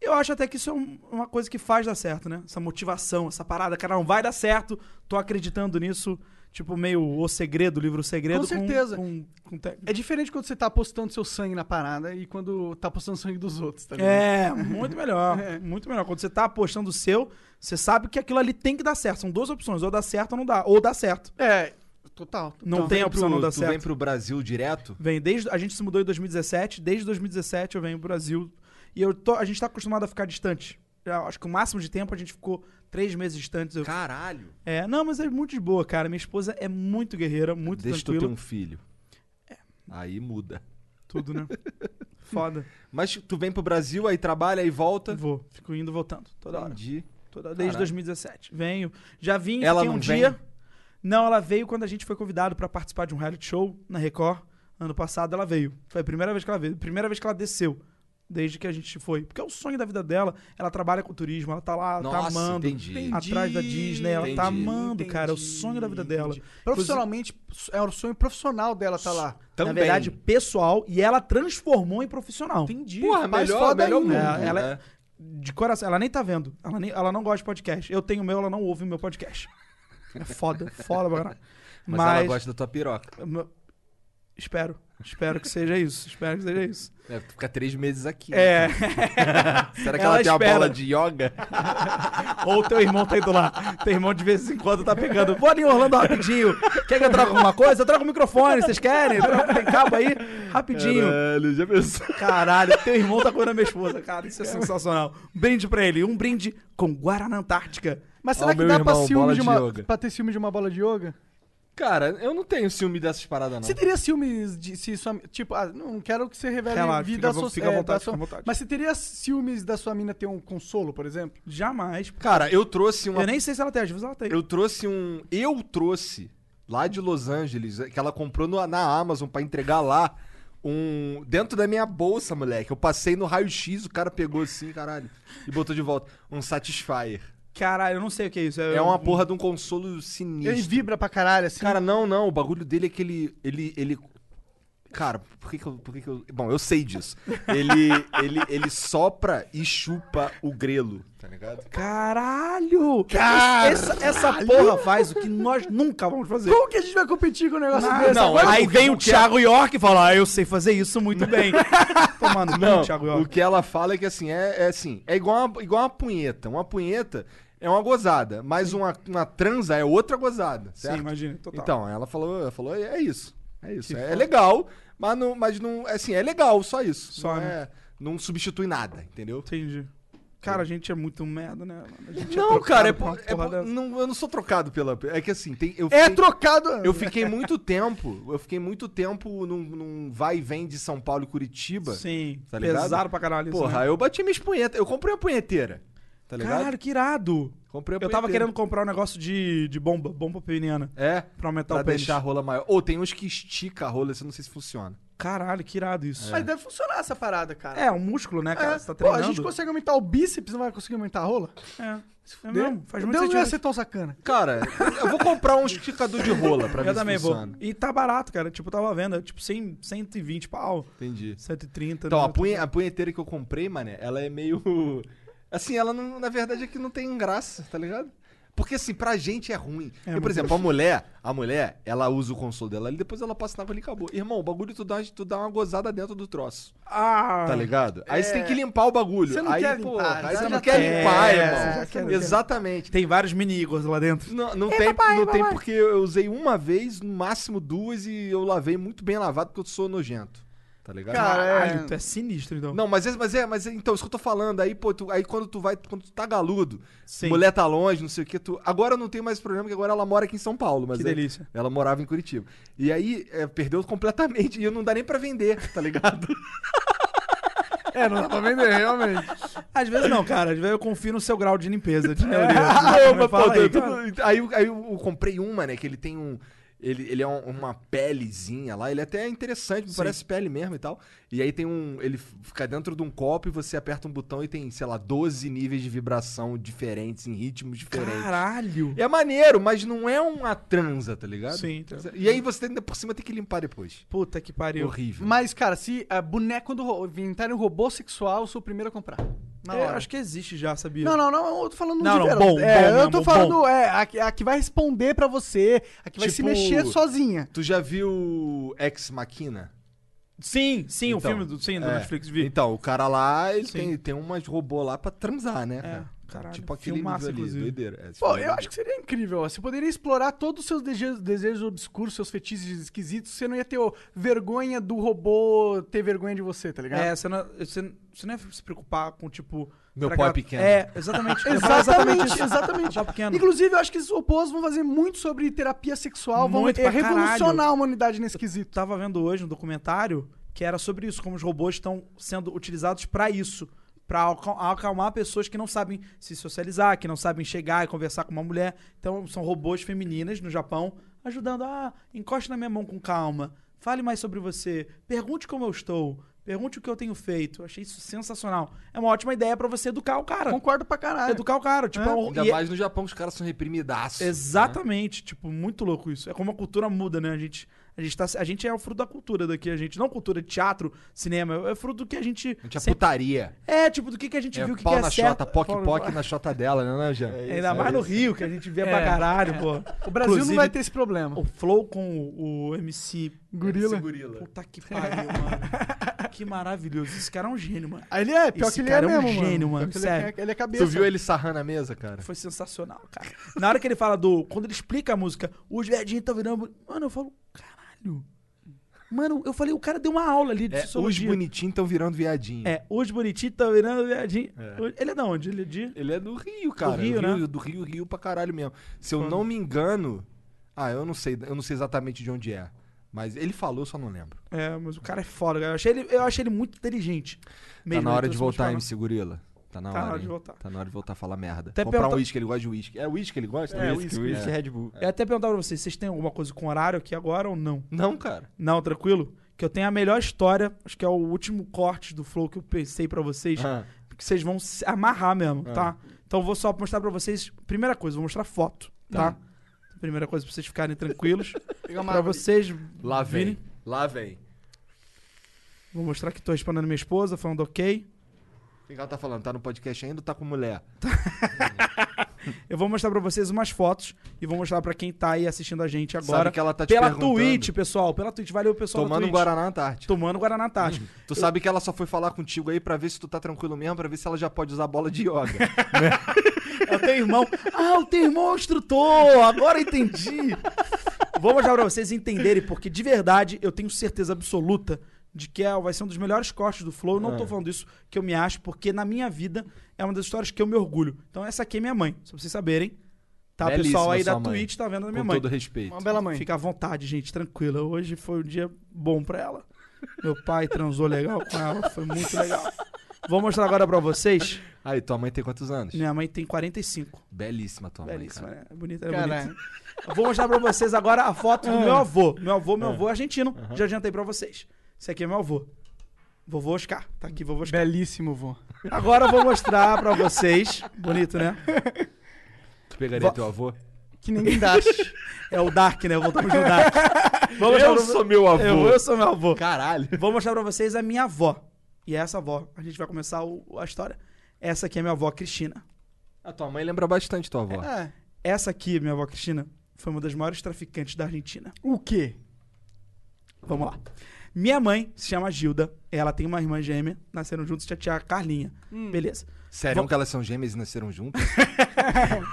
Eu acho até que isso é um- uma coisa que faz dar certo, né? Essa motivação, essa parada, cara, não vai dar certo, tô acreditando nisso. Tipo, meio o segredo, o livro O Segredo.
Com certeza.
Com, com te-
É diferente quando você tá apostando seu sangue na parada e quando tá apostando sangue dos outros, tá ligado?
É,
[laughs]
muito melhor.
É.
Muito melhor. Quando você tá apostando o seu, você sabe que aquilo ali tem que dar certo. São duas opções, ou dá certo ou não dá. Ou dá certo.
É, total. total.
Não tem
Vem
a opção
pro-
não dar
tu vem
certo.
pro Brasil direto?
Vem desde a gente se mudou em 2017, desde 2017 eu venho pro Brasil e eu tô, a gente tá acostumado a ficar distante. Já acho que o máximo de tempo a gente ficou três meses distantes. Eu-
Caralho.
é, não, mas é muito de boa, cara. Minha esposa é muito guerreira, muito É.
Deixa tu ter
tranquila,
um filho. Aí muda.
tudo, né?
[laughs]
Foda.
Mas tu vem pro Brasil, aí trabalha, aí volta.
Vou, fico indo e voltando toda hora.
Entendi.
Toda, desde
Caralho.
2017. Venho. Já vim,
Ela
fiquei um
não vem?
dia. Não, ela veio quando a gente foi convidado pra participar de um reality show na Record. Ano passado ela veio. Foi a primeira vez que ela veio. Primeira vez que ela desceu. Desde que a gente foi. Porque é o sonho da vida dela. Ela trabalha com turismo, ela tá lá, tá
Nossa,
amando.
entendi.
Atrás da Disney, ela tá
Entendi.
amando, cara. É o sonho da vida dela.
Profissionalmente, é o sonho profissional dela tá lá.
Na verdade, pessoal. E ela transformou em profissional.
Entendi.
Porra,
Faz
melhor,
foda
melhor
ainda.
mundo.
É, ela
né?
De coração. Ela nem tá vendo. Ela, nem- ela não gosta de podcast. Eu tenho o meu, ela não ouve o meu podcast. É foda, foda pra caralho.
[laughs] Mas, ela gosta da tua piroca.
Meu- Espero. Espero que seja isso. Espero que
[laughs]
seja isso.
É, tu fica três meses aqui.
É.
Será que
ela
ela, tem uma
espera.
bola de yoga?
[laughs] Ou teu irmão tá indo lá. Teu irmão de vez em quando tá pegando. Vou ali em Orlando rapidinho. Quer que eu traga alguma coisa? Eu trago o microfone, vocês querem? Tem cabo aí? Rapidinho.
Caralho, já pensou?
Caralho, teu irmão tá curando a minha esposa, cara. Isso é sensacional. Um brinde pra ele. Um brinde com Guaraná Antártica.
Mas
Ó,
será que
meu
dá pra,
irmão, bola
ciúme de
de
uma,
yoga.
pra ter ciúme de uma bola de yoga?
Cara, eu não tenho ciúme dessas paradas, não.
Você teria ciúmes de se sua. Tipo, ah, não quero que você revele
Relaxa,
vida
fica à vo-
social.
fica à
é,
vontade,
da
tá
sua-
fica à vontade.
Mas você teria ciúmes da sua mina ter um consolo, por exemplo?
Jamais.
Cara, eu trouxe uma
Eu nem sei se ela tem, às vezes ela tem.
Eu trouxe um. Eu trouxe lá de Los Angeles, é, que ela comprou no- na Amazon pra entregar lá. Um. Dentro da minha bolsa, moleque. Eu passei no raio-x, o cara pegou assim, caralho. E botou de volta. Um Satisfyer.
Caralho, eu não sei o que é isso.
É uma porra de um consolo sinistro.
Ele vibra pra caralho, assim.
Cara, não, não. O bagulho dele é que ele. ele, ele... Cara, por que que, eu, por que que eu. Bom, eu sei disso.
[laughs]
Ele, ele, ele sopra e chupa o grelo, tá ligado?
Caralho! Essa, essa porra faz o que nós nunca vamos fazer.
Como que a gente vai competir com um negócio
Não,
desse?
não,
agora?
Aí vem é o
porque-
Thiago York e fala: Ah, eu sei fazer isso muito bem. [laughs] Tomando
Não,
Thiago
o
York.
que ela fala é que assim, é, é assim, é igual uma, igual uma punheta. Uma punheta é uma gozada, mas uma, uma transa é outra gozada, certo?
Sim, imagina, total.
Então, ela falou, ela falou, é isso. É isso. É, é legal, mas não, mas não. Assim, é legal, só isso.
Só,
não,
né?
é- não substitui nada, entendeu?
Entendi. Cara, a gente é muito merda, né? mano? A gente
Não, cara, é,
trocado
por-
por uma
é
porra
por-
dessa.
não, eu não sou trocado pela. É que assim, tem. Eu
É
fiquei-
trocado.
Eu fiquei muito tempo, eu fiquei muito tempo num, num vai e vem de São Paulo e Curitiba.
Sim,
Tá ligado?
pesado pra caralho isso.
Porra,
né?
eu bati minhas punhetas. Eu comprei uma punheteira. Tá ligado?
Caralho, que irado.
comprei a
Eu tava
punheteira.
querendo comprar um negócio de, de bomba, bomba peniana,
É,
pra aumentar
pra
o pênis.
deixar a rola maior. Ou tem uns que estica a rola, assim, eu não sei se funciona.
Caralho, que irado isso.
Mas deve funcionar essa parada, cara.
É, um músculo, né, cara? Você tá
É. Pô,
treinando.
a gente consegue aumentar o bíceps, não vai conseguir aumentar a rola? Né?
É, é mesmo, faz muito
Deus não ia
sentido.
ser tão sacana.
[laughs]
Cara, eu vou comprar um esticador de rola pra ver
Eu
se
também vou.
funciona.
E tá barato, cara. Tipo, tava à venda, tipo, 100, 120 pau,
Entendi.
130.
Então,
né?
a, punhe- a punheteira que eu comprei, mané, ela é meio. [laughs] Assim, ela não, na verdade é que não tem graça, tá ligado? Porque assim, pra gente é ruim. Porque, por exemplo, a mulher, a mulher, ela usa o console dela e depois ela passa na água e acabou. Irmão, o bagulho tu dá, tu dá uma gozada dentro do troço,
Ah,
tá ligado? Aí você tem que limpar o bagulho.
É. Você não
aí,
quer
pô,
limpar, né?
aí
você
você
já
não quer
quer. É,
limpar,
você já
irmão.
quer limpar.
Exatamente.
Tem vários mini-igos lá dentro.
Não, não tem, não tem porque eu usei uma vez, no máximo duas, e eu lavei muito bem lavado porque eu sou nojento. Tá ligado?
Cara, é-
Caralho, tu é sinistro, então.
Não, mas é, mas é, mas é- então, isso que eu tô falando, aí, pô, tu- aí quando tu vai, quando tu tá galudo,
Sim.
mulher tá longe, não sei o que, tu. Agora não tem mais problema, que agora ela mora aqui em São Paulo, mas
Que
é-
delícia.
ela morava em Curitiba. E aí, é, perdeu completamente, [laughs] e não dá nem pra vender, tá
[laughs]
ligado?
É, não dá pra vender, realmente.
Às vezes não, cara. Às vezes eu confio no seu grau de limpeza, de neurina.
[laughs] Não,
Me
mas, pô,
fala aí,
tu-
cara.
tu- aí, eu- aí eu, eu comprei uma, né, que ele tem um. Ele, ele é um- uma pelezinha lá, ele até é interessante, parece pele mesmo e tal. E aí tem um. Ele fica dentro de um copo e você aperta um botão e tem, sei lá, 12 níveis de vibração diferentes, em ritmos diferentes.
Caralho.
É maneiro, mas não é uma transa, tá ligado?
Sim, tá.
E aí você ainda por cima tem que limpar depois.
Puta que pariu.
[laughs]
Horrível.
Mas, cara, se a boneca quando ro- inventarem um robô sexual, eu sou o primeiro a comprar. Na
Eu
hora.
É, acho que existe já, sabia?
Não, não, não, eu tô falando
Não,
de
não,
verdade.
bom,
é,
bom
eu tô
mesmo,
falando, é, a, que- a que vai responder pra você, a que vai se
Tipo-
mexer sozinha.
Tu já viu Ex Machina?
Sim, sim, o
Então,
filme do, sim, do
é.
Netflix vi.
Então, o cara lá, ele
Sim. É,
tem, tem umas robô lá pra transar, né? cara?
caralho,
Tipo aquele
filmaço,
nível ali,
inclusive.
doideira. É, esse
Pô,
filme é
eu acho que seria incrível, ó. Você poderia explorar todos os seus dese- desejos obscuros, seus fetiches esquisitos, você não ia ter ó, vergonha do robô ter vergonha de você, tá ligado?
É, você não, você, você não ia se preocupar com, tipo...
Meu pau
será que
é
ela-
pequeno. [laughs]
É, exatamente. Eu ia falar
Exatamente,
isso.
exatamente.
Meu pau pequeno.
Inclusive, eu acho que esses robôs vão fazer muito sobre terapia sexual, vão
Muito
eh,
pra
revolucionar
caralho.
a humanidade nesse quesito.
Tava vendo hoje um documentário que era sobre isso, como os robôs estão sendo utilizados pra isso. Pra alca- acalmar pessoas que não sabem se socializar, que não sabem chegar e conversar com uma mulher. Então, são robôs femininas no Japão ajudando. Ah, encoste na minha mão com calma. Fale mais sobre você. Pergunte como eu estou. Pergunte o que eu tenho feito. Achei isso sensacional. É uma ótima ideia pra você educar o cara.
Concordo pra caralho.
Educar o cara. Tipo, é um-
Ainda
e é-
mais no Japão, os caras são reprimidaços.
Exatamente, tipo, muito louco isso. É como a cultura muda, né? A gente, a gente, tá, a gente é o fruto da cultura daqui, a gente. Não cultura de teatro, cinema, é fruto do que a gente.
A gente é
sempre-
putaria.
É, tipo, do que, que a gente
É
viu que,
pau
que é
na
certo.
chota, poc-poc
Fala-
na chota dela, né, né, Jean?
É Ainda mais no Rio, que a gente vê pra
É,
caralho, pô.
O Brasil
Inclusive,
não vai ter esse problema.
O Flow com o, o MC.
Gorila.
Puta que pariu, mano. Que maravilhoso. Esse cara é um gênio, mano.
Aí ele é, pior
Esse
que ele
cara
é,
é um
mesmo,
gênio, mano,
Pior que Ele
sério.
é, ele é cabeça.
Tu viu ele sarrando a mesa, cara?
Foi sensacional, cara. Na hora que ele fala do. Quando ele explica a música, os verdinhos estão virando. Mano, eu falo, caralho. Mano, eu falei, o cara deu uma aula ali de
É, os
sociologia.
bonitinhos estão virando viadinho.
É, os bonitinhos estão virando verdinho. Ele é da onde? Ele é de.
Ele é do Rio, cara.
Do Rio, né?
do Rio, Rio pra caralho mesmo. Se eu não me engano. Ah, eu não sei, eu não sei exatamente de onde é. Mas ele falou, eu só não lembro.
É, mas o cara é foda, cara. Eu achei ele, eu achei ele muito inteligente.
tá
Mesmo, né, eu
na hora
tô
de
sentindo
voltar,
falar.
MC Gorila. Tá na
Tá na
hora.
hora de
hein?
voltar.
Tá na hora de voltar a falar merda.
Até
Comprar
perguntar-
um uísque, ele gosta de uísque. É uísque que ele gosta?
É, uísque,
Whisky Red Bull.
Eu ia até perguntar pra vocês, vocês têm alguma coisa com horário aqui agora ou não?
Não, cara.
Não, tranquilo? Que eu tenho a melhor história, acho que é o último corte do Flow que eu pensei pra vocês.
Ah.
que vocês vão se amarrar mesmo,
É.
tá? Então eu vou só mostrar pra vocês. Primeira coisa, vou mostrar foto, tá? Primeira coisa pra vocês
[laughs]
ficarem tranquilos.
Pega uma
pra
árvore.
vocês.
Lá vem.
virem.
Lá vem.
Vou mostrar que tô respondendo minha esposa, falando ok.
O que ela tá falando? Tá no podcast ainda ou tá com mulher?
Eu vou mostrar pra vocês umas fotos e vou mostrar pra quem tá aí assistindo a gente agora.
Sabe que ela tá te
pela
perguntando.
Twitch, pessoal. Pela Twitch. Valeu, pessoal. da
Tomando um
Twitch.
Guaraná Antártico.
Tomando Guaraná Antártico.
Tu sabe que ela só foi falar contigo aí pra ver se tu tá tranquilo mesmo, pra ver se ela já pode usar bola de yoga.
Eu tenho irmão. Ah, eu tenho irmão instrutor. Agora entendi. Vou mostrar pra vocês entenderem, porque de verdade eu tenho certeza absoluta de que é, vai ser um dos melhores cortes do Flow. Eu
É.
não tô falando isso que eu me acho, porque na minha vida é uma das histórias que eu me orgulho. Então essa aqui é minha mãe, só pra vocês saberem. Tá, o pessoal
Belíssima
aí da
sua mãe.
Twitch tá vendo a minha
com
mãe.
todo respeito.
Uma bela mãe.
Fica à vontade, gente, tranquila. Hoje foi um dia bom pra ela. Meu pai transou legal com ela, foi muito legal. Vou mostrar agora pra vocês.
Aí, tua mãe tem quantos anos?
Minha mãe tem 45.
Belíssima tua
Belíssima,
mãe, cara.
né? Bonita, era
Caralho.
bonita. Vou mostrar pra vocês agora a foto do meu avô. Meu avô, meu avô é argentino. Já adiantei pra vocês. Esse aqui é meu avô. Vovô Oscar. Tá aqui, vovô Oscar.
Belíssimo, vô.
Agora eu vou mostrar pra vocês. Bonito, né?
Tu pegaria
Vo-
teu avô?
Que ninguém dá.
É o Dark, né? Voltamos no Dark. Vou mostrar pra vo-
meu
um Eu, eu sou meu avô.
Caralho.
Vou mostrar pra vocês a minha avó. E é essa avó. A gente vai começar o- a história. Essa aqui é minha avó, Cristina.
A tua mãe lembra bastante tua avó.
É.
Essa aqui, minha avó, Cristina, foi uma das maiores traficantes da Argentina.
O quê?
Vamos lá. Minha mãe se chama Gilda. Ela tem uma irmã gêmea. Nasceram juntos, tinha a tia Carlinha.
Hum.
Beleza.
Sério que elas são gêmeas e nasceram juntas?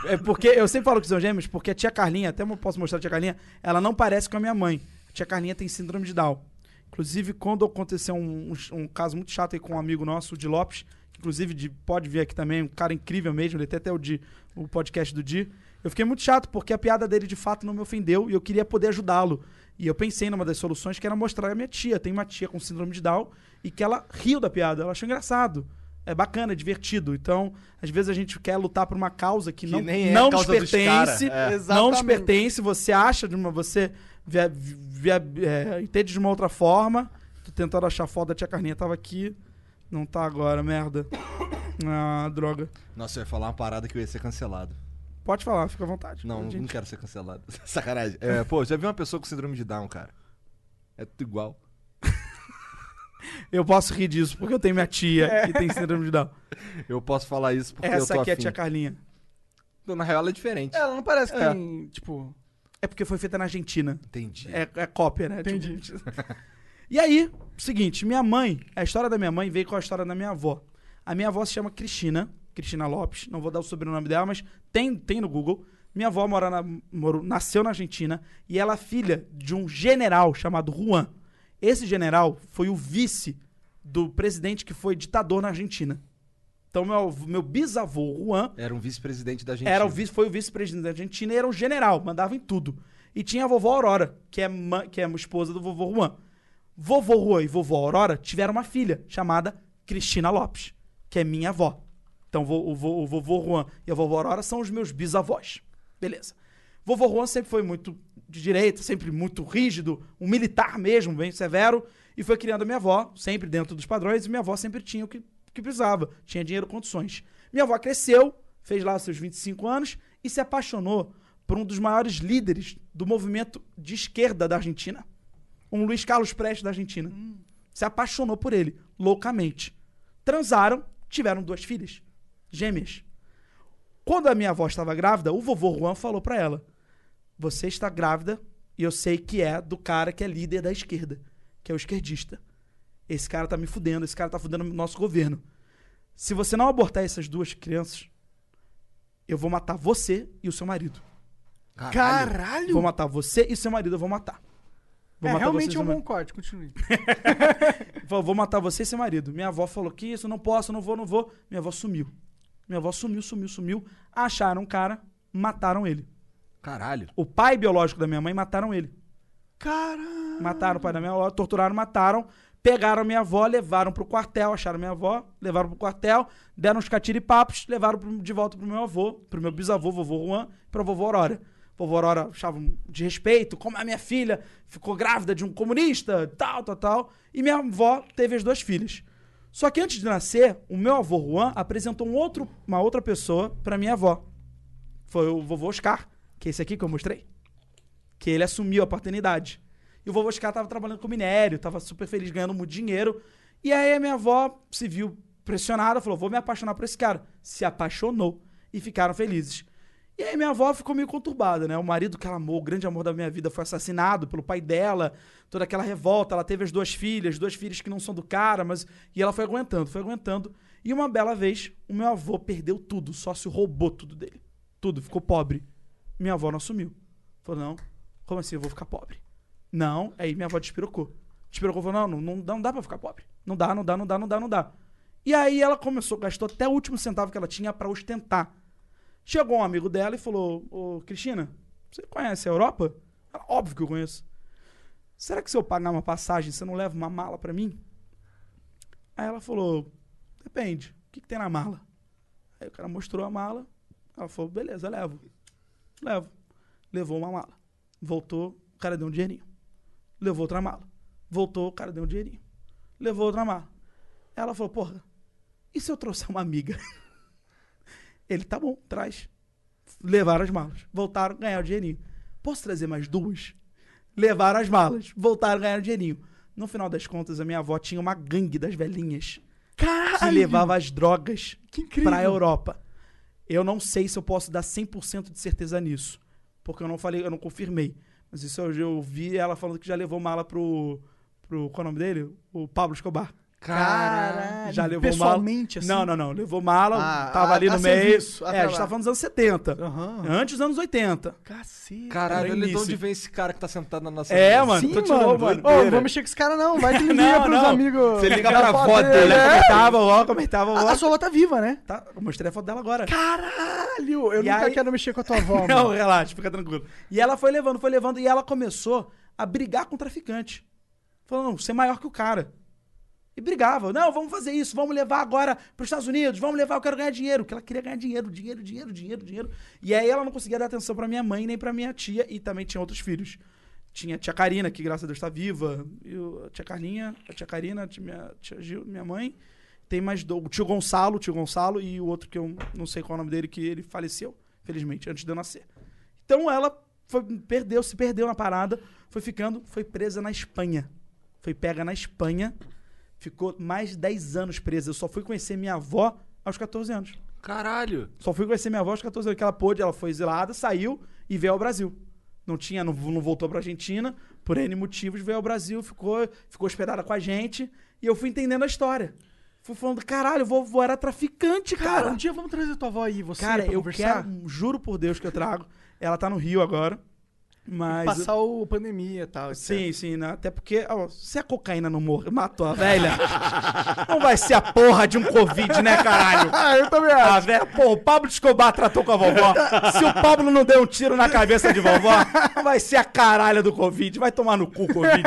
É porque eu sempre falo que são gêmeos, porque a tia Carlinha, até eu posso mostrar a tia Carlinha, ela não parece com a minha mãe. A tia Carlinha tem síndrome de Down. Inclusive, quando aconteceu um, um- um caso muito chato aí com um amigo nosso, o Di Lopes, que inclusive de, pode vir aqui também, um cara incrível mesmo, ele tem até o, Di, o podcast do Di. Eu fiquei muito chato porque a piada dele de fato não me ofendeu e eu queria poder ajudá-lo. E eu pensei numa das soluções que era mostrar a minha tia. Tem uma tia com síndrome de Down e que ela riu da piada, ela achou engraçado. É bacana, é divertido. Então, às vezes a gente quer lutar por uma causa que, não,
nem é a
não
causa
nos
dos cara,
pertence.
é.
Não nos
Exatamente.
pertence, você acha de uma. Você via, via- é, entende de uma outra forma. Tô tentando achar foto da tia Carninha, tava aqui. Não tá agora, merda. [coughs] Ah, droga.
Nossa, eu ia falar uma parada que eu ia ser cancelado.
Pode falar, fica à vontade.
Não,
Gente,
não quero ser cancelado. [laughs] Sacanagem. É, pô, já vi uma pessoa com síndrome de Down, cara. É tudo igual.
Eu posso rir disso, porque eu tenho minha [laughs] tia que tem síndrome de Down.
Eu posso falar isso porque eu
É. Essa
tô
aqui é a
afim.
tia Carlinha.
Na real, ela é diferente.
Ela não parece que
É.
tem, tipo...
É porque foi feita na Argentina.
Entendi.
É, é cópia, né?
Entendi.
Tipo, [laughs] e aí, seguinte, minha mãe, a história da minha mãe veio com a história da minha avó. A minha avó se chama Cristina, Cristina Lopes, não vou dar o sobrenome dela, mas tem, tem no Google. Minha avó mora na, morou- nasceu na Argentina e ela é filha de um general chamado Juan. Esse general foi o vice do presidente que foi ditador na Argentina. Então, meu, meu bisavô, Juan,
Era um vice-presidente da gente.
era o vice, foi o vice-presidente da Argentina e era um general, mandava em tudo. E tinha a vovó Aurora, que é, ma- que é a esposa do vovô Juan. Vovô Juan e vovó Aurora tiveram uma filha chamada Cristina Lopes, que é minha avó. Então vo- o, vo- o vovô Juan e a vovó Aurora são os meus bisavós. Beleza. Vovô Juan sempre foi muito de direita, sempre muito rígido, um militar mesmo, bem severo, e foi criando a minha avó, sempre dentro dos padrões, e minha avó sempre tinha o que, que precisava, tinha dinheiro condições. Minha avó cresceu, fez lá os seus 25 anos e se apaixonou por um dos maiores líderes do movimento de esquerda da Argentina, um Luiz Carlos Prestes da Argentina. Se apaixonou por ele, loucamente. Transaram, tiveram duas filhas, gêmeas. Quando a minha avó estava grávida, o vovô Juan falou pra ela: Você está grávida e eu sei que é do cara que é líder da esquerda, que é o esquerdista. Esse cara tá me fudendo, esse cara tá fudendo o nosso governo. Se você não abortar essas duas crianças, eu vou matar você e o seu marido.
Ah, Caralho!
Vou matar você e seu marido, eu vou matar. Vou
É,
matar
realmente é
você e seu
um
marido.
bom corte, continue.
Falou, vou matar você e seu marido. Minha avó falou que isso, não posso, não vou, não vou. Minha avó sumiu. Minha avó sumiu, sumiu, sumiu. Acharam um cara, mataram ele.
Caralho.
O pai biológico da minha mãe mataram ele.
Caralho!
Mataram o pai da minha avó, torturaram, mataram. Pegaram minha avó, levaram pro quartel, acharam minha avó, levaram pro quartel, deram uns catiripapos, levaram pro- de volta pro meu avô, pro meu bisavô, vovô Juan, pra vovó Aurora. Vovó Aurora achava um desrespeito, como a minha filha ficou grávida de um comunista, tal, tal, tal. E minha avó teve as duas filhas. Só que antes de nascer, o meu avô Juan apresentou um outro, uma outra pessoa pra minha avó. Foi o vovô Oscar, que é esse aqui que eu mostrei. Que ele assumiu a paternidade. E o vovô Oscar tava trabalhando com minério, tava super feliz, ganhando muito dinheiro. E aí a minha avó se viu pressionada, falou: vou me apaixonar por esse cara. Se apaixonou e ficaram felizes. E aí minha avó ficou meio conturbada, né? O marido que ela amou, o grande amor da minha vida, foi assassinado pelo pai dela, toda aquela revolta, ela teve as duas filhas, duas filhas que não são do cara, mas. E ela foi aguentando, foi aguentando. E uma bela vez, o meu avô perdeu tudo, o sócio roubou tudo dele. Tudo, ficou pobre. Minha avó não assumiu. Falou, não, como assim eu vou ficar pobre? Não, aí minha avó despirocou. Despirocou, falou, não, não, não dá pra ficar pobre. Não dá, não dá, não dá, não dá, não dá. E aí ela começou, gastou até o último centavo que ela tinha pra ostentar. Chegou um amigo dela e falou: Ô, Cristina, você conhece a Europa? Ela, Óbvio que eu conheço. Será que se eu pagar uma passagem, você não leva uma mala pra mim? Aí ela falou: Depende, o que, que tem na mala? Aí o cara mostrou a mala. Ela falou: Beleza, levo. Levo. Levou uma mala. Voltou, o cara deu um dinheirinho. Levou outra mala. Voltou, o cara deu um dinheirinho. Levou outra mala. Ela falou: Porra, e se eu trouxer uma amiga? [laughs] Ele, tá bom, traz. Levaram as malas. Voltaram, ganharam o dinheirinho. Posso trazer mais duas? Levaram as malas. Voltaram, ganharam o dinheirinho. No final das contas, a minha avó tinha uma gangue das velhinhas. Que levava as drogas
Que incrível.
pra Europa. Eu não sei se eu posso dar 100% de certeza nisso. Porque eu não falei, eu não confirmei. Mas isso eu, eu vi ela falando que já levou mala pro. pro qual é o nome dele? O Pablo Escobar.
Caralho.
Já levou mala.
É, pessoalmente, assim?
Não, não, não. Levou mala,
Ah,
tava
a-
ali
a
no meio.
serviço, ah,
é,
tá
a gente
lá. Ah.
tava falando dos anos 70.
Aham.
Antes dos anos 80.
Cacete.
Caralho,
Era o
olha de
início.
onde vem esse cara que tá sentado na nossa
É,
mesa.
mano.
Sim,
tô
mano.
te falando,
mano.
doideira.
Ô, não vou mexer com esse cara, não. Vai que ele
Não,
liga pros
não.
amigos.
Você liga
Cara,
pra
foda
vó dele.
né?
É.
Comentava ó, comentava ó.
A sua avó tá viva, né?
Tá, eu mostrei a foto dela agora.
Caralho. Eu
E
nunca
aí-
quero mexer com a tua avó,
[laughs] Não,
mano.
relaxa, fica tranquilo. E ela foi levando, foi levando, e ela começou a brigar com o traficante. Falando, não, você é maior que o cara. E brigava, não, vamos fazer isso, vamos levar agora para os Estados Unidos, vamos levar, eu quero ganhar dinheiro. Porque ela queria ganhar dinheiro, dinheiro, dinheiro, dinheiro, dinheiro. E aí ela não conseguia dar atenção para minha mãe nem para minha tia, e também tinha outros filhos. Tinha a tia Karina, que graças a Deus está viva, e o- a tia Carlinha, a tia Karina, a tia, minha, tia Gil, minha mãe. Tem mais do, o tio Gonçalo, o tio Gonçalo, e o outro que eu não sei qual é o nome dele, que ele faleceu, felizmente, antes de eu nascer. Então ela foi- perdeu, se perdeu na parada, foi ficando, foi presa na Espanha. Foi pega na Espanha, ficou mais de 10 anos presa. Eu só fui conhecer minha avó aos 14 anos.
Caralho.
Só fui conhecer minha avó aos 14 anos, que ela pôde, ela foi exilada, saiu e veio ao Brasil. Não tinha, não, não voltou pra Argentina, por N motivos, veio ao Brasil, ficou, ficou hospedada com a gente, e eu fui entendendo a história. Fui falando, caralho, vovô era traficante, cara.
Cara, um dia vamos trazer tua avó aí, você,
Cara,
pra
eu
conversar.
quero, juro por Deus que eu trago. Ela tá no Rio agora. Mas.
Passar o pandemia e tal. etc.
Sim, sim, né? até porque ó, se a cocaína não morre, matou a velha, [laughs] não vai ser a porra de um Covid, né, caralho?
[laughs] Ah, eu também
A velha, porra, o Pablo Escobar tratou com a vovó. Se o Pablo não deu um tiro na cabeça de vovó, não vai ser a caralha do Covid. Vai tomar no cu, Covid.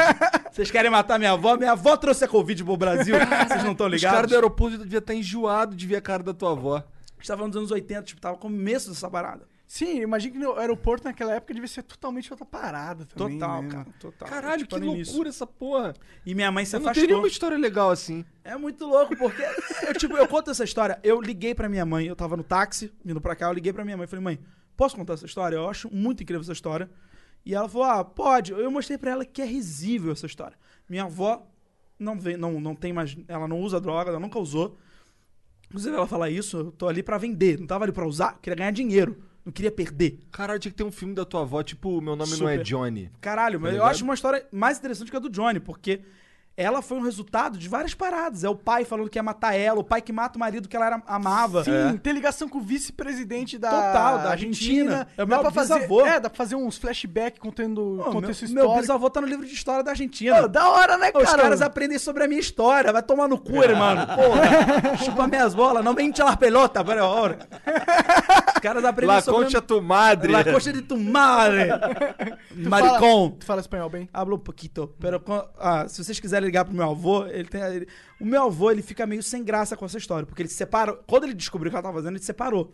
Vocês querem matar minha avó? Minha avó trouxe a Covid pro Brasil. Vocês não estão
Os caras
ligados?
do aeroporto devia estar enjoado de ver a cara da tua avó.
A gente tava nos anos 80, tipo, tava no começo dessa parada.
Sim, imagina que no aeroporto naquela época devia ser totalmente outra parada também,
Total,
né,
cara.
mano?
Total.
Caralho,
Tipo,
que
no
loucura
início.
essa porra.
E minha mãe se
Eu não
afastou.
tenho nenhuma história legal assim.
É muito louco, porque eu, tipo, eu conto essa história. Eu liguei pra minha mãe, eu tava no táxi, vindo pra cá, eu liguei pra minha mãe. Falei, mãe, posso contar essa história? Eu acho muito incrível essa história. E ela falou, ah, pode. Eu mostrei pra ela que é risível essa história. Minha avó não, vem, não, não tem mais. Ela não usa droga, ela nunca usou. Inclusive, ela fala isso, eu tô ali pra vender, não tava ali pra usar, eu queria ganhar dinheiro, não queria perder.
Caralho, tinha que ter um filme da tua avó, tipo, Meu Nome Não É
Super.
Johnny.
Caralho,
Tá
mas eu
ligado?
acho uma história mais interessante que a do Johnny, porque ela foi um resultado de várias paradas. É o pai falando que ia matar ela, o pai que mata o marido que ela era- amava. É.
Sim, tem ligação com o vice-presidente da,
Total, da
Argentina.
Argentina. É o
dá
meu
pra fazer,
bisavô.
É, dá pra fazer uns flashbacks contando
Pô, meu,
contexto histórico.
meu bisavô tá no livro de história da Argentina.
Pô, da hora, né,
Os
cara?
caras é aprendem sobre a minha história. Vai tomar no cu,
[laughs]
irmão. Porra. Chupa minhas bolas. Não mente las pelotas. Pera, hora. Os caras aprendem
La
sobre...
Concha tu madre.
La concha de tu madre.
[laughs] Tu
Maricón.
Fala, tu fala espanhol bem?
Hablo um pouquinho. Pero con- ah, se vocês quiserem ligar pro meu avô, ele tem. ele- o meu avô, ele fica meio sem graça com essa história, porque ele se separa. Quando ele descobriu o que ela tava fazendo, ele se separou.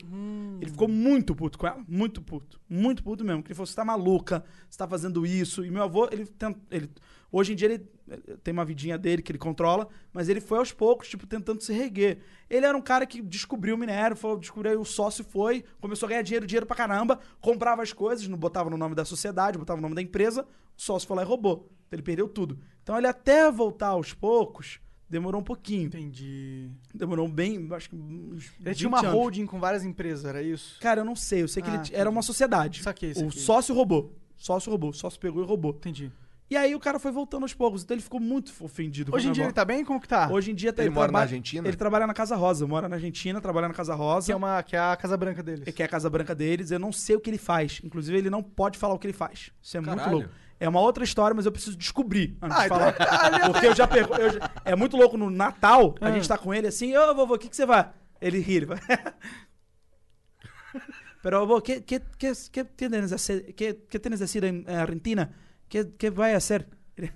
Ele ficou muito puto com ela, muito puto, muito puto mesmo. Que ele falou: você tá maluca, você tá fazendo isso. E meu avô, ele, tent- ele hoje em dia ele eh, tem uma vidinha dele que ele controla, mas ele foi aos poucos, tipo, tentando se reguer. Ele era um cara que descobriu o minério, falou, descobriu o sócio foi, começou a ganhar dinheiro, dinheiro pra caramba, comprava as coisas, não botava no nome da sociedade, botava no nome da empresa, o sócio foi lá e roubou. Então ele perdeu tudo. Então ele até voltar aos poucos, demorou um pouquinho.
Entendi.
Demorou bem, acho que uns
Ele
20
tinha uma
anos.
holding com várias empresas, era isso?
Cara, eu não sei. Eu sei que
Ah,
ele t- era uma sociedade.
Saquei,
o
saquei.
sócio roubou. Sócio roubou. Sócio pegou e roubou.
Entendi.
E aí o cara foi voltando aos poucos. Então ele ficou muito ofendido. com
Hoje
o
em dia ele
negócio.
tá bem? Como que tá?
Hoje em dia
[laughs]
tá-
Ah, Ele mora na
traba-
Argentina?
Ele trabalha na Casa Rosa. Mora na Argentina, trabalha na Casa Rosa.
Que é, uma, que é a Casa Branca deles.
Que é a Casa Branca deles. Eu não sei o que ele faz. Inclusive, ele não pode falar o que ele faz. Isso é muito
Caralho. é
louco. É uma outra história, mas eu preciso descobrir antes
Ah,
de
então
falar. Porque eu já perco. eu já- É muito louco no Natal, a
Ah.
gente tá com ele assim, ô vovô, o que, que você vai? Ele ri, ele vai. [laughs] Pero vovô, que, que, que, que tienes a ser- que, que tienes a decir em eh, Argentina? Que, que vai a ser? Ele-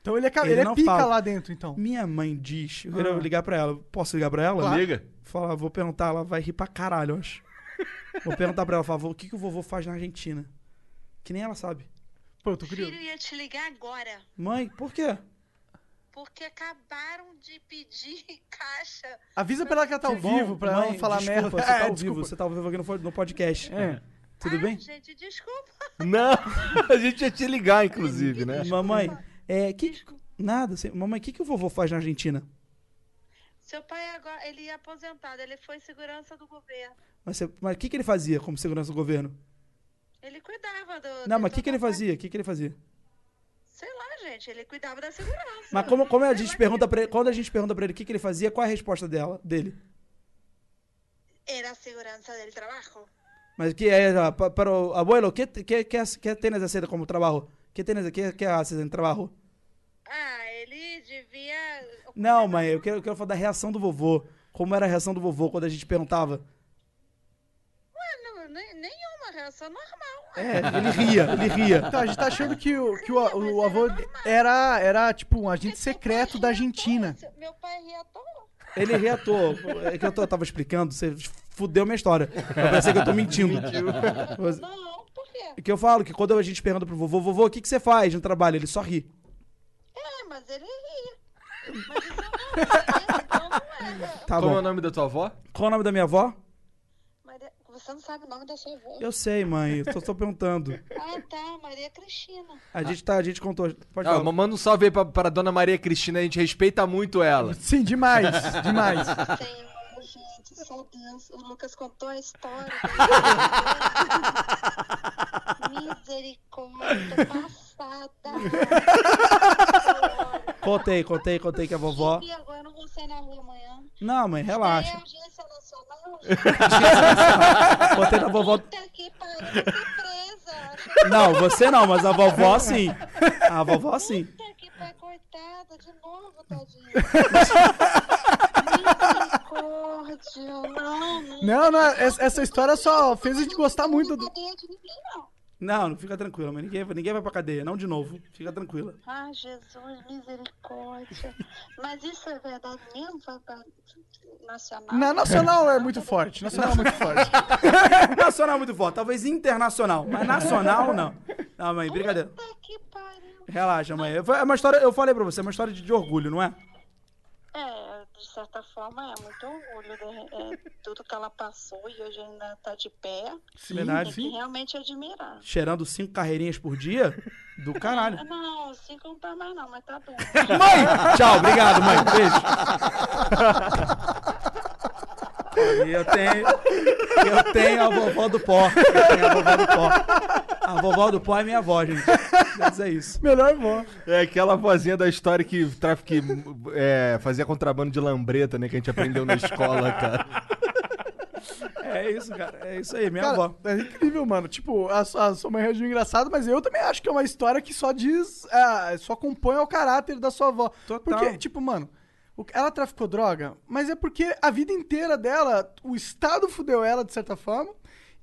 Então ele é, ca-
Ele
ele é
não
pica
fala.
lá dentro, então.
Minha mãe diz. Eu
Ah.
quero ligar pra ela. Posso ligar pra ela?
Liga.
Fala, vou perguntar, ela vai rir pra caralho, eu acho. Vou perguntar pra ela, fala, o que, que o vovô faz na Argentina? Que nem ela sabe.
Pô, eu tô
Filho,
curioso.
eu ia te ligar agora,
Mãe, por quê?
porque acabaram de pedir [laughs] caixa.
Avisa pra ela que ela tá ao
Bom,
vivo, pra ela
mãe,
não falar
desculpa,
merda.
Você
[laughs] É,
tá ao
desculpa.
vivo, você tá ao vivo aqui no, no podcast.
É.
Tudo
Ah,
bem?
Gente, desculpa.
Não, [laughs] a gente ia te ligar, inclusive, né?
Mamãe,
tá."
é. Que, nada, você- mamãe, o que, que o vovô faz na Argentina?
Seu pai agora, ele é aposentado, ele foi segurança do governo.
Mas você- mas o que, que ele fazia como segurança do governo?
Ele cuidava do.
Não,
de
mas o que, que ele
toda a parte-
fazia? O que, que ele fazia?
Sei lá, gente, ele cuidava da segurança.
Mas como, como é a
Sei
gente
lá.
pergunta pra ele, quando a gente pergunta pra ele o que, que ele fazia, qual é a resposta dela, dele?
Era a segurança dele trabalho.
Mas que era, pa- para o abuelo, que, que, que, as- que tienes a hacer como trabalho? Que tienes, que, que haces em trabalho?
Ah, ele devia.
Não, mãe, eu quero, eu quero falar da reação do vovô. Como era a reação do vovô quando a gente perguntava?
Ah, não, nem- nenhuma reação normal.
É, ele ria, ele ria.
Então, a gente tá achando que o, que o, o avô era, era, tipo, um agente secreto da Argentina.
Meu pai ria à toa.
Ele ria à toa. É que eu, tô- eu tava explicando, você fudeu minha história. Eu pensei que eu tô mentindo. Você-
Não, por quê?
Que eu falo que quando a gente pergunta pro vovô, vovô, o que, que você faz no trabalho? Ele só ri.
É, mas ele ria. Mas isso é não, então não, não era.
Tá
Como é o
bom.
nome da tua avó?
Qual o nome da minha avó?
Maria, você não sabe o nome da sua avó?
Eu sei, mãe. Eu só tô perguntando.
Ah, tá, Maria Cristina.
A gente tá, a gente contou. Pode
Ah,
falar.
ma- manda um salve aí pra, pra dona Maria Cristina, a gente respeita muito ela.
Sim, demais, demais.
Senhor, gente, só Deus. O Lucas contou a história. Misericórdia, passada.
Contei, contei, contei que a vovó.
E agora eu não vou sair na rua amanhã.
Não, mãe,
É
relaxa.
audiência nacional, gente.
Contei da vovó.
Puta que pariu, eu vou ser presa.
Não, você não, mas a vovó sim. [laughs] A vovó sim.
Puta que pariu, coitada, de novo,
[laughs]
tadinha. Misericórdia, não, não.
Não, não, essa essa história só fez a gente gostar muito do...
cadeia de ninguém, não.
Não, não fica tranquila, mãe. Ninguém, ninguém vai pra cadeia, não de novo. Fica tranquila.
Ai, Jesus, misericórdia. Mas isso é verdade mesmo? Foi pra nacional?
Na nacional é muito forte, nacional é muito forte.
Nacional é muito forte, talvez internacional, mas nacional não. Não, mãe, brincadeira.
Puta que pariu.
Relaxa, mãe. Foi- É uma história, eu falei pra você, é uma história de, de orgulho, não é?
É, de certa forma, é muito orgulho. né? É, tudo que ela passou e hoje ainda tá de pé.
Sim,
Verdade.
Tem que realmente admirar.
Cheirando cinco carreirinhas por dia, do caralho.
Não, cinco não tá mais não, mas tá bom.
Mãe! Tchau, obrigado, mãe. Beijo. E eu tenho. Eu tenho a vovó do pó. Eu tenho a vovó do pó. A vovó do pó é minha avó, gente. Mas é isso.
Melhor vó.
É aquela vozinha da história que, traf- que é, fazia contrabando de lambreta, né? Que a gente aprendeu na escola, cara.
É isso, cara. É isso aí, minha
Cara,
avó.
é incrível, mano. Tipo, a, su- a sua mãe reagiu engraçado, mas eu também acho que é uma história que só diz. ah, só compõe o caráter da sua avó.
Total.
Porque, tipo, mano, o- ela traficou droga, mas é porque a vida inteira dela, o Estado fudeu ela, de certa forma.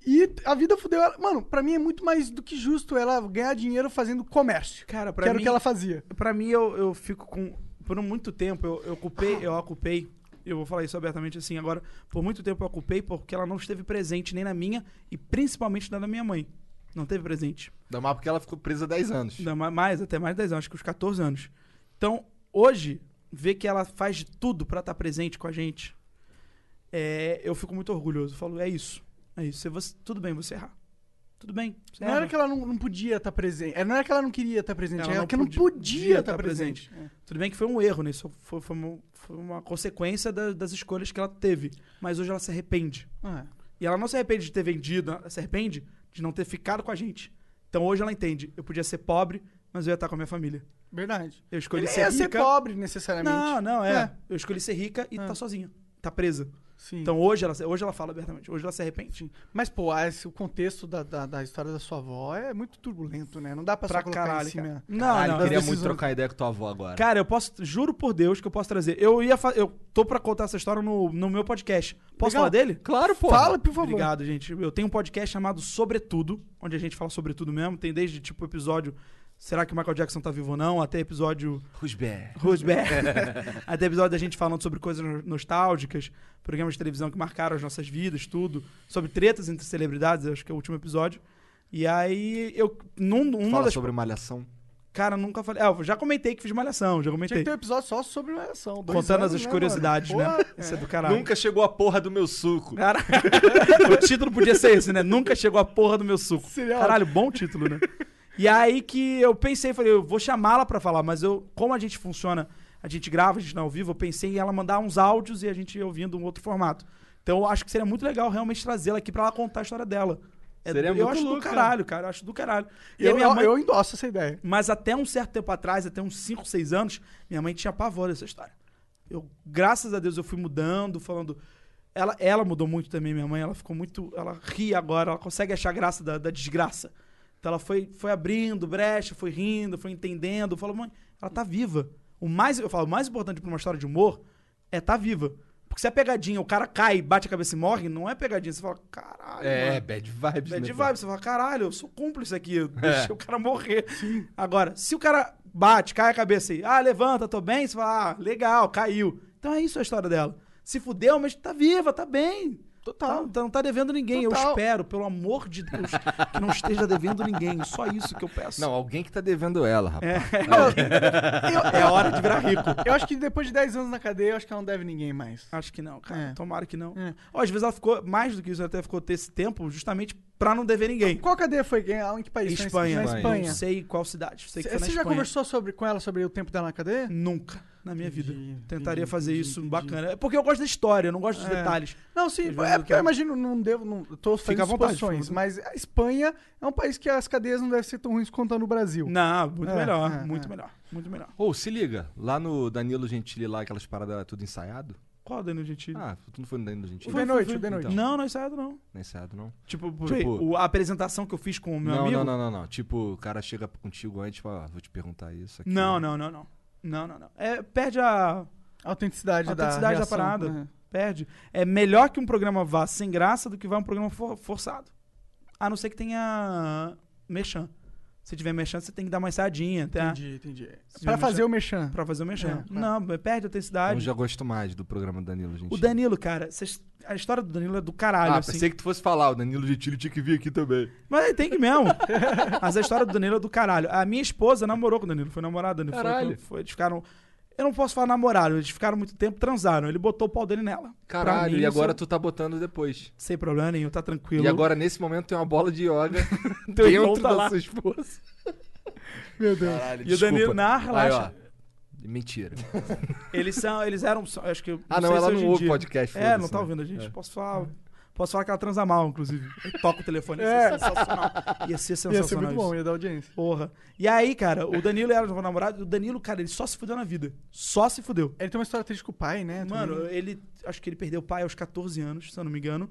E a vida fudeu ela. Mano, pra mim é muito mais do que justo ela ganhar dinheiro fazendo comércio.
Cara, pra
que era o
mim-
que ela fazia.
Pra mim, eu, eu fico com. Por muito tempo, eu, eu culpei, eu a culpei eu vou falar isso abertamente assim agora, por muito tempo eu a culpei porque ela não esteve presente nem na minha e principalmente na da minha mãe. Não teve presente.
Ainda mais porque ela ficou presa 10 anos.
Ainda ma- mais, até mais de 10 anos, acho que uns 14 anos. Então, hoje, ver que ela faz de tudo pra estar presente com a gente, é, eu fico muito orgulhoso. Eu falo, é isso. É isso. Se Você, tudo bem você errar. Tudo bem. Você
Não
erra.
era que ela não, não podia estar presente. é, Não era que ela não queria estar presente,
Ela
era
não
que ela não
podia-
podia
tá
estar presente.
presente. Tudo bem que foi um erro, né? Isso foi, foi uma, foi uma consequência da- das escolhas que ela teve. Mas hoje ela se arrepende.
Ah,
E ela não se arrepende de ter vendido, ela se arrepende de não ter ficado com a gente. Então hoje ela entende. Eu podia ser pobre, mas eu ia estar com a minha família.
verdade.
Eu escolhi
Ele
ser
ia
rica.
ser pobre, necessariamente.
Não, não, é.
É.
Eu escolhi ser rica e tá sozinha. Tá presa.
Sim.
Então hoje ela, hoje ela fala abertamente. Hoje ela se arrepende.
Mas, pô, ah, esse- o contexto da, da, da história da sua avó é muito turbulento, né? Não dá pra, só
Pra
colocar
caralho,
em cima.
cara.
Ah,
Não,
eu
não.
queria
decisões-
muito trocar ideia com tua avó agora.
Cara, eu posso. Juro por Deus que eu posso trazer. Eu ia fa- Eu tô pra contar essa história no, no meu podcast. Posso
Legal.
falar dele?
Claro, pô.
Fala, por favor.
Obrigado, gente. Eu tenho um podcast chamado Sobretudo, onde a gente fala sobre tudo mesmo. Tem desde, tipo, episódio Será que o Michael Jackson tá vivo ou não? Até episódio
Rusber.
[laughs]
Roosberg. Até episódio da gente falando sobre coisas no- nostálgicas, programas de televisão que marcaram as nossas vidas, tudo. Sobre tretas entre celebridades, acho que é o último episódio. E aí, eu... Num, uma
Fala
das...
sobre malhação.
Cara, nunca falei... Ah, eu já comentei que fiz malhação, já
Tinha
comentei.
que ter um episódio só sobre malhação. dois
Contando
anos,
as
né,
curiosidades,
mano?
né?
Porra,
Isso é do caralho.
Nunca chegou a porra do meu suco.
Cara, [laughs] o título podia ser esse, né? Nunca chegou a porra do meu suco.
Seria
Caralho, bom título, né? [laughs] E aí que eu pensei, falei, eu vou chamá-la pra falar, mas eu, como a gente funciona, a gente grava, a gente não é ao vivo, eu pensei em ela mandar uns áudios e a gente ouvindo um outro formato. Então eu acho que seria muito legal realmente trazê-la aqui pra ela contar a história dela. É,
Seria
eu
muito
acho
louco,
do caralho, cara. Eu acho do caralho. E a
Eu,
minha
eu,
mãe-
eu endosso essa ideia.
[laughs] mas até um certo tempo atrás, até uns 5, 6 anos, minha mãe tinha pavor dessa história. Eu, graças a Deus, eu fui mudando, falando. Ela, ela mudou muito também, minha mãe. Ela ficou muito. Ela ri agora, ela consegue achar graça da, da desgraça. Então ela foi, foi abrindo brecha, foi rindo, foi entendendo. Eu falo, mãe, ela tá viva. O mais, eu falo, o mais importante pra uma história de humor é tá viva. Porque se é pegadinha, o cara cai, bate a cabeça e morre, não é pegadinha. Você fala, caralho. mano.
É, bad vibes. né,
É de
pô? É.
vibe, você fala, caralho, eu sou cúmplice aqui, eu deixei o cara morrer. Agora, se o cara bate, cai a cabeça aí, ah, levanta, tô bem, você fala, ah, legal, caiu. Então é isso a história dela. Se fudeu, mas tá viva, tá bem. Total. não tá devendo ninguém. Eu
Total.
espero, pelo amor de Deus, que não esteja devendo ninguém. Só isso que eu peço.
Não, alguém que tá devendo ela, rapaz.
É hora de virar rico. Ah,
Eu acho que depois de 10 anos na cadeia, eu acho que ela não deve ninguém mais.
Acho que não, cara.
É.
Tomara que não.
É.
Ó, às vezes ela ficou, mais do que isso, ela até ficou ter esse tempo justamente pra não dever ninguém.
Qual cadeia foi? Em que país? Foi na-
Espanha.
Na
Não
Espanha.
sei qual cidade. Sei que foi na
Você já
Espanha.
conversou sobre, com ela sobre o tempo dela na cadeia?
Nunca na minha
Entendi,
vida.
entendi,
Tentaria fazer
entendi,
isso
entendi.
bacana. É porque eu gosto da história, eu não gosto dos
É.
detalhes.
Não, sim,
Às vezes
é
eu
porque eu
quero-
imagino, não devo, não, eu tô
Fica
fazendo
à vontade,
suposições,
fica à
mas a Espanha é um país que as cadeias não devem ser tão ruins quanto a no Brasil.
Não, muito
É,
melhor,
é,
muito
é.
melhor, muito melhor.
Ô, se liga. Lá no Danilo Gentili, lá, aquelas paradas era tudo ensaiado.
Qual, Danilo Gentili?
Ah, tu não foi no Danilo
O
Gentili?
de noite, o de noite.
Não, não é ensaiado, não.
Não é ensaiado, não.
Tipo,
Tipo-
o- a apresentação que eu fiz com o meu
não,
amigo.
não, não, não, não. Tipo, o cara chega contigo antes e fala, ah, vou te perguntar isso aqui. né?"
Não, não, não, não. Não, não, não. É, perde a.
A autenticidade,
A autenticidade da
reação,
parada.
né?
Perde. É melhor que um programa vá sem graça do que vá um programa for- forçado. A não ser que tenha. Merchan. Se tiver merchan, você tem que dar uma ensaiadinha, tá?
Entendi, entendi.
Se
Pra
já
fazer
mexer-
o mechan.
Pra fazer o merchan.
É, é.
Não, perde a autenticidade.
Eu já gosto mais do programa do Danilo Gentili.
O Danilo, cara, cês- a história do Danilo é do caralho,
Ah,
assim.
pensei que tu fosse falar, o Danilo Gentili tinha que vir aqui também.
Mas ele tem que mesmo. [laughs] Mas a história do Danilo é do caralho. A minha esposa namorou com o Danilo, foi namorada do Danilo. Foi-
Caralho.
Foi, eles ficaram. Eu não posso falar namoraram, eles ficaram muito tempo, transaram. Ele botou o pau dele nela. Pra
Caralho,
mim,
e
isso-
agora tu tá botando depois.
Sem problema nenhum, tá tranquilo.
E agora, nesse momento, tem uma bola de yoga
[laughs] Teu irmão
dentro
tá
da
lá.
sua esposa.
Meu Deus.
Caralho,
E o Danilo, não, relaxa.
Aí, ó. Mentira.
Eles são, eles eram. só- Acho que. eu
Ah, não,
sei
ela
se hoje
não
em
ouve
dia.
podcast,
É,
foda-se,
não tá
né?
ouvindo, gente.
É.
Posso falar. Posso falar que ela transa mal, inclusive. Eu toco o telefone, ia
É.
ser sensacional. Ia ser sensacional.
Ia ser muito
isso.
bom, ia dar audiência.
Porra. E aí, cara, o Danilo era o namorado. O Danilo, cara, ele só se fudeu na vida. Só se fudeu.
Ele tem uma história triste com o pai, né?
Mano,
também.
ele. Acho que ele perdeu o pai aos 14 anos, se eu não me engano.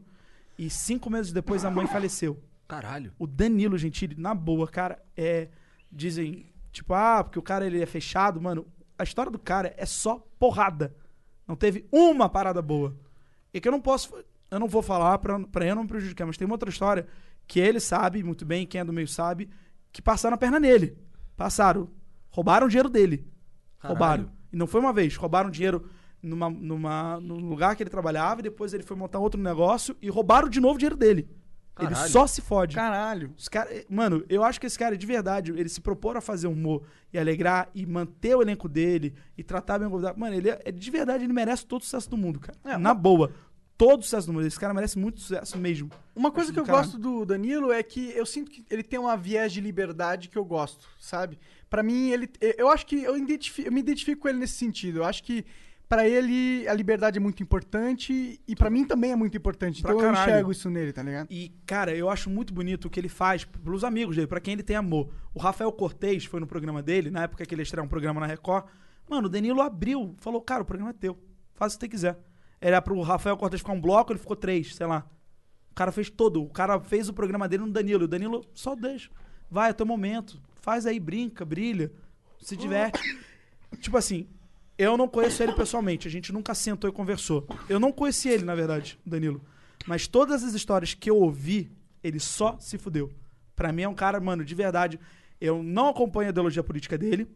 E cinco meses depois a mãe faleceu.
Caralho.
O Danilo Gentili, na boa, cara, é. Dizem, tipo, ah, porque o cara ele é fechado, mano. A história do cara é só porrada. Não teve uma parada boa. E que eu não posso. Eu não vou falar pra, pra eu não prejudicar, mas tem uma outra história que ele sabe muito bem, quem é do meio sabe, que passaram a perna nele. Passaram. Roubaram o dinheiro dele. Roubaram. E não foi uma vez, roubaram dinheiro. numa, numa, num lugar que ele trabalhava, e depois ele foi montar outro negócio e roubaram de novo o dinheiro dele. Ele
Caralho.
só se fode.
Caralho.
Os cara, eh, mano, eu acho que esse cara, de verdade, ele se propor a fazer humor e alegrar e manter o elenco dele e tratar bem o convidado. Mano, ele é, de verdade, ele merece todo o sucesso do mundo, cara. Na boa. Todo o sucesso do mundo. Esse cara merece muito sucesso mesmo.
Uma coisa
Acho
que eu
do caralho.
gosto do Danilo é que eu sinto que ele tem uma viés de liberdade que eu gosto, sabe? Pra mim, ele. Eu acho que eu, identifi- eu me identifico com ele nesse sentido. Eu acho que pra ele a liberdade é muito importante e pra mim também é muito importante.
Pra
então eu
caralho.
enxergo isso nele, tá ligado?
E, cara, eu acho muito bonito o que ele faz pelos amigos dele, pra quem ele tem amor. O Rafael Cortez foi no programa dele, na época que ele estreou um programa na Record. Mano, o Danilo abriu, falou, cara, o programa é teu. Faz o que você quiser. Era pro Rafael Cortez ficar um bloco, ele ficou três, sei lá. O cara fez todo. O cara fez o programa dele no Danilo. E o Danilo só deixa. Vai, é teu momento. Faz aí, brinca, brilha, se diverte. tipo assim, eu não conheço ele pessoalmente. A gente nunca sentou e conversou. Eu não conheci ele, na verdade, Danilo. Mas todas as histórias que eu ouvi, ele só se fudeu. Pra mim é um cara, mano, de verdade. Eu não acompanho a ideologia política dele.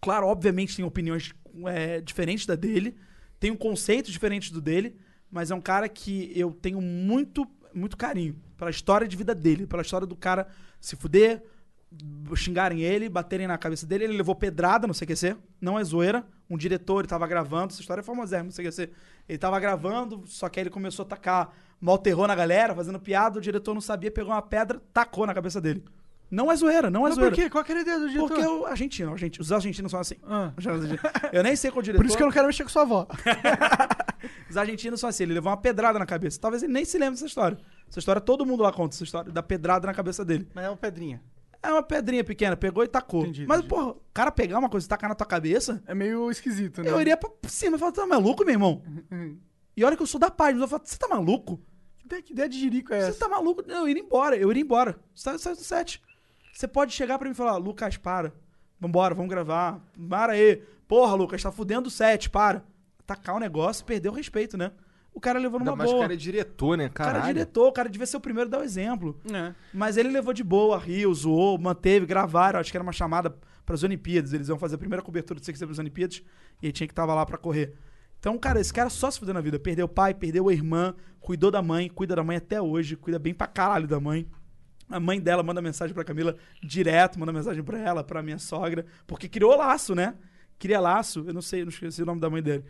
Claro, obviamente tem opiniões é, diferentes da dele, tem um conceito diferente do dele, mas é um cara que eu tenho muito, muito carinho pela história de vida dele, pela história do cara se fuder, b- xingarem ele, baterem na cabeça dele. Ele levou pedrada no CQC, não é zoeira. Um diretor, ele tava gravando, essa história é famosérrima no CQC. Ele tava gravando, só que aí ele começou a tacar mal terror na galera, fazendo piada, o diretor não sabia, pegou uma pedra, tacou na cabeça dele. Não é zoeira, não é
Mas
zoeira.
por quê? Qual que era a ideia do diretor?
Porque o argentino, argentino, os argentinos são assim.
Ah.
[laughs] Os argentinos- Eu nem sei qual diretor.
Por isso que eu não quero mexer com sua avó.
Os argentinos são assim, ele levou uma pedrada na cabeça. Talvez ele nem se lembre dessa história. Essa história, todo mundo lá conta essa história, da pedrada na cabeça dele.
Mas é uma pedrinha.
É uma pedrinha pequena, pegou e tacou.
Entendi,
Mas,
entendi.
porra, o cara pegar uma coisa e tacar na tua cabeça,
É meio esquisito, né?
eu iria pra cima e falar, tá maluco,
[laughs]
meu irmão? E olha que eu sou da paz, mas eu falo, você tá maluco?
Que ideia- Que ideia de jirico é
Você
essa?
tá maluco? Não, eu iria embora, eu iria embora. Sai, sai do set. Você pode chegar pra mim e falar, Lucas, para. Vambora, vamos gravar. Para aí. Porra, Lucas, tá fudendo o set, para. Tacar o negócio e perder o respeito, né? O cara levou numa
Ainda mais que o
boa.
cara é diretor, né?
O cara
Caralho.
é diretor, o cara devia ser o primeiro a dar o exemplo.
É.
Mas ele levou de boa, riu, zoou, manteve, gravaram. Acho que era uma chamada para as Olimpíadas. Eles iam fazer a primeira cobertura do CQC para as Olimpíadas e ele tinha que estar lá para correr. Então, cara, esse cara só se fudeu na vida. Perdeu o pai, perdeu a irmã, cuidou da mãe, cuida da mãe até hoje, cuida bem pra caralho da mãe. A mãe dela manda mensagem pra Camila direto, manda mensagem pra ela, pra minha sogra, porque criou laço, né? Cria laço, eu não sei, eu não esqueci o nome da mãe dele.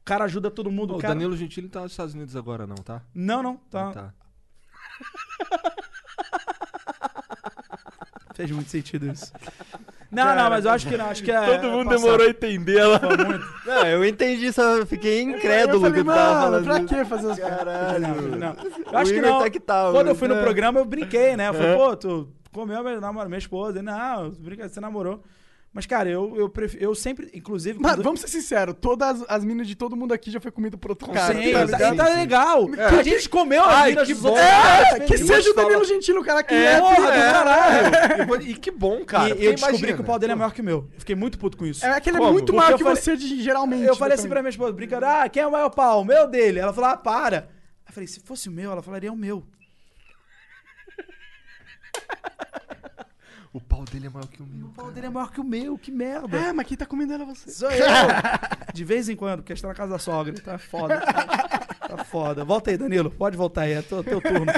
O cara ajuda todo mundo.
Pô,
o
o
cara...
Danilo Gentili não tá nos Estados Unidos agora, não, tá?
Não, não,
Não
tá. Fez muito sentido isso. [laughs] Não, não, mas eu acho que não, acho que é.
Todo mundo demorou a entender ela.
[laughs]
Não, eu entendi, só eu fiquei incrédulo
eu falei,
que tu tava
mano, pra
falando.
que fazer os caras?
Não, não. Eu
O
acho que
Igor
não.
tá que tá,
Quando eu
mano.
fui
né?
no
É.
programa, eu brinquei, né? Eu falei, pô, tu comeu meu namoro, minha esposa. Ele, não, brinca, você namorou. Mas, cara, eu, eu, prefiro, eu sempre, inclusive.
Mano,
quando-
vamos ser sinceros, todas as, as minas de todo mundo aqui já foi comida por outro cara.
Sim,
tá
tá,
ligado?
tá legal. A gente comeu as minas dos outros
É,
caras,
que
feliz.
seja o Danilo Gentili, o cara que é,
porra,
filho
do
do
caralho.
[laughs] E, pô, e que bom, cara.
e
porque
eu descobri
imagina.
que o pau dele é maior que o meu. Eu Fiquei muito puto com isso.
É tipo que ele é
Como?
muito
Porque
maior
eu
que
falei-
você de- geralmente. né,
Eu falei assim pra
dependendo.
minha esposa, brincando, ah, quem é o maior pau? O meu dele. Ela falou, ah, para. Eu falei, se fosse o meu, ela falaria "É o meu.
O pau dele é maior que o meu.
O pau dele é maior que o meu, que merda.
É, mas quem tá comendo ela é você.
Sou eu. [laughs] De vez em quando, porque está na casa da sogra. Tá foda. Tá foda. Volta aí, Danilo. Pode voltar aí. É teu, teu turno.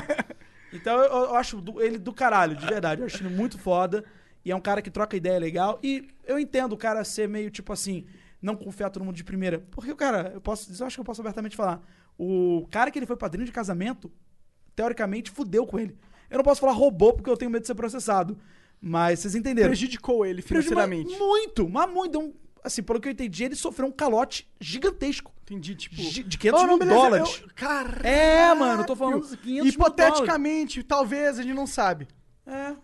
Então eu, eu acho do- ele do caralho, de verdade. Eu acho ele muito foda. E é um cara que troca ideia legal. E eu entendo o cara ser meio tipo assim, não confiar todo mundo de primeira. Porque o cara, eu posso, isso eu acho que eu posso abertamente falar. O cara que ele foi padrinho de casamento, teoricamente, fudeu com ele. Eu não posso falar roubou porque eu tenho medo de ser processado. Mas vocês entenderam.
Prejudicou ele
Prejuízo, mas
financeiramente.
Muito, mas muito. Deu um- Assim, pelo que eu entendi, ele sofreu um calote gigantesco.
Entendi, tipo.
De, de 500
"Oh, não,
mil
beleza,
dólares.
eu- Cara.
É, mano, eu tô falando. Hipoteticamente.
Hipoteticamente, talvez, a gente não sabe.
É,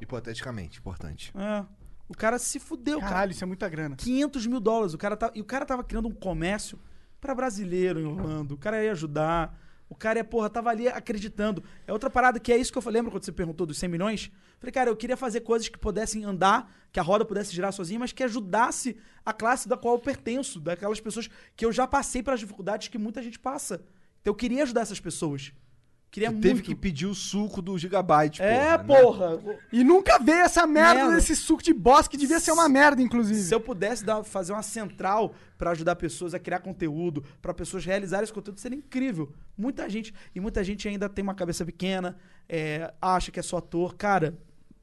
Hipoteticamente, importante.
é. O cara se fudeu, cara.
Caralho, isso é muita grana.
500 mil dólares. O cara tá, e o cara tava criando um comércio pra brasileiro em Orlando. O cara ia ajudar. O cara ia, porra, tava ali acreditando. É outra parada que é isso que eu falei. Lembra quando você perguntou dos 100 milhões? Falei, cara, eu queria fazer coisas que pudessem andar, que a roda pudesse girar sozinha, mas que ajudasse a classe da qual eu pertenço, daquelas pessoas que eu já passei pelas dificuldades que muita gente passa. Então eu queria ajudar essas pessoas. Queria
Tu
muito.
teve que pedir o suco do Gigabyte, né?
É, porra.
E nunca veio essa merda
Merda.
desse suco de boss que devia ser uma merda, inclusive.
Se eu pudesse dar- fazer uma central pra ajudar pessoas a criar conteúdo, pra pessoas realizarem esse conteúdo, seria incrível. Muita gente, e muita gente ainda tem uma cabeça pequena, é, acha que é só ator. Cara,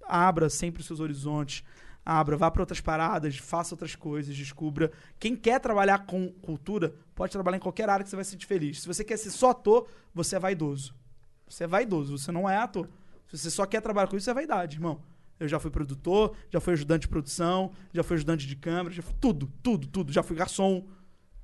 abra sempre os seus horizontes. Abra, vá pra outras paradas, faça outras coisas, descubra. Quem quer trabalhar com cultura, pode trabalhar em qualquer área que você vai se sentir feliz. Se você quer ser só ator, você é vaidoso. Você é vaidoso, você não é ator. Se você só quer trabalhar com isso, é vaidade, irmão. Eu já fui produtor, já fui ajudante de produção, já fui ajudante de câmera, já fui tudo, tudo, tudo. Já fui garçom,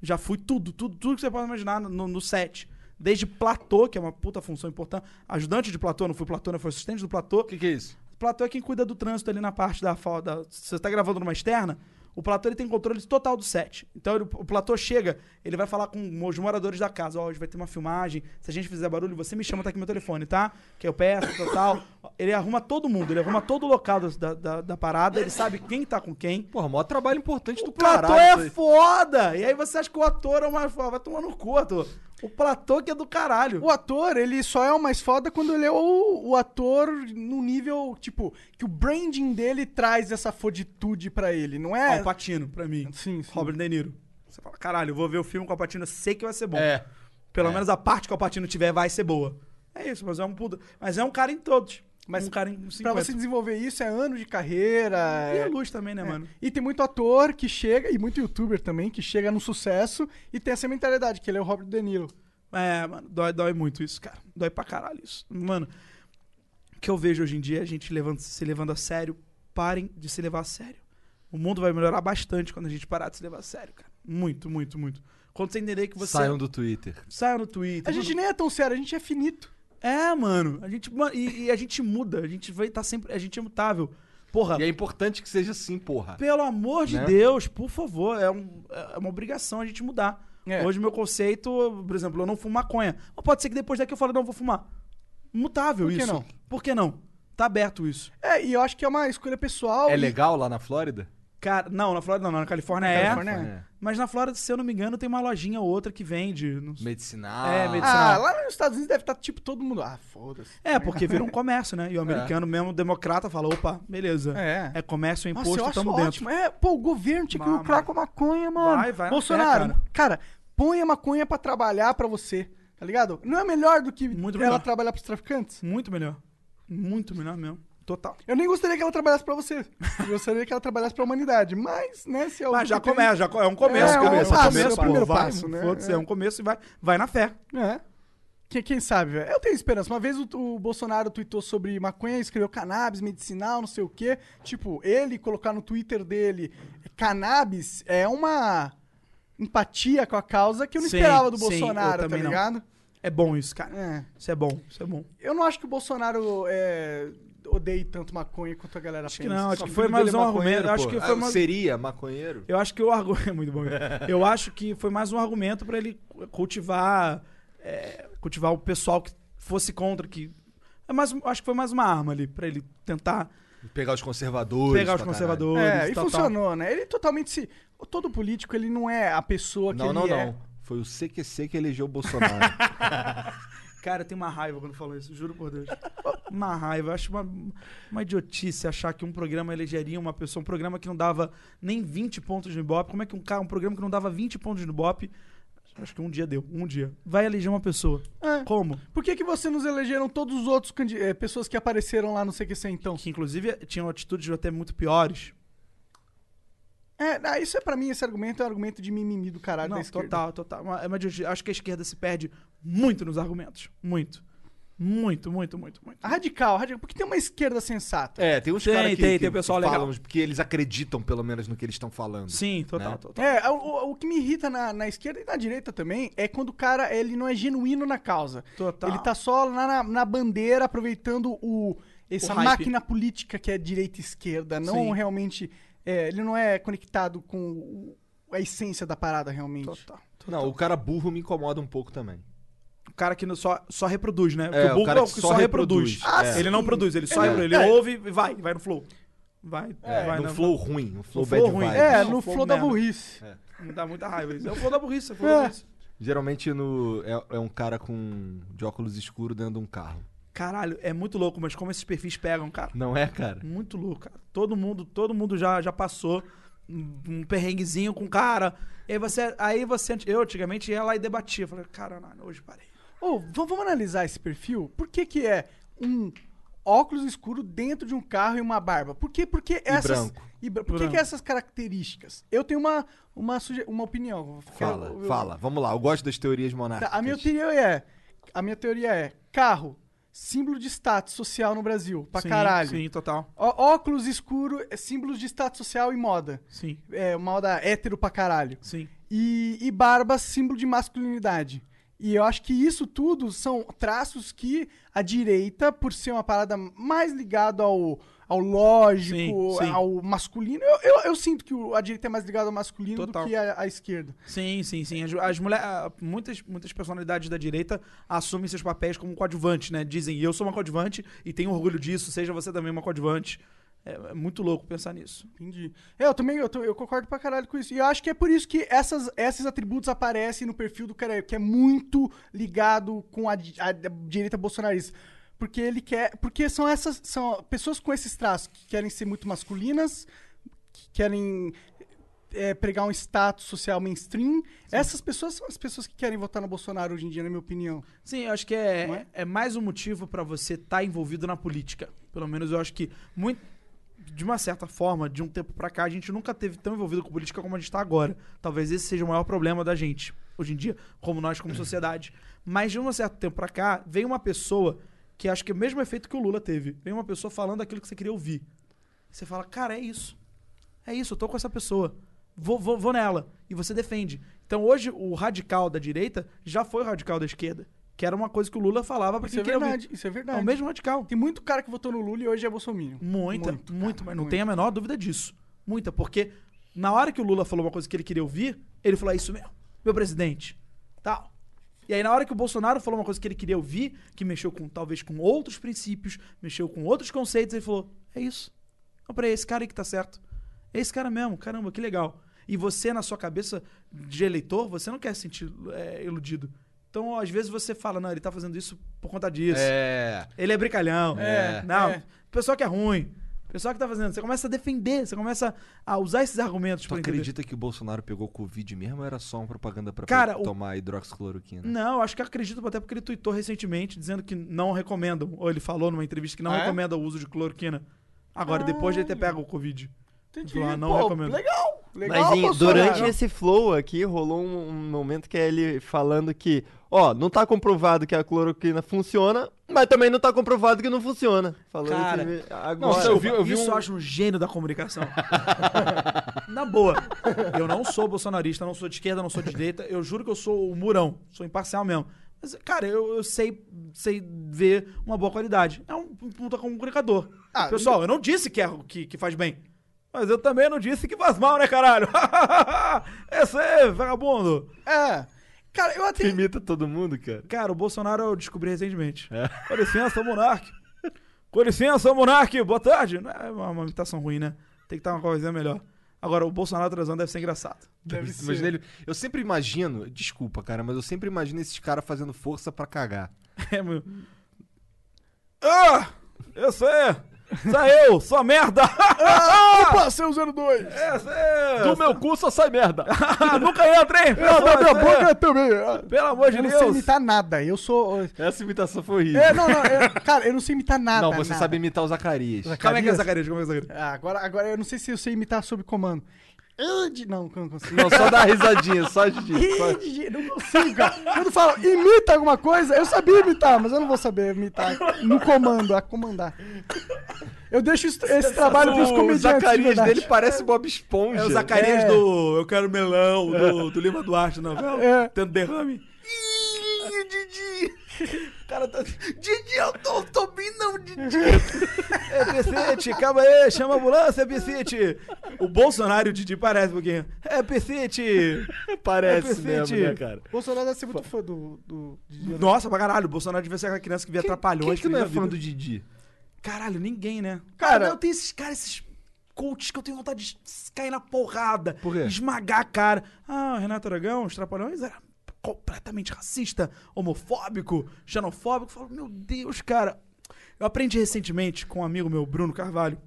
já fui tudo, tudo, tudo que você pode imaginar no, no set. Desde platô, que é uma puta função importante. Ajudante de platô, não fui platô, não fui assistente do platô.
O que, que é isso?
O platô é quem cuida do trânsito ali na parte da falda. Você está gravando numa externa, o platô ele tem controle total do set. Então ele- o platô chega, ele vai falar com os moradores da casa. Ó, hoje vai ter uma filmagem. Se a gente fizer barulho, você me chama, tá aqui meu telefone, tá? Que eu peço, tal, tal. Ele arruma todo mundo, ele arruma todo o local da, da, da parada, ele sabe quem tá com quem.
Porra, maior trabalho importante do
O platô
caralho, isso
é
aí.
foda! E aí você acha que o ator é uma. Vai tomar no cu, ator. O platô que é do caralho.
O ator, ele só é o mais foda quando ele é o, o ator no nível, tipo, que o branding dele traz essa foditude pra ele, não
É
é?
o Patino, pra mim.
Sim, sim.
Robert De Niro. Você fala, caralho, eu vou ver o filme com o Patino, eu sei que vai ser bom.
É.
Pelo menos a parte que o Patino tiver vai ser boa. É isso, mas é um puta. Mas é um cara em todos. Mas um cara em 50.
Pra você desenvolver isso é ano de carreira.
E a
é-
luz também, né, mano?
E tem muito ator que chega, e muito youtuber também, que chega no sucesso e tem essa mentalidade, que ele é o Robert De Niro.
É, mano, dói, dói muito isso, cara. Dói pra caralho isso. Mano, o que eu vejo hoje em dia é a gente levando- se levando a sério. Parem de se levar a sério. O mundo vai melhorar bastante quando a gente parar de se levar a sério, cara. Muito, muito, muito. Quando você entender que você.
Saiam do Twitter.
Saiam no Twitter.
A gente nem é tão sério, a gente é finito.
É, mano. A gente, ma- e, e a gente muda. A gente vai estar sempre. A gente é mutável. Porra,
E é importante que seja assim, porra.
pelo amor de
Né?
Deus, por favor. É, um- é uma obrigação a gente mudar.
É.
Hoje, meu conceito, por exemplo, eu não fumo maconha. Mas pode ser que depois daqui eu fale, não, eu vou fumar. Mutável
Por que
isso.
não?
Por que não? Tá aberto isso.
É, e eu acho que é uma escolha pessoal.
É
e-
legal lá na Flórida?
Cara, não, na Flórida não, na Califórnia
Na
é.
Califórnia
Mas na Flórida, se eu não me engano, tem uma lojinha ou outra que vende. não sei.
Medicinal.
É, medicinal.
Ah, lá nos Estados Unidos deve estar, tipo, todo mundo. Ah, foda-se.
É,
[laughs]
porque virou um comércio, né? E o americano mesmo, democrata, fala, opa, beleza.
É.
É comércio, é
Nossa,
imposto,
eu acho
tamo dentro.
ótimo. É, pô, o governo tinha que
Vai,
lucrar
mano.
com a maconha, mano.
Vai, é, vai na
Bolsonaro,
fé,
cara. põe a maconha pra trabalhar pra você, tá ligado? Não é melhor do que
Muito
ela
melhor.
trabalhar pros traficantes?
Muito melhor. Muito melhor mesmo. Total.
Eu nem gostaria que ela trabalhasse pra você. Eu gostaria que ela trabalhasse pra humanidade, mas, né, se é o
Mas já
que tem-
começa, já co- é um começo,
É, é um
começo,
passo,
começo,
é o
pô,
primeiro
vai,
passo, né?
foda-se,
É.
é um começo e vai, vai na fé.
É. Que, quem sabe, velho? Eu tenho esperança. Uma vez o, o Bolsonaro tweetou sobre maconha, escreveu cannabis medicinal, não sei o quê. Tipo, ele colocar no Twitter dele cannabis é uma empatia com a causa que eu não
Sim,
esperava do
sim, eu
Bolsonaro, tá
também não.
ligado?
É bom isso, cara.
É.
Isso é bom, isso é bom.
Eu não acho que o Bolsonaro é, odeie tanto maconha quanto a galera
Acho que
pensa.
não, acho
Só
que
o
foi
filho
mais
dele
um
é maconheiro,
argumento. Acho
pô.
que foi
Ah,
mais...
Seria maconheiro?
Eu acho que o [laughs] argumento. muito bom. Eu acho que foi mais um argumento pra ele cultivar. é, cultivar o pessoal que fosse contra, que. É mais, um- acho que foi mais uma arma ali, pra ele tentar
Pegar os conservadores.
pegar os
pra
conservadores.
É, e
tal, tal.
funcionou, né? Ele totalmente se... Todo político, ele não é a pessoa que
caralho. Não, não,
ele é.
não. Foi o CQC que elegeu o Bolsonaro.
[laughs] Cara, eu tenho uma raiva quando falam isso, juro por Deus. Uma raiva. Eu acho uma, uma idiotice achar que um programa elegeria uma pessoa, um programa que não dava nem 20 pontos no Ibope. Como é que um cara, um programa que não dava 20 pontos no Ibope, acho que um dia deu, um dia, vai eleger uma pessoa?
É.
Como?
Por que, que você nos elegeram todos os outros candi- eh, pessoas que apareceram lá no CQC, então?
Que inclusive tinham atitudes até muito piores.
É, ah, isso é pra mim, esse argumento é um argumento de mimimi do caralho da
Não,
esquerda.
total, total. Uma- é uma idiotice. Acho que a esquerda se perde muito nos argumentos. Muito. Muito, muito, muito, muito.
A Radical, a radical. Porque tem uma esquerda sensata.
É, tem uns
Tem,
caras que,
tem,
que,
tem pessoal
que falam,
legal.
porque eles acreditam pelo menos no que eles estão falando.
Sim, total,
Né?
total.
É, o- o, o que me irrita na, na esquerda e na direita também é quando o cara ele não é genuíno na causa.
Total.
Ele tá só lá na, na bandeira aproveitando o essa
hype.
máquina política que é direita e esquerda, não
Sim.
realmente. é, ele não é conectado com o- a essência da parada realmente.
Total.
Não, o cara burro me incomoda um pouco também.
O cara que não- só, só reproduz, né? Porque
É,
o burro é o que só reproduz. É.
reproduz. Ah,
Ele não produz, ele só reproduz. Ele ouve e vai, vai no flow. Vai, É, vai
num
na-
É, flow ruim, um flow
No
bad
flow ruim.
vibe.
É,
Não,
no
flow
flow da
merda.
burrice.
Me dá muita raiva isso. É o flow da burrice, é o flow
É.
da burrice.
Geralmente no, é, é um cara com de óculos escuro dentro de um carro.
Caralho, é muito louco, mas como esses perfis pegam, cara.
Não é, cara?
Muito louco, cara. Todo mundo, todo mundo já, já passou um um perrenguezinho com o cara. E aí você, aí você, eu antigamente ia lá e debatia. Falei, cara, não, hoje parei.
Ô, v- vamos analisar esse perfil? Por que que é um óculos escuro dentro de um carro e uma barba? Por que, por que essas...
branco.
e bra- por que que essas características? Eu tenho uma, uma, suge... uma opinião. Eu-
Fala,
eu-
fala. Vamos lá, eu gosto das teorias monárquicas.
Tá, a minha teoria é... A minha teoria é... Carro, símbolo de status social no Brasil. Pra
Sim,
caralho.
Sim, total.
Ó- óculos escuro é símbolo de status social e moda.
Sim,
É, uma moda hétero pra caralho.
sim.
e, e barba símbolo de masculinidade. E eu acho que isso tudo são traços que a direita, por ser uma parada mais ligada ao, ao lógico,
Sim, sim.
ao masculino, eu, eu, eu sinto que o- a direita é mais ligada ao masculino
Total.
do que a, a esquerda.
Sim, sim, sim. As, as mulher, ah, muitas, muitas personalidades da direita assumem seus papéis como coadjuvantes, né? Dizem, eu sou uma coadjuvante e tenho orgulho disso, seja você também uma coadjuvante. É, é muito louco pensar nisso.
Entendi. É, Eu também eu, tô- eu concordo pra caralho com isso. E eu acho que é por isso que essas, esses atributos aparecem no perfil do cara que é muito ligado com a, di- a direita bolsonarista. Porque ele quer. Porque são essas. São pessoas com esses traços que querem ser muito masculinas, que querem é, pregar um status social mainstream. Essas pessoas são as pessoas que querem votar no Bolsonaro hoje em dia, na minha opinião.
Sim, eu acho que
Não
é,
é?
é mais um motivo pra você estar envolvido na política. Pelo menos eu acho que muito de uma certa forma, de um tempo pra cá, a gente nunca teve tão envolvido com política como a gente tá agora. Talvez esse seja o maior problema da gente hoje em dia, como nós como sociedade. Mas de um certo tempo pra cá, vem uma pessoa que acho que é o mesmo efeito que o Lula teve. Vem uma pessoa falando aquilo que você queria ouvir. Você fala, cara, é isso. É isso, eu tô com essa pessoa. Vou, vou, vou nela. E você defende. Então hoje o radical da direita já foi o radical da esquerda. Que era uma coisa que o Lula falava pra
Isso
quem
é
queria ouvir.
verdade. Isso é
É
verdade.
o mesmo radical.
Tem muito cara que votou no Lula e hoje é Bolsonaro.
Muita, muito,
Muito, cara,
mas não
muito.
tem a menor dúvida disso. Muita, porque na hora que o Lula falou uma coisa que ele queria ouvir, ele falou: é isso mesmo, meu presidente. Tal. E aí, na hora que o Bolsonaro falou uma coisa que ele queria ouvir, que mexeu com talvez com outros princípios, mexeu com outros conceitos, ele falou: é isso. Não, peraí, esse cara aí que tá certo. É esse cara mesmo, caramba, que legal. E você, na sua cabeça de eleitor, você não quer se sentir é, iludido. Então, às vezes, você fala, não, ele tá fazendo isso por conta disso.
É.
Ele é brincalhão.
É.
Não,
É.
pessoal que é ruim. Pessoal que tá fazendo. Você começa a defender, você começa a usar esses argumentos
Tu
pra entender.
acredita que o Bolsonaro pegou Covid mesmo ou era só uma propaganda pra
Cara, o-
tomar hidroxicloroquina?
Não, acho que eu acredito até porque ele tweetou recentemente dizendo que não recomendam. Ou ele falou numa entrevista que não
Ah, é?
recomenda o uso de cloroquina. Agora, depois de ele ter pego o Covid.
Entendi.
Lá, não
Pô,
recomendo.
Legal. Legal, Ah,
Mas em-
Bolsonaro.
durante esse flow aqui, rolou um, um momento que é ele falando que, ó, não tá comprovado que a cloroquina funciona, mas também não tá comprovado que não funciona. Falando
Cara,
que
não,
agora.
isso
[laughs]
eu vi- eu vi
Isso
um-
eu acho um gênio da comunicação. [laughs] Na boa. Eu não sou bolsonarista, não sou de esquerda, não sou de direita. Eu juro que eu sou o murão. Sou imparcial mesmo. Mas, cara, eu, eu sei, sei ver uma boa qualidade. É um puta comunicador.
Ah,
Pessoal, eu não disse que, é, que, que faz bem. Mas eu também não disse que faz mal, né, caralho? [laughs] Esse é vagabundo.
É. Cara, eu até.
[laughs] Imita todo mundo, cara.
Cara, o Bolsonaro eu descobri recentemente. Com licença, Monark. Com licença, Monark. Boa tarde. Não é uma, uma imitação ruim, né? Tem que estar uma coisinha melhor. Agora, o Bolsonaro transando deve ser engraçado. [laughs]
Deve
Imagina
ser.
ele- Eu sempre imagino, desculpa, cara, mas eu sempre imagino esses caras fazendo força pra cagar.
É, meu. Ah! Eu sei! Saiu! eu, sua merda!
Opa, seu 02!
Do meu cu só sai merda! Nunca entra, hein? Pelo,
da minha boca também! é. Eu
pelo amor de
não sei
Deus!
imitar nada, eu sou.
Essa imitação foi horrível.
É, não, não, eu- [laughs] cara, eu não sei imitar nada.
não, você
É, tá nada.
sabe imitar o
[laughs]
Zacarias.
Como é que é Zacarias? Como é que é Zacarias?
Ah, agora, agora eu não sei se eu sei imitar sob comando. Ide- Não, não consigo.
Não, só dá risadinha, só de. só-
Ide- Não consigo, cara. Quando falam imita alguma coisa, eu sabia imitar, mas eu não vou saber imitar no comando, a comandar. Eu deixo isso- esse trabalho pros
O
comediantes. de
Zacarias
verdade.
dele parece Bob Esponja.
É o Zacarias
É.
do Eu Quero Melão, do, do Lima Duarte, na novela.
É.
Tendo derrame. Ih, Didi! O cara tá. Didi, eu tô, tô bem, não, Didi! é, Picete, calma aí, chama a ambulância, Picete! O Bolsonaro e o Didi parece um pouquinho. É, Picete!
Parece
É perfeito.
mesmo, né, cara?
Bolsonaro deve ser muito fã do. do de-
Nossa, pra caralho, o Bolsonaro devia ser aquela criança que via atrapalhões.
Quem que não é
via vida.
fã do Didi?
Caralho, ninguém, né?
Cara-
Cara, eu tenho esses caras, esses coaches que eu tenho vontade de s- cair na porrada.
Por quê?
Esmagar a cara. Ah, o Renato Aragão, os Trapalhões, era completamente racista, homofóbico, xenofóbico. Eu falo, meu Deus, cara. Eu aprendi recentemente com um amigo meu, Bruno Carvalho.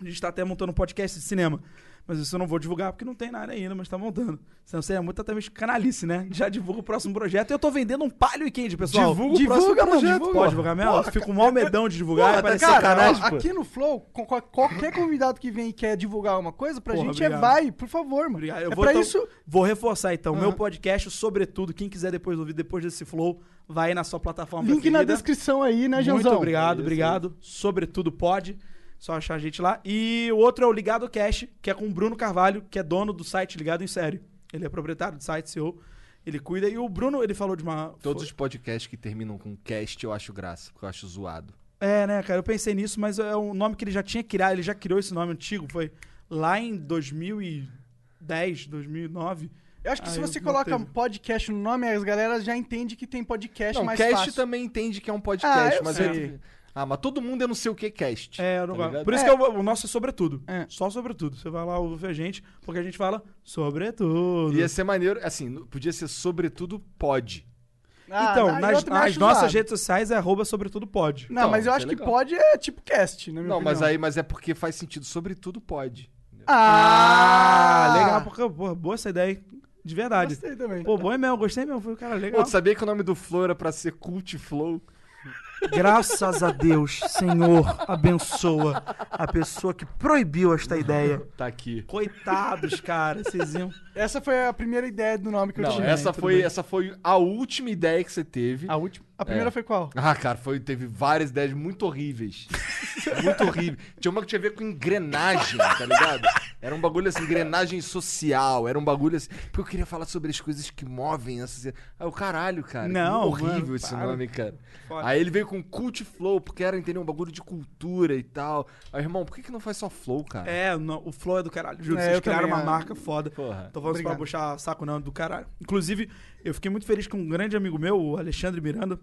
A gente tá até montando um podcast de cinema. Mas isso eu não vou divulgar porque não tem nada ainda, mas tá montando. Senão seria muito até mesmo canalice, né? Já divulga o próximo projeto. Eu tô vendendo um palio weekend, pessoal.
Divulga o próximo
mano,
projeto,
divulga.
porra.
Pode divulgar mesmo? Eu Fico com o maior medão de divulgar. vai parecer
cara,
sacanagem,
ó,
pô.
aqui no Flow, com- com- qualquer convidado que vem e quer divulgar alguma coisa, pra
Porra,
gente é
obrigado.
vai, por favor, mano.
Obrigado.
É
Eu vou,
pra
então-
isso.
vou reforçar então. Meu podcast, sobretudo, quem quiser depois ouvir, depois desse flow, vai aí na sua plataforma
Link na
preferida.
descrição aí, né, Janzão?
Muito obrigado, obrigado. Sobretudo pode. Só achar a gente lá. E o outro é o Ligado Cash, que é com o Bruno Carvalho, que é dono do site Ligado em Sério. Ele é proprietário do site, CEO. Ele cuida. E o Bruno, ele falou de uma.
Todos os podcasts que terminam com cast eu acho graça, porque eu acho zoado.
É, né, cara? Eu pensei nisso, mas é um nome que ele já tinha criado. Ele já criou esse nome antigo. Foi lá em 2010, 2009.
Eu acho que
Ah,
se
eu
você
não
coloca
teve.
podcast no nome, as galera já entende que tem podcast
Não,
mais
cast
fácil.
também entende que é um podcast,
Ah, eu
mas
sei.
é- Ah, mas todo mundo é não sei o que cast.
É, eu não
tá
gosto.
ligado?
Por isso
É.
que é o, o nosso é sobretudo.
É.
Só sobretudo. Você vai lá ouvir a gente, porque a gente fala sobretudo.
Ia ser maneiro, assim, no- podia ser sobretudo pode.
Ah,
então,
não, eu
nas,
também
nas
acho
nossas
zoado.
redes sociais é arroba sobretudo pode.
Não,
Então,
mas eu
isso
acho
é
que
legal.
pode é tipo cast, né?
Não, mas aí, mas é porque faz sentido, sobretudo pode.
Ah,
Ah, legal, porque, pô, boa essa ideia, hein? De verdade.
Gostei também.
Pô, bom é mesmo, gostei mesmo. Foi, cara, legal.
Pô, tu sabia que o nome do Flow era pra ser Cult Flow?
Graças a Deus, Senhor, abençoa a pessoa que proibiu esta ideia.
Tá aqui.
Coitados, cara. Vocês iam.
Essa foi a primeira ideia do nome que eu
Não,
tinha.
essa
né?
foi, essa foi a última ideia que você teve.
A última. A primeira
É.
foi qual?
[laughs] Ah, cara, foi, teve várias ideias muito
[laughs]
horríveis. muito horríveis. Tinha uma que tinha a ver com engrenagem, tá ligado? Era um bagulho assim, engrenagem social. Era um bagulho assim. Porque eu queria falar sobre as coisas que movem a sociedade. Ah, o caralho, cara. que
Não,
horrível
mano,
esse
para.
nome, cara.
Foda.
Aí ele veio com cult flow, porque era, entendeu? Um bagulho de cultura e tal. Aí, irmão, por que, que não faz só flow, cara?
É, não, o Flow é do caralho. Juro,
É,
vocês
eu
criaram
também
uma
acho.
marca foda.
Porra.
Tô falando isso pra
Obrigado.
puxar saco, não, é do caralho. Inclusive, eu fiquei muito feliz com um grande amigo meu, o Alexandre Miranda,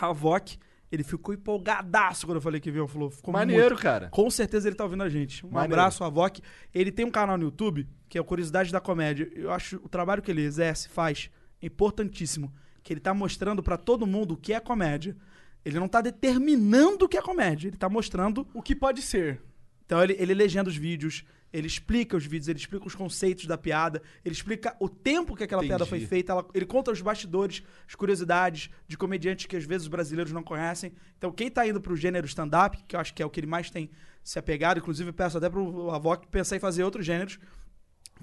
Havok. Ele ficou empolgadaço quando eu falei que veio o Flow. Ficou
Maneiro,
muito.
cara.
Com certeza ele tá ouvindo a gente. Um
Maneiro.
abraço, Havok. Ele tem um canal no YouTube que é o Curiosidade da Comédia. Eu acho o trabalho que ele exerce, faz, importantíssimo. Que ele tá mostrando pra todo mundo o que é comédia. Ele não tá determinando o que é comédia. Ele tá mostrando
O que pode ser?
então ele, ele legenda os vídeos, ele explica os vídeos, ele explica os conceitos da piada, ele explica o tempo que aquela piada foi
Entendi.
feita, ela- ele conta os bastidores, as curiosidades de comediantes que às vezes os brasileiros não conhecem. Então quem tá indo pro gênero stand-up, que eu acho que é o que ele mais tem se apegado, inclusive eu peço até pro Avok pensar em fazer outros gêneros.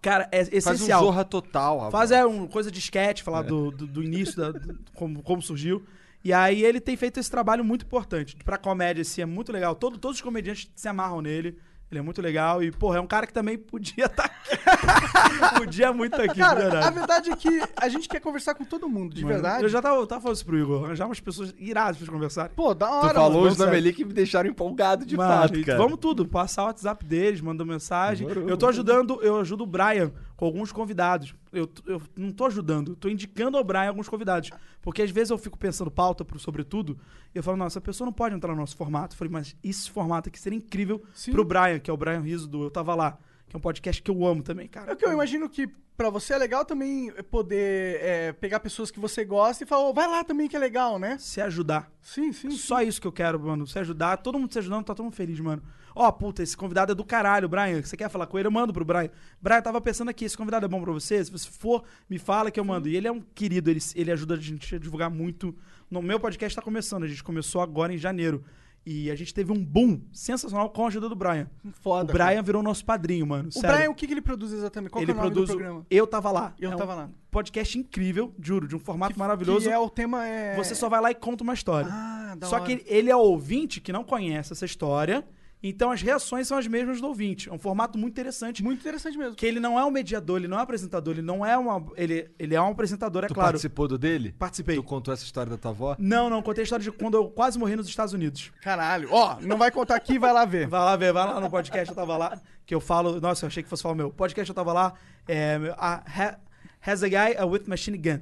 Cara, é
Faz um É.
essencial.
zorra total, rapaz.
Faz é uma coisa de sketch, falar do, do, do início, da- do- como, como surgiu. E aí ele tem feito esse trabalho muito importante. Pra comédia, assim, é muito legal. Todo, todos os comediantes se amarram nele. Ele é muito legal. E, porra, é um cara que também podia estar aqui. [laughs] podia muito estar aqui, de
Cara, a
verdade.
verdade é que a gente quer conversar com todo mundo, de
Mano,
verdade.
Eu já tava, tava falando isso pro Igor. Arranjar umas pessoas iradas pra eles conversarem.
Pô, da
Tu
hora.
falou
mano.
os nomes ali que me deixaram empolgado de
Mano,
fato,
e
cara.
Vamos tudo, passar o WhatsApp deles, mandar mensagem. eu tô ajudando, eu ajudo o Brian com alguns convidados. Eu, eu não tô ajudando, eu tô indicando ao Brian alguns convidados. Porque às vezes eu fico pensando pauta pro sobretudo, e eu falo, nossa, essa pessoa não pode entrar no nosso formato. Eu falei, mas esse formato aqui seria incrível
Sim.
pro Brian, que é o Brian Riso do Eu Tava Lá, que é um podcast que eu amo também, cara.
É que eu imagino que pra você é legal também poder é, pegar pessoas que você gosta e falar, "Ô, vai lá também que é legal, né?
Se ajudar.
Sim, sim. sim.
um Só isso que eu quero, mano. Se ajudar, todo mundo se ajudando, tá todo mundo feliz, mano. Ó, puta, esse convidado é do caralho, Brian. Você quer falar com ele? Eu mando pro Brian. Brian, eu tava pensando aqui, esse convidado é bom pra você? Se você for, me fala que eu mando. E ele é um querido, ele, ele ajuda a gente a divulgar muito. No meu podcast tá começando, a gente começou agora em janeiro. E a gente teve um boom sensacional com a ajuda do Brian.
Foda.
O
cara.
Brian virou nosso padrinho, mano.
O
sério.
Brian, o que, que ele produz exatamente? Qual que
ele
é o nome
produz
do
o
programa?
Eu Tava Lá.
Eu
é
Tava
um
Lá.
podcast incrível, juro, de um formato maravilhoso.
Que é o tema é...
Você só vai lá e conta uma história.
Ah, da
Só
hora.
que ele- ele é o ouvinte que não conhece essa história, então as reações são as mesmas do ouvinte. É um formato muito interessante.
Muito interessante mesmo.
Que ele não é um mediador, ele não é um apresentador, ele não é uma. Ele, ele é um apresentador, é
Tu
claro.
participou do dele?
Participei.
Tu contou essa história da tua avó?
Não, não, contei a história de quando eu quase morri nos Estados Unidos.
Caralho. Ó, não vai contar aqui, vai lá
[laughs]
ver.
Vai lá ver, vai lá no podcast, eu tava lá. Que eu falo. Nossa, eu achei que fosse falar o meu. Podcast eu tava lá. É, a, ha- has a guy with machine gun.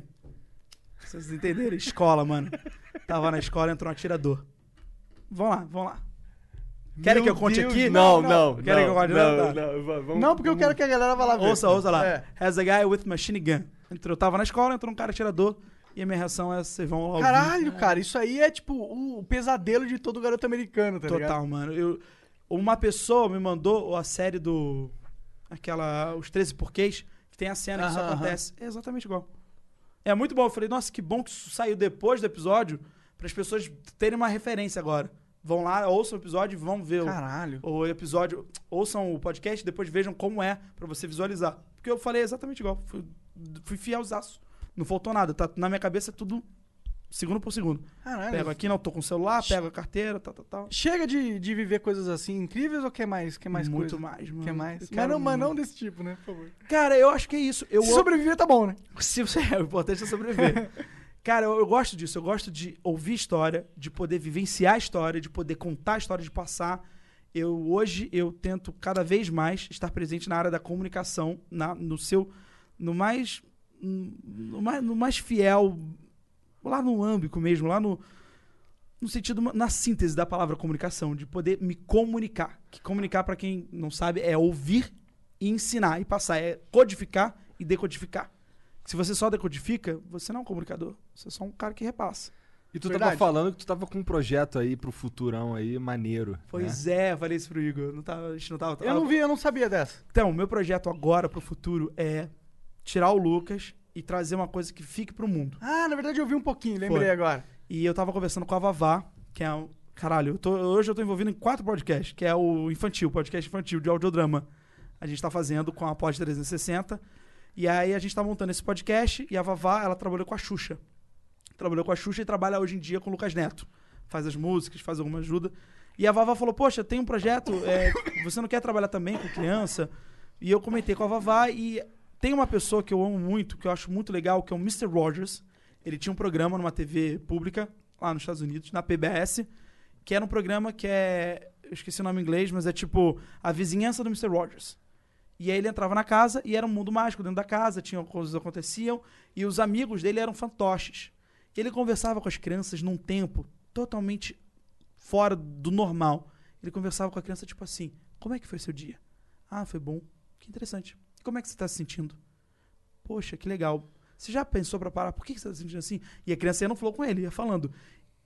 Pra Vocês entenderam? Escola, mano. Tava na escola, entrou um atirador. Vamos lá, vamos lá. Querem que eu conte aqui?
Não, não. não
Querem que eu conte?
não,
Tá.
não, va- vamos-
Não, porque eu quero que a galera vá lá ver.
Ouça, ouça lá.
É.
Has a guy with machine gun. Entrou, eu tava na escola, entrou um cara tirador. E a minha reação é: vocês vão lá ouvir.
Caralho, cara, isso aí é tipo o, o pesadelo de todo garoto americano, tá ligado?
Total, mano. Eu, uma pessoa me mandou a série do. Aquela. Os 13 Porquês, que tem a cena que isso
Aham, aham.
acontece. É exatamente igual. É muito bom. Eu falei, nossa, que bom que isso saiu depois do episódio, para as pessoas terem uma referência agora. Vão lá, ouçam o episódio e vão ver o-
Caralho.
o episódio. Ouçam o podcast, depois vejam como é, pra você visualizar. Porque eu falei exatamente igual. Fui, fui fielzaço. Não faltou nada. Tá na minha cabeça tudo segundo por segundo.
Caralho.
Pego aqui, não, tô com o celular, pego a carteira, tal, tal, tal.
Chega de, de viver coisas assim incríveis ou quer mais? Quer mais
Muito
coisa?
mais, mano.
Quer mais?
Eu
Mas
quero
não, mas
muito.
não desse tipo, né? Por favor.
Cara, eu acho que é isso. Eu
Se
amo-
sobreviver, tá bom, né?
[laughs] Se você é, o importante é sobreviver. Cara, eu, eu gosto disso. Eu gosto de ouvir história, de poder vivenciar a história, de poder contar a história, de passar. Eu hoje eu tento cada vez mais estar presente na área da comunicação, na, no seu, no mais, no mais, no mais fiel, lá no âmbico mesmo, lá no no sentido na síntese da palavra comunicação, de poder me comunicar. Que comunicar pra quem não sabe é ouvir e ensinar e passar, é codificar e decodificar. Se você só decodifica, você não é um comunicador. Você é só um cara que repassa.
E tu
Verdade.
tava falando que tu tava com um projeto aí pro futurão aí, maneiro. né?
Pois é, eu falei isso pro Igor. Não tava, a gente não tava.
Eu não vi, eu não sabia dessa.
Então, meu projeto agora pro futuro é tirar o Lucas e trazer uma coisa que fique pro mundo.
Ah, na verdade eu vi um pouquinho, lembrei
Foi.
agora.
E eu tava conversando com a Vavá, que é um. Caralho, eu tô- hoje eu tô envolvido em quatro podcasts, que é o infantil, podcast infantil de audiodrama. A gente tá fazendo com a Pod 360. E aí a gente tá montando esse podcast e a Vavá, ela trabalhou com a Xuxa. Trabalhou com a Xuxa e trabalha hoje em dia com o Lucas Neto. Faz as músicas, faz alguma ajuda. E a Vavá falou, poxa, tem um projeto, é, você não quer trabalhar também com criança? E eu comentei com a Vavá e tem uma pessoa que eu amo muito, que eu acho muito legal, que é o Mr. Rogers. Ele tinha um programa numa TV pública, lá nos Estados Unidos, na PBS, que era um programa que é. Eu esqueci o nome em inglês, mas é tipo A Vizinhança do Mr. Rogers. E aí ele entrava na casa e era um mundo mágico dentro da casa, tinha coisas que aconteciam, e os amigos dele eram fantoches. Ele conversava com as crianças num tempo totalmente fora do normal. Ele conversava com a criança tipo assim: "Como é que foi seu dia? Ah, foi bom. Que interessante. E como é que você está se sentindo? Poxa, que legal. Você já pensou pra parar? Por que que você está se sentindo assim? E a criança ia não falou com ele, ia falando.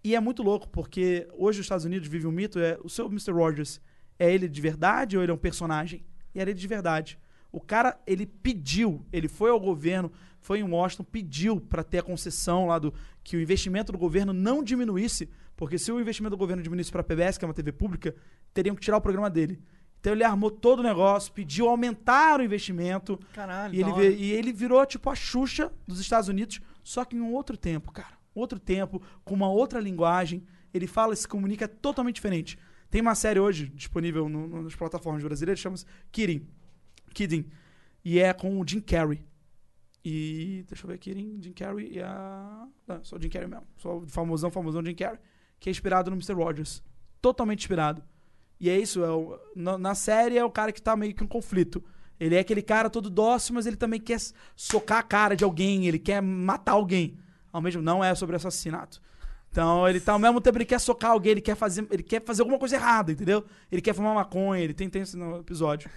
E é muito louco, porque hoje os Estados Unidos vive um mito, é o seu Mr. Rogers, é ele de verdade ou ele é um personagem? E era ele de verdade. O cara, ele pediu, ele foi ao governo, foi em Washington, pediu pra ter a concessão lá do que o investimento do governo não diminuísse, porque se o investimento do governo diminuísse pra PBS, que é uma TV pública, teriam que tirar o programa dele. Então ele armou todo o negócio, pediu aumentar o investimento.
Caralho,
E ele,
da
vê-
hora.
e ele virou tipo a Xuxa dos Estados Unidos, só que em um outro tempo, cara. Outro tempo, com uma outra linguagem. Ele fala e se comunica totalmente diferente. Tem uma série hoje disponível no- no- nas plataformas brasileiras, chama-se Kidding. Kidding. E é com o Jim Carrey. E deixa eu ver aqui, hein? Jim Carrey e a. Não, só o Jim Carrey mesmo. Só o famosão, famosão Jim Carrey. Que é inspirado no Mr. Rogers. Totalmente inspirado. E é isso. É o- na, na série é o cara que tá meio que um conflito. Ele é aquele cara todo dócil, mas ele também quer s- socar a cara de alguém, ele quer matar alguém. Ao mesmo não é sobre assassinato. Então ele tá ao mesmo tempo ele quer socar alguém, ele quer fazer, ele quer fazer alguma coisa errada, entendeu? Ele quer fumar maconha, ele tem, tem isso no
[laughs]
episódio.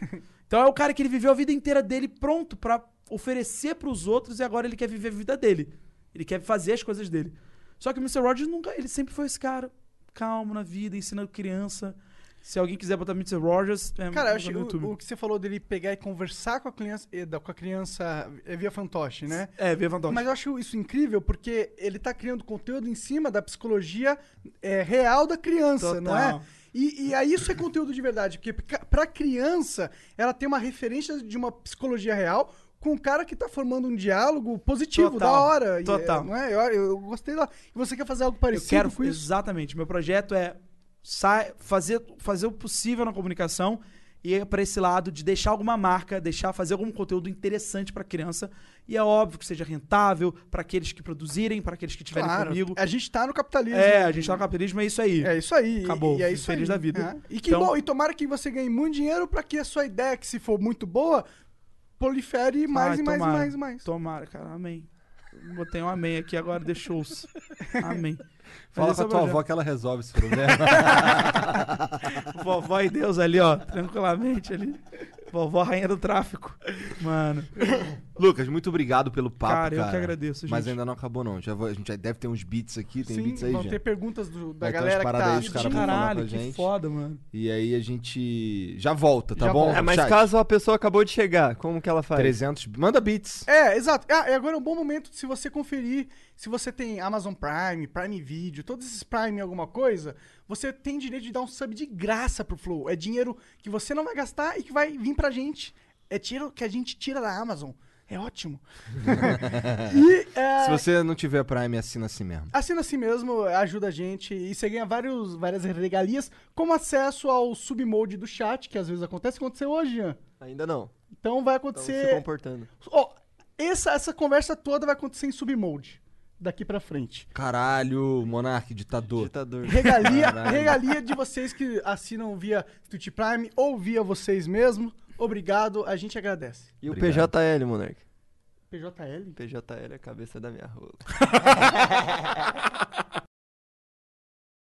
Então é o cara que ele viveu a vida inteira dele pronto pra oferecer pros outros e agora ele quer viver a vida dele. Ele quer fazer as coisas dele. Só que o Mr. Rogers nunca, ele sempre foi esse cara calmo na vida, ensinando criança. Se alguém quiser botar Mr. Rogers, é
Cara, eu
no
achei o,
YouTube.
o que você falou dele pegar e conversar com a criança, eh, da- com a criança eh, via fantoche, né?
É, vê vantagem.
Mas eu acho isso incrível porque ele tá criando conteúdo em cima da psicologia eh, real da criança,
Total.
não é? E, e aí isso é conteúdo de verdade, porque ca- pra criança ela tem uma referência de uma psicologia real com um cara que tá formando um diálogo positivo,
Total.
da hora. e, eh,
Total.
não é? Eu, eu gostei lá. E você quer fazer algo parecido
eu quero,
com isso?
Exatamente. Meu projeto é sai, fazer, fazer o possível na comunicação e ir para esse lado de deixar alguma marca, deixar fazer algum conteúdo interessante para criança. E é óbvio que seja rentável para aqueles que produzirem, para aqueles que estiverem
Claro,
comigo.
a gente tá no capitalismo.
É, a gente tá no capitalismo, é isso aí.
É isso aí. e-
Acabou,
E é
fui
isso
feliz
aí,
da vida.
é. E que
Então-
bom, e tomara que você ganhe muito dinheiro pra que a sua ideia, que se for muito boa, prolifere mais
Ai,
e mais
tomara,
e mais e mais.
Tomara, cara. Amém. Botei um amém aqui agora, deixou-se. Amém.
Fala
Mas
com
esse é
a
o
tua
projeto.
avó que ela resolve esse problema. [laughs]
Vovó e Deus ali, ó, tranquilamente ali. Vovó rainha do tráfico. Mano.
Lucas, muito obrigado pelo papo,
Cara,
cara.
eu que agradeço,
Mas
gente.
ainda não acabou, não. Já vou- a gente já deve ter uns beats aqui, tem
Sim,
beats aí,
vão
já.
ter perguntas do- da
Vai ter umas
galera que
paradas
tá
aí, os caras vão falar com a
Caralho, que
gente.
foda, mano.
E aí a gente já volta, tá
Já
bom?
volta.
É, mas
Chat,
caso a pessoa acabou de chegar, como que ela faz?
300... Manda beats.
É, exato. Ah, e agora é um bom momento se você conferir se você tem Amazon Prime, Prime Video, todos esses Prime em alguma coisa, você tem direito de dar um sub de graça pro Flow. É dinheiro que você não vai gastar e que vai vir pra gente. É dinheiro que a gente tira da Amazon. É ótimo. e, é,
Se você não tiver Prime, assina assim mesmo.
Assina assim mesmo, ajuda a gente e você ganha vários, várias regalias, como acesso ao submode do chat, que às vezes acontece. Aconteceu hoje, Jean.
Ainda não.
Então vai
Então,
acontecer.
se comportando.
Ó, essa, essa conversa toda vai acontecer em submode daqui pra frente.
Caralho, monarque, ditador.
Ditador.
Regalia,
Caralho.
regalia de vocês que assinam via Twitch Prime ou via vocês mesmo. Obrigado, a gente agradece.
E o
Obrigado.
PJL, moleque.
PJL?
PJL é a cabeça da minha rola.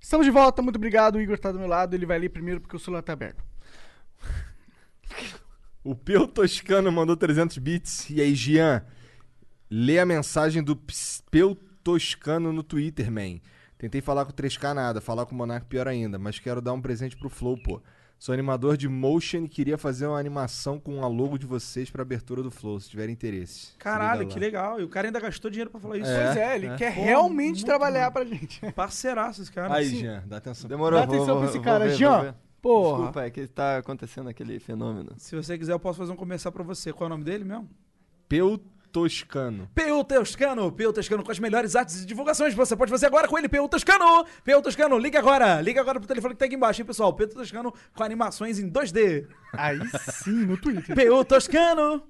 Estamos de volta, muito obrigado. O Igor tá do meu lado, ele vai ler primeiro porque o celular tá aberto.
O Peu Toscano mandou 300 bits. E aí, Gian, lê a mensagem do Ps- Peu Toscano no Twitter, man. Tentei falar com o 3K nada, falar com o Monark pior ainda, mas quero dar um presente pro Flow, pô. Sou animador de motion e queria fazer uma animação com a logo de vocês pra abertura do Flow, se tiver interesse. Se liga
Caralho,
lá.
que legal. E o cara ainda gastou dinheiro pra falar isso.
pois é, ele quer realmente trabalhar pra gente.
Parceiraço esse cara.
Aí,
né? Sim.
Gian, dá atenção.
Demorou,
Dá
vou-
atenção
vou-
pra esse
vou
cara,
ver, vou
Jean.
ver.
Porra.
Desculpa, é que tá acontecendo aquele fenômeno.
Se você quiser, eu posso fazer um comercial pra você. Qual é o nome dele mesmo?
Peu Toscano.
PU Toscano, PU Toscano com as melhores artes e divulgações que você pode fazer agora com ele, PU Toscano! PU Toscano, liga agora! Liga agora pro telefone que tá aqui embaixo, hein, pessoal? PU Toscano com animações em 2D.
Aí sim, no Twitter.
PU Toscano!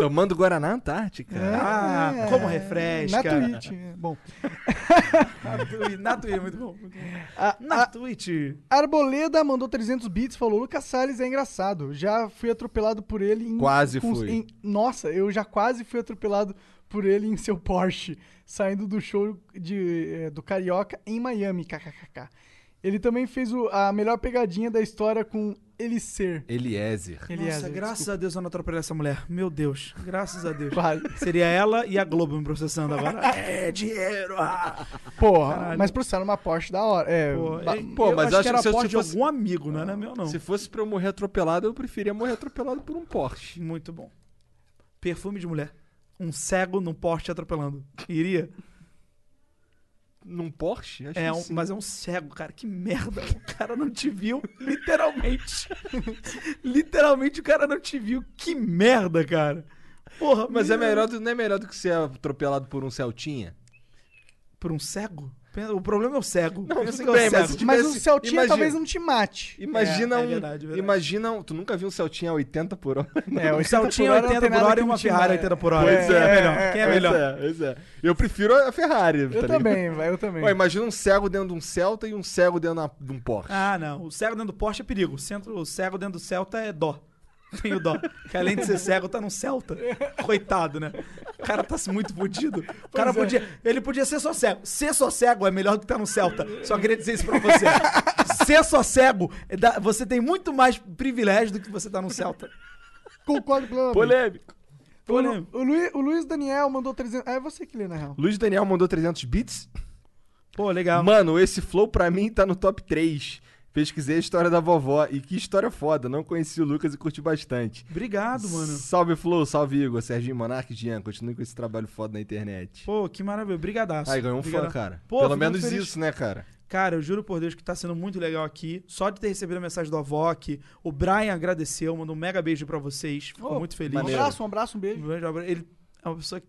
Tomando Guaraná Antártica.
Ah, como refresca!
É. Na Twitch. é, Bom.
Na Twitch, na Twitch, muito bom. Muito bom.
Ah,
A-
Na
a-
Twitch.
Arboleda mandou 300 bits, falou: Lucas Salles é engraçado. Já fui atropelado por ele em.
Quase
com-
fui.
em- nossa, eu já quase fui atropelado por ele em seu Porsche, saindo do show de, eh, do Carioca em Miami. KKKK. Ele também fez o- a melhor pegadinha da história com Eliser.
Eliezer.
é,
Nossa, graças a Deus eu não atropelei essa mulher. Meu Deus, graças a Deus.
Vale.
Seria ela e a Globo me processando agora.
[laughs]
É, dinheiro! ah.
[laughs] Porra,
Caralho.
mas processaram uma Porsche da hora. É,
Pô,
ba-
eu-
pô,
eu
mas
acho que
acho
era
que se eu
Porsche de
fosse- Ah,
algum amigo, não era meu, não.
Se fosse pra eu morrer atropelado, eu preferia morrer atropelado por um Porsche.
Muito bom. Perfume de mulher. Um cego num Porsche atropelando. Iria?
Num Porsche? Acho
É
que
um-
sim.
mas é um cego, cara. Que merda. O cara não te viu,
[laughs]
literalmente. literalmente o cara não te viu. Que merda, cara. Porra,
Mas é
merda.
melhor do, não é melhor do que ser atropelado por um Celtinha?
Por um cego? Pensa- O problema é o cego. Não,
tudo
Pensa que é o
bem,
cego.
mas se
mas
tivesse-
o Celtinha
imagina-
talvez não te mate.
Imagina
É, é
um.
verdade, é verdade.
Imagina um. Tu nunca viu um Celtinha a 80 por hora?
É,
O
80
Celtinha é
não
80
tem
por
nada
hora e
que
uma
me te né?
Ferrari
mate.
80 por hora. Quem é melhor? Quem é
[laughs] Pois
melhor?
é, pois é. Eu prefiro a Ferrari. tá
Eu
ligado?
também, vai, eu também.
Ó, imagina um cego dentro de um Celta e um cego dentro na- de um Porsche.
Ah, não. O cego dentro do Porsche é perigo. O, centro, o cego dentro do Celta é dó. [laughs] Tem o dó. Que além de ser cego, tá num Celta. Coitado, né? O cara tá se muito fudido. O cara podia. Ele podia ser só cego. Ser só cego é melhor do que tá no Celta. Só queria dizer isso pra você. ser só cego, é da- você tem muito mais privilégio do que você tá no Celta.
Concordo
tá
plenamente.
Polêmico.
O, Lu- o, Luiz, o Luiz Daniel mandou 300. Ah, é você que lê, na real.
Luiz Daniel mandou 300 bits.
Pô, legal.
Mano, esse flow pra mim tá no top 3. Pesquisei a história da vovó e que história foda. Não conheci o Lucas e curti bastante.
Obrigado, mano.
Salve Flow, salve Igor, Serginho Monarque e Jean. Continue com esse trabalho foda na internet.
Pô, que maravilha. Brigadaço.
Aí ganhou um fã,
Brigadaço.
cara.
Pô,
Pelo
fico
menos
muito feliz.
isso, né, cara?
Cara, eu juro por Deus que tá sendo muito legal aqui. Só de ter recebido a mensagem do avó aqui. O Brian agradeceu, mandou um mega beijo pra vocês. Ficou muito feliz.
Um abraço, um abraço, um beijo.
Um beijo, um abraço. Ele é uma pessoa que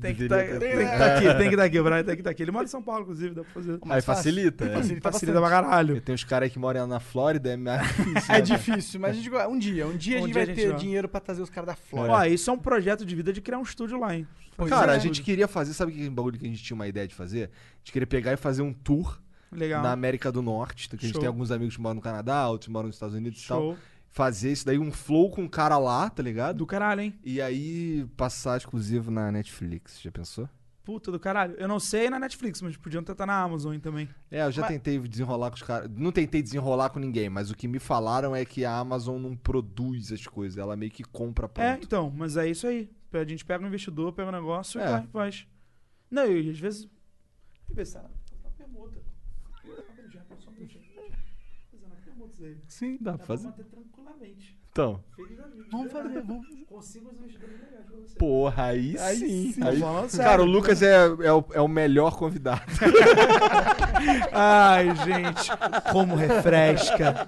Tem que
Deveria
tá,
ter.
tem que tá aqui, tem que tá aqui, o Brian tem que tá aqui. Ele mora em São Paulo, inclusive, dá pra fazer.
Aí facilita. é.
Facilita, facilita pra caralho.
Porque Tem uns caras que moram na Flórida, é mais difícil.
É
né?
difícil, mas a gente, um dia, um dia
Um
a gente
dia
vai
a gente
ter
vai.
dinheiro pra trazer os caras da Flórida.
Ó, isso é um projeto de vida de criar um estúdio lá, hein?
[laughs] Pois
Cara,
é.
a gente queria fazer, sabe que bagulho que a gente tinha uma ideia de fazer? A gente queria pegar e fazer um tour
Legal.
na América do Norte, que a gente
Show.
tem alguns amigos que moram no Canadá, outros moram nos Estados Unidos e
Show.
tal. Fazer isso daí, um flow com um cara lá, tá ligado?
Do caralho, hein?
E aí passar exclusivo na Netflix, já pensou?
Puta do caralho. Eu não sei na Netflix, mas podiam tentar na Amazon hein, também.
É, eu já
Mas-
tentei desenrolar com os caras. Não tentei desenrolar com ninguém, mas o que me falaram é que a Amazon não produz as coisas, ela meio que compra pronto.
É, então, mas é isso aí. A gente pega um investidor, pega um negócio e
É.
vai, faz. Não, e às vezes. Deixa eu pensar. Uma Tá permuta. Só um minutinho. Fazendo uma permuta aí.
Sim,
dá
Dá
pra fazer.
manter tranquilamente.
Então.
Feliz da vida.
Vamos
de verdade.
fazer, vamos.
Consigo os investidores legais pra você.
Porra, aí,
Aí
sim.
sim,
Aí-
tô falando
Cara,
sério. né?
o Lucas é, é, o, é o melhor convidado.
Ai, gente, como refresca.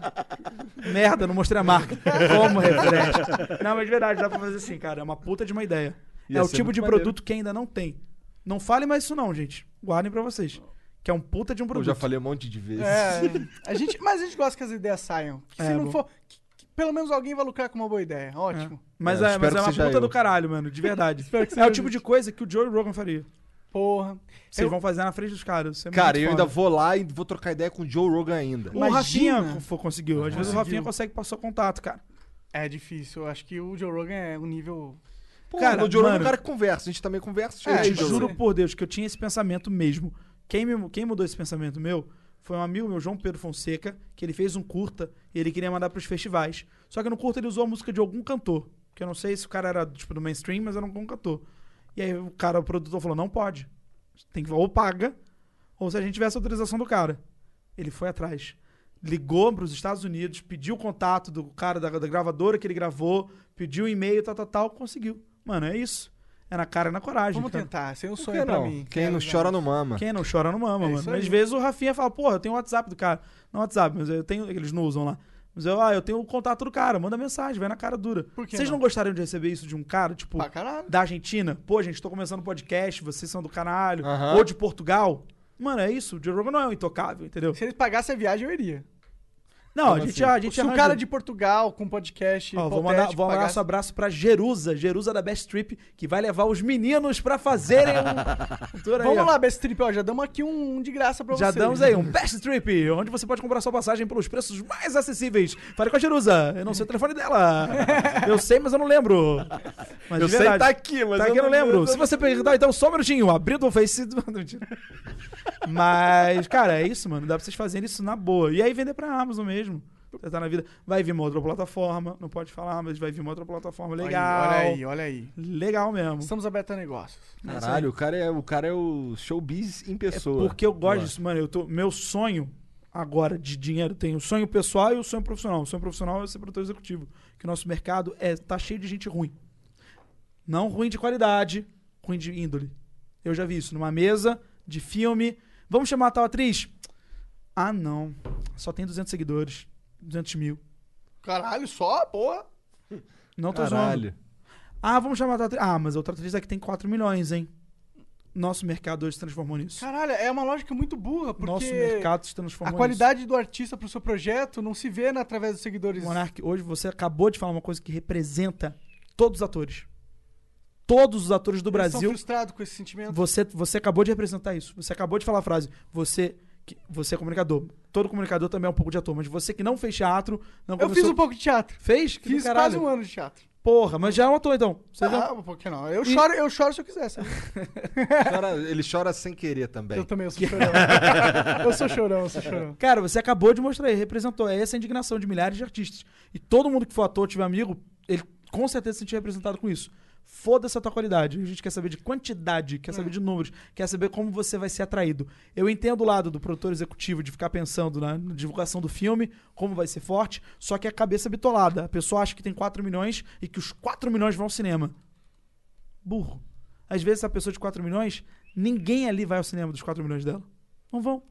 Merda, não mostrei a marca. Como refresca. Não, mas de verdade, dá pra fazer assim, cara. É uma puta de uma ideia.
Ia
é o
ser
tipo
muito
de
maneiro.
produto que ainda não tem. Não falem mais isso não, gente. Guardem pra vocês. Que é um puta de um
Eu
produto.
já falei um monte de vezes. [laughs]
É, a gente, mas a gente gosta que as ideias saiam. Que se
É,
não
bom.
for. que- que pelo menos alguém vai lucrar com uma boa ideia. Ótimo.
Mas
É, eu
é, mas
espero
é
que
uma
seja
puta
eu.
do caralho, mano, de
[laughs]
verdade.
que
é
seja
o tipo de coisa que o Joe Rogan faria.
Porra.
Vocês
Eu-
vão fazer na frente dos caras. Isso é
Cara,
muito
eu
foda.
ainda vou lá e vou trocar ideia com o Joe Rogan ainda.
O Rafinha
Imagina.
co- conseguiu. Às vezes o Rafinha consegue passar o contato, cara.
É difícil. Eu acho que o Joe Rogan é um nível.
Pô,
Cara,
o Joe Rogan é um
mano.
cara que conversa, a gente também conversa.
Eu
É,
te
o Joe
juro
Rogan.
por Deus que eu tinha esse pensamento mesmo. Quem, me- quem mudou esse pensamento meu foi um amigo meu, João Pedro Fonseca, que ele fez um curta e ele queria mandar pros festivais. Só que no curta ele usou a música de algum cantor. Que eu não sei se o cara era tipo do mainstream, mas era algum cantor. E aí o cara, o produtor, falou: não pode. Tem que ou paga, ou se a gente tivesse autorização do cara. Ele foi atrás. Ligou para os Estados Unidos, pediu o contato do cara da, da gravadora que ele gravou, pediu o e-mail, tal, tal, tal, conseguiu. Mano, é isso. É na cara e na coragem.
Vamos
cara.
tentar. Sem um
Por
sonho
que
pra
não?
mim.
é
Quem não
Quero
chora
usar.
não mama.
Quem não chora não mama,
É
mano.
isso
Mas
aí.
às vezes o Rafinha fala, porra, eu tenho o WhatsApp do cara. Não WhatsApp, mas eu tenho. Eles não usam lá. Mas eu, ah, eu tenho o contato do cara, manda mensagem, vai na cara dura.
Por que
Vocês não?
não?
gostariam de receber isso de um cara, tipo,
Pra caralho.
da Argentina? Pô, gente, tô começando um podcast, vocês são do caralho.
Aham.
Ou de Portugal? Mano, é isso. O Joe Rogan não é um intocável, entendeu?
Se ele pagasse a viagem, eu iria.
Não, a gente, é, a gente
Se um
arranja-
cara de Portugal com podcast.
Ó, vou
hipotético,
mandar, vou mandar
pagasse-
nosso abraço pra Jerusa, Jerusa da Best Trip, que vai levar os meninos pra fazerem
[laughs]
um tour aí, ó.
Vamos lá, Best Trip, ó. Já damos aqui um, um de graça pra
Já
vocês.
damos aí um Best Trip, onde você pode comprar sua passagem pelos preços mais acessíveis. Fale com a Jerusa. Eu não sei o telefone dela. Eu sei, mas eu não lembro. Mas
Eu
de
sei,
verdade,
tá aqui, mas
tá
eu
aqui, eu não
não-
lembro.
eu
Se você perguntar, então só um minutinho. Abrindo o Face. [laughs] Mentira. Mas, cara, é isso, mano. Dá pra vocês fazerem isso na boa. E aí vender pra Amazon mesmo. Tá na vida. Vai vir uma outra plataforma. Não pode falar, mas vai vir uma outra plataforma
Olha aí,
legal.
Olha aí, olha aí.
Legal mesmo.
Estamos abertos a negócios.
Caralho, o cara, é, o cara é o showbiz em pessoa.
É Porque eu gosto
Ué.
disso, mano. Eu tô, meu sonho agora de dinheiro tem o sonho pessoal e o sonho profissional. O sonho profissional é ser produtor executivo. Que o nosso mercado é, tá cheio de gente ruim. Não ruim de qualidade, ruim de índole. Eu já vi isso numa mesa de filme. Vamos chamar a tal atriz? Ah, não. Só tem 200 seguidores. 200 mil.
Caralho, só? Porra.
Não tô zoando.
Caralho.
Ah, vamos chamar a tal atriz. Ah, mas a outra atriz aqui tem 4 milhões, hein? Nosso mercado hoje se transformou nisso.
Caralho, é uma lógica muito burra, porque
Nosso mercado se transformou
a
nisso.
qualidade do artista pro seu projeto não se vê na- através dos seguidores.
Monark, hoje você acabou de falar uma coisa que representa todos os atores. Todos os atores do
Eles são
Brasil.
frustrados com esse sentimento.
Você, você acabou de representar isso. Você acabou de falar a frase. Você, que, você é comunicador. Todo comunicador também é um pouco de ator. Mas você que não fez teatro, não
Eu
começou-
fiz um pouco de teatro.
Fez? Que do
Fiz
caralho.
quase um ano de teatro.
Porra, mas já é um ator então. Você já-
Ah, por que não? Eu choro, eu choro se eu quiser, sabe?
Chora- ele chora sem querer também.
Eu também,
[laughs]
eu sou chorão. eu sou chorão, eu sou chorão.
Cara, você acabou de mostrar aí, representou. É essa a indignação de milhares de artistas. E todo mundo que for ator, tiver amigo, ele com certeza se sentir representado com isso. Foda-se a tua qualidade. A gente quer saber de quantidade, quer saber de números, quer saber como você vai ser atraído. Eu entendo o lado do produtor executivo de ficar pensando na divulgação do filme, como vai ser forte, só que é a cabeça bitolada. A pessoa acha que tem 4 milhões e que os 4 milhões vão ao cinema. Burro. Às vezes a pessoa de 4 milhões, ninguém ali vai ao cinema dos 4 milhões dela. Não vão.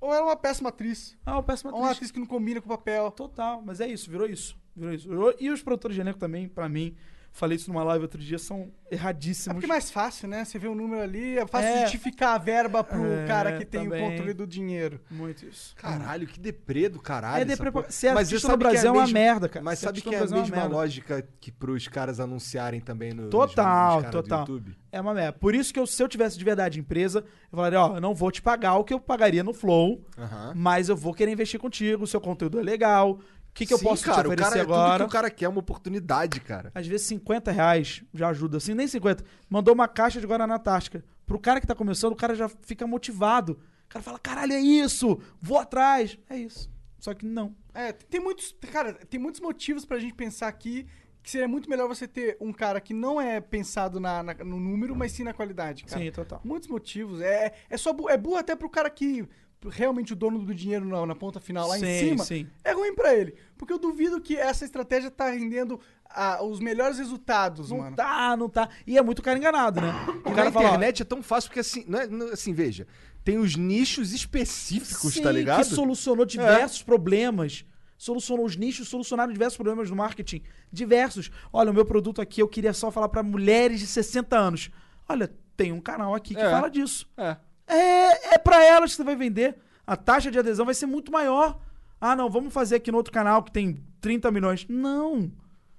Ou era uma péssima atriz.
Ah, o péssimo
Ou é uma atriz que não combina com o papel.
Total, mas é isso, virou isso. Virou isso. Virou- E os produtores de elenco também, pra mim, Falei isso numa live outro dia, são
É
erradíssimos.
porque é mais fácil, né? Você vê o número ali, é fácil
É.
justificar a verba pro
É,
cara que tem o
também.
controle do dinheiro.
Muito isso.
Caralho, que deprê do caralho.
É deprê
essa
pra-
porra.
ser
Mas
artista
você
no
sabe que
Brasil é
a
uma
mesma-
merda, cara.
Mas
Ser
sabe
artista
que
no
é a
Brasil é uma
mesma
merda.
lógica que pros caras anunciarem também no nos-
Total,
nos caras do
total.
YouTube?
É uma merda. Por isso que eu, se eu tivesse de verdade empresa, eu falaria, ó, eu não vou te pagar o que eu pagaria no Flow,
Aham.
mas eu vou querer investir contigo, seu conteúdo é legal, o que, que eu
Sim,
posso
cara,
te
o
oferecer
cara- é tudo
agora?
que o cara quer é uma oportunidade, cara.
Às vezes 50 reais já ajuda, assim, nem 50. Mandou uma caixa de Guaraná Antártica. Pro cara que tá começando, o cara já fica motivado. O cara fala, caralho, é isso, vou atrás. É isso. Só que não.
É, tem muitos. Cara, tem muitos motivos pra gente pensar aqui que seria muito melhor você ter um cara que não é pensado na, na- no número, mas sim na qualidade, cara.
Sim, total.
Muitos motivos. É, é só bu- é burro até pro cara que realmente o dono do dinheiro na, na ponta final lá em
Sim,
cima.
sim.
É ruim pra ele. Porque eu duvido que essa estratégia tá rendendo ah, os melhores resultados,
Não
mano.
tá, não tá. E é muito cara
[coughs]
enganado, né?
E
O cara
na
fala, ó,
internet é tão fácil porque assim, não é- não- assim, veja, tem os nichos específicos,
Sim,
tá ligado?
que solucionou diversos problemas. Solucionou os nichos, solucionaram diversos problemas do marketing. Diversos. Olha, o meu produto aqui eu queria só falar pra mulheres de 60 anos. Olha, tem um canal aqui que
É.
fala disso.
É.
É, é para elas que você vai vender. A taxa de adesão vai ser muito maior. Ah, não, vamos fazer aqui no outro canal que tem 30 milhões. Não.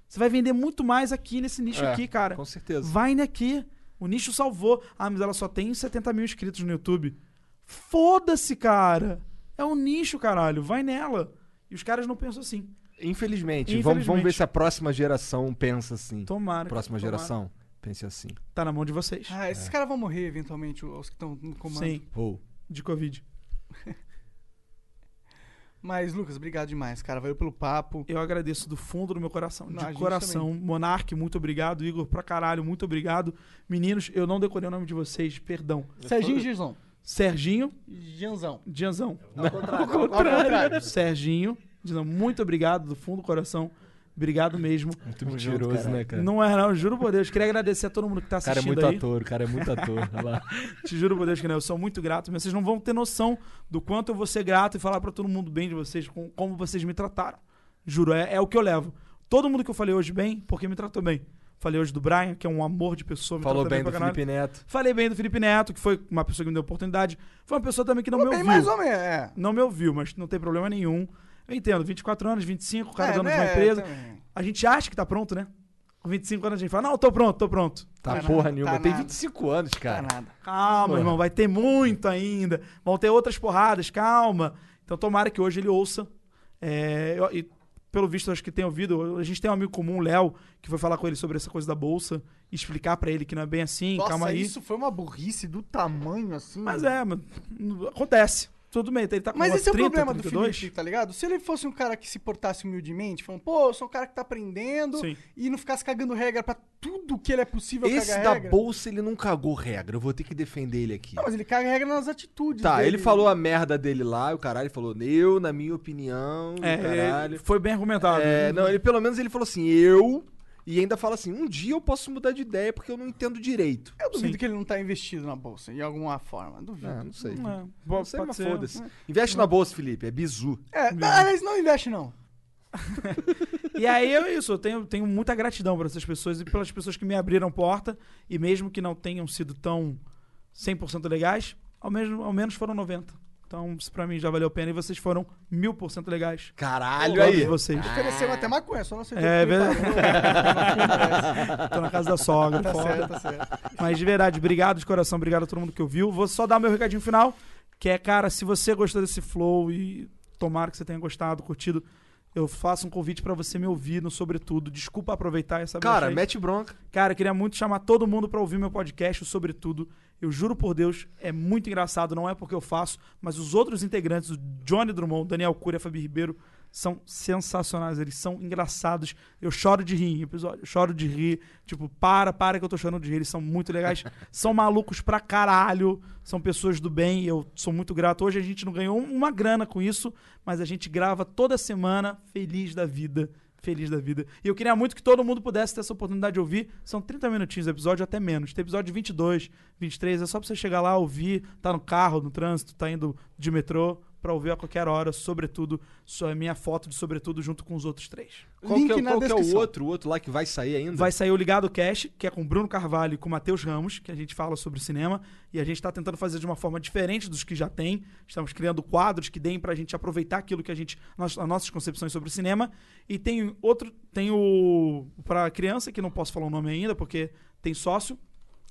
Você vai vender muito mais aqui nesse nicho
É,
aqui, cara.
Com certeza.
Vai aqui. O nicho salvou. Ah, mas ela só tem 70 mil inscritos no YouTube. Foda-se, cara. É um nicho, caralho. Vai nela. E os caras não pensam assim.
Infelizmente, Vamos, vamos ver
Infelizmente.
se a próxima geração pensa assim.
Tomara.
próxima
tomara.
geração pense assim.
Tá na mão de vocês.
Ah, esses caras vão morrer eventualmente, os que estão no comando.
É. Sim,
Ou.
de Covid.
Mas, Lucas, obrigado demais, cara. Valeu pelo papo.
Eu agradeço do fundo do meu coração.
Não, a
de
gente
coração. Monark, muito obrigado. Igor, pra caralho, muito obrigado. Meninos, eu não decorei o nome de vocês, perdão.
Serginho e Girzão.
Serginho,
Gianzão.
Janzão.
Ao contrário.
Serginho, Janzão, muito obrigado do fundo do coração. Obrigado mesmo.
Muito mentiroso, né, cara?
Não é, não, juro por Deus. Queria agradecer a todo mundo que tá
O cara é
assistindo
muito
aí.
ator, o cara é muito
[laughs]
ator. olha lá.
Te juro por Deus que não. Eu sou muito grato. mas Vocês não vão ter noção do quanto eu vou ser grato e falar pra todo mundo bem de vocês, com- como vocês me trataram. Juro, é, é o que eu levo. Todo mundo que eu falei hoje bem, porque me tratou bem. Falei hoje do Brian, que é um amor de pessoa. Me
Falou
tratou
bem do
pra caralho.
Felipe Neto.
Falei bem do Felipe Neto, que foi uma pessoa que me deu oportunidade. Foi uma pessoa também que não me
Bem,
ouviu.
mais ou menos. É,
Não me ouviu, mas não tem problema nenhum. Eu entendo, 24 anos, 25, o cara
É,
dono de
né,
uma empresa.
também.
A gente acha que tá pronto, né? Com 25 anos a gente fala, não, tô pronto, tô pronto.
Tá
Tá
porra
nada,
nenhuma.
tá
Tem
nada.
25 anos,
tá
cara.
nada.
Calma,
Porra.
irmão, vai ter muito ainda. Vão ter outras porradas, calma. Então tomara que hoje ele ouça. É, eu- e pelo visto, eu acho que tem ouvido. A gente tem um amigo comum, o Léo, que foi falar com ele sobre essa coisa da bolsa e explicar pra ele que não é bem assim,
Nossa,
calma aí.
isso foi uma burrice do tamanho assim.
Mas é, mano, acontece. Tudo bem, ele tá com
Mas
umas
esse é o
30,
problema
32.
do Felipe, tá ligado? Se ele fosse um cara que se portasse humildemente, falando, pô, eu sou um cara que tá aprendendo
Sim.
e não ficasse cagando regra pra tudo que ele é possível
Esse
cagar
da
regra.
bolsa, ele não cagou regra. Eu vou ter que defender ele aqui.
Não, mas ele caga regra nas atitudes.
Tá,
dele.
ele falou a merda dele lá, o caralho falou, eu, na minha opinião,
É,
o caralho.
foi bem argumentado. né?
É, não, ele pelo menos ele falou assim, eu, e ainda fala assim, um dia eu posso mudar de ideia porque eu não entendo direito.
Eu duvido
Sim.
que ele não tá investido na bolsa, de alguma forma. Duvido.
Ah, não sei.
É,
Não
pode
sei, mas
ser.
foda-se. Investe na bolsa, Felipe, é bizu.
É, não, aliás, não investe, não.
E aí é isso, eu tenho, tenho muita gratidão por essas pessoas e pelas pessoas que me abriram porta. E mesmo que não tenham sido tão 100% legais, ao, mesmo, ao menos foram 90%. Então, isso pra mim já valeu a pena. E vocês foram mil por cento legais.
Caralho,
Eu gosto
aí.
de vocês.
Ofereceu até maconha, só não aceitou.
É,
porque ele
verdade. [laughs] Tô na casa da sogra,
Tá
foda.
certo, tá certo.
Mas de verdade, obrigado de coração, obrigado a todo mundo que ouviu. Vou só dar meu recadinho final, que é, cara, se você gostou desse flow e tomara que você tenha gostado, curtido, eu faço um convite pra você me ouvir no Sobretudo. Desculpa aproveitar essa brecha
Cara,
aí.
mete bronca.
Cara, eu queria muito chamar todo mundo pra ouvir meu podcast, o Sobretudo. Eu juro por Deus, é muito engraçado, não é porque eu faço, mas os outros integrantes, o Johnny Drummond, Daniel Curia, Fabi Ribeiro, são sensacionais, eles são engraçados. Eu choro de rir em episódio, eu choro de rir. Tipo, para, para que eu tô chorando de rir, eles são muito legais. são malucos pra caralho, são pessoas do bem, eu sou muito grato. Hoje a gente não ganhou uma grana com isso, mas a gente grava toda semana, feliz da vida feliz da vida. E eu queria muito que todo mundo pudesse ter essa oportunidade de ouvir. São 30 minutinhos o episódio, até menos. Tem episódio 22, 23, é só pra você chegar lá, ouvir, tá no carro, no trânsito, tá indo de metrô, pra ouvir a qualquer hora, sobretudo, sua é minha foto de sobretudo junto com os outros três.
Qual, que é, qual que é o outro, o outro lá que vai sair ainda?
Vai sair o Ligado Cast, que é com Bruno Carvalho e com Matheus Ramos, que a gente fala sobre cinema. E a gente está tentando fazer de uma forma diferente dos que já tem. Estamos criando quadros que deem para a gente aproveitar aquilo que a gente. Nós, as nossas concepções sobre o cinema. E tem outro. Tem o. Para criança, que não posso falar o nome ainda, porque tem sócio,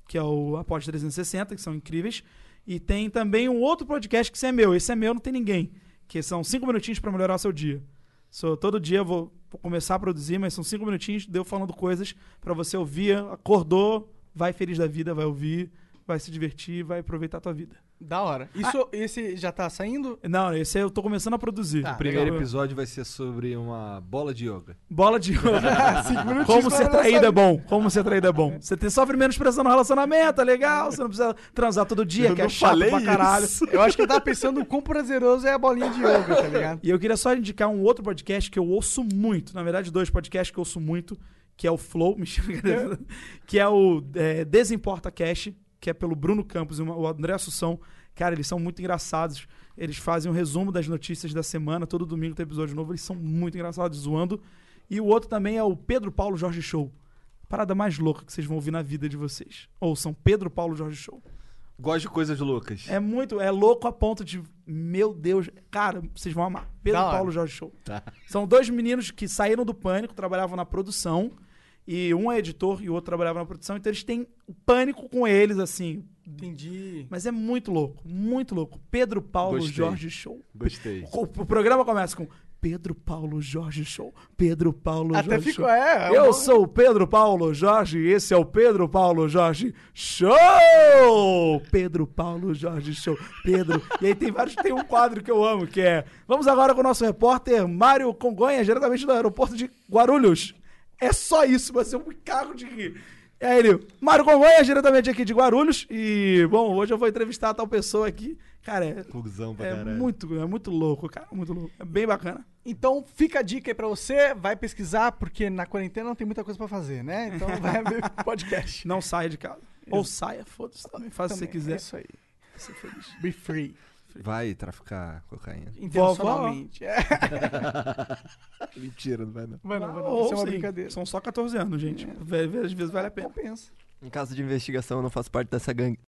que é o Após 360, que são incríveis. E tem também um outro podcast que esse é meu. Esse é meu, não tem ninguém. Que são cinco minutinhos para melhorar o seu dia. Sou, todo dia eu vou vou começar a produzir, mas são cinco minutinhos de eu falando coisas pra você ouvir. Acordou, vai feliz da vida, vai ouvir, vai se divertir, vai aproveitar a tua vida.
Da hora. Isso,
Ah.
Esse já tá saindo?
Não, esse eu tô começando a produzir.
Tá,
Então,
o primeiro episódio vai ser sobre uma bola de yoga.
Bola de
[laughs]
ouro.
Ah,
Ah,
Cinco minutinhos
Como
pra
ser
abraçar
traído
ele.
é bom. Como ser traído é bom. Você tem, sofre menos pressão no relacionamento, é legal. Você não precisa transar todo dia,
Eu
que é
não
chato
falei
pra caralho.
isso. Eu acho que eu tava pensando o quão prazeroso é a bolinha de yoga, tá ligado?
E eu queria só indicar um outro podcast que eu ouço muito. Na verdade, dois podcasts que eu ouço muito, que é o Flow, [laughs] mentira, que é o é, Desimporta Cash, que é pelo Bruno Campos e uma- o André Assunção. Cara, eles são muito engraçados. Eles fazem um resumo das notícias da semana. Todo domingo tem episódio novo. Eles são muito engraçados, zoando. E o outro também é o Pedro Paulo Jorge Show. Parada mais louca que vocês vão ouvir na vida de vocês. Ouçam Pedro Paulo Jorge Show.
Gosto de coisas loucas.
É muito, é louco a ponto de. Meu Deus, cara, vocês vão amar. Pedro
Da hora.
Paulo Jorge Show.
Tá.
São dois meninos que saíram do pânico, trabalhavam na produção. E um é editor e o outro trabalhava na produção. Então eles têm o pânico com eles, assim.
Entendi.
Mas é muito louco, muito louco. Pedro Paulo
Gostei.
Jorge Show.
Gostei.
O, o programa começa com Pedro Paulo Jorge Show. Pedro Paulo
Até
Jorge
ficou-
Show.
é, é um
Eu
bom-
sou o Pedro Paulo Jorge e esse é o Pedro Paulo Jorge Show! Pedro Paulo Jorge Show. Pedro. E aí tem vários. Tem um quadro que eu amo que é. Vamos agora com o nosso repórter Mário Congonha, diretamente do aeroporto de Guarulhos. É só isso, mas eu me cago de rir. E aí ele, Mário Congonha, diretamente aqui de Guarulhos. E, bom, hoje eu vou entrevistar tal pessoa aqui. Cara, é,
Cusão pra
é
caralho.
muito, é muito louco, cara. Muito louco. É bem bacana.
Então fica a dica aí pra você, vai pesquisar, porque na quarentena não tem muita coisa pra fazer, né?
[laughs]
Então vai ver podcast.
Não saia de casa. Ou saia, foda-se também. Faz o que você
Também,
quiser.
é isso aí.
Ser feliz.
Be free.
Vai traficar
[laughs]
cocaína.
Intencionalmente. É.
[laughs] Mentira, não vai não.
Vai não, vai não.
Ou
Isso é uma
sim. É.
brincadeira.
São só 14 anos, gente. Às vezes vale a pena.
Compensa.
Em caso de investigação, eu não faço parte dessa gangue.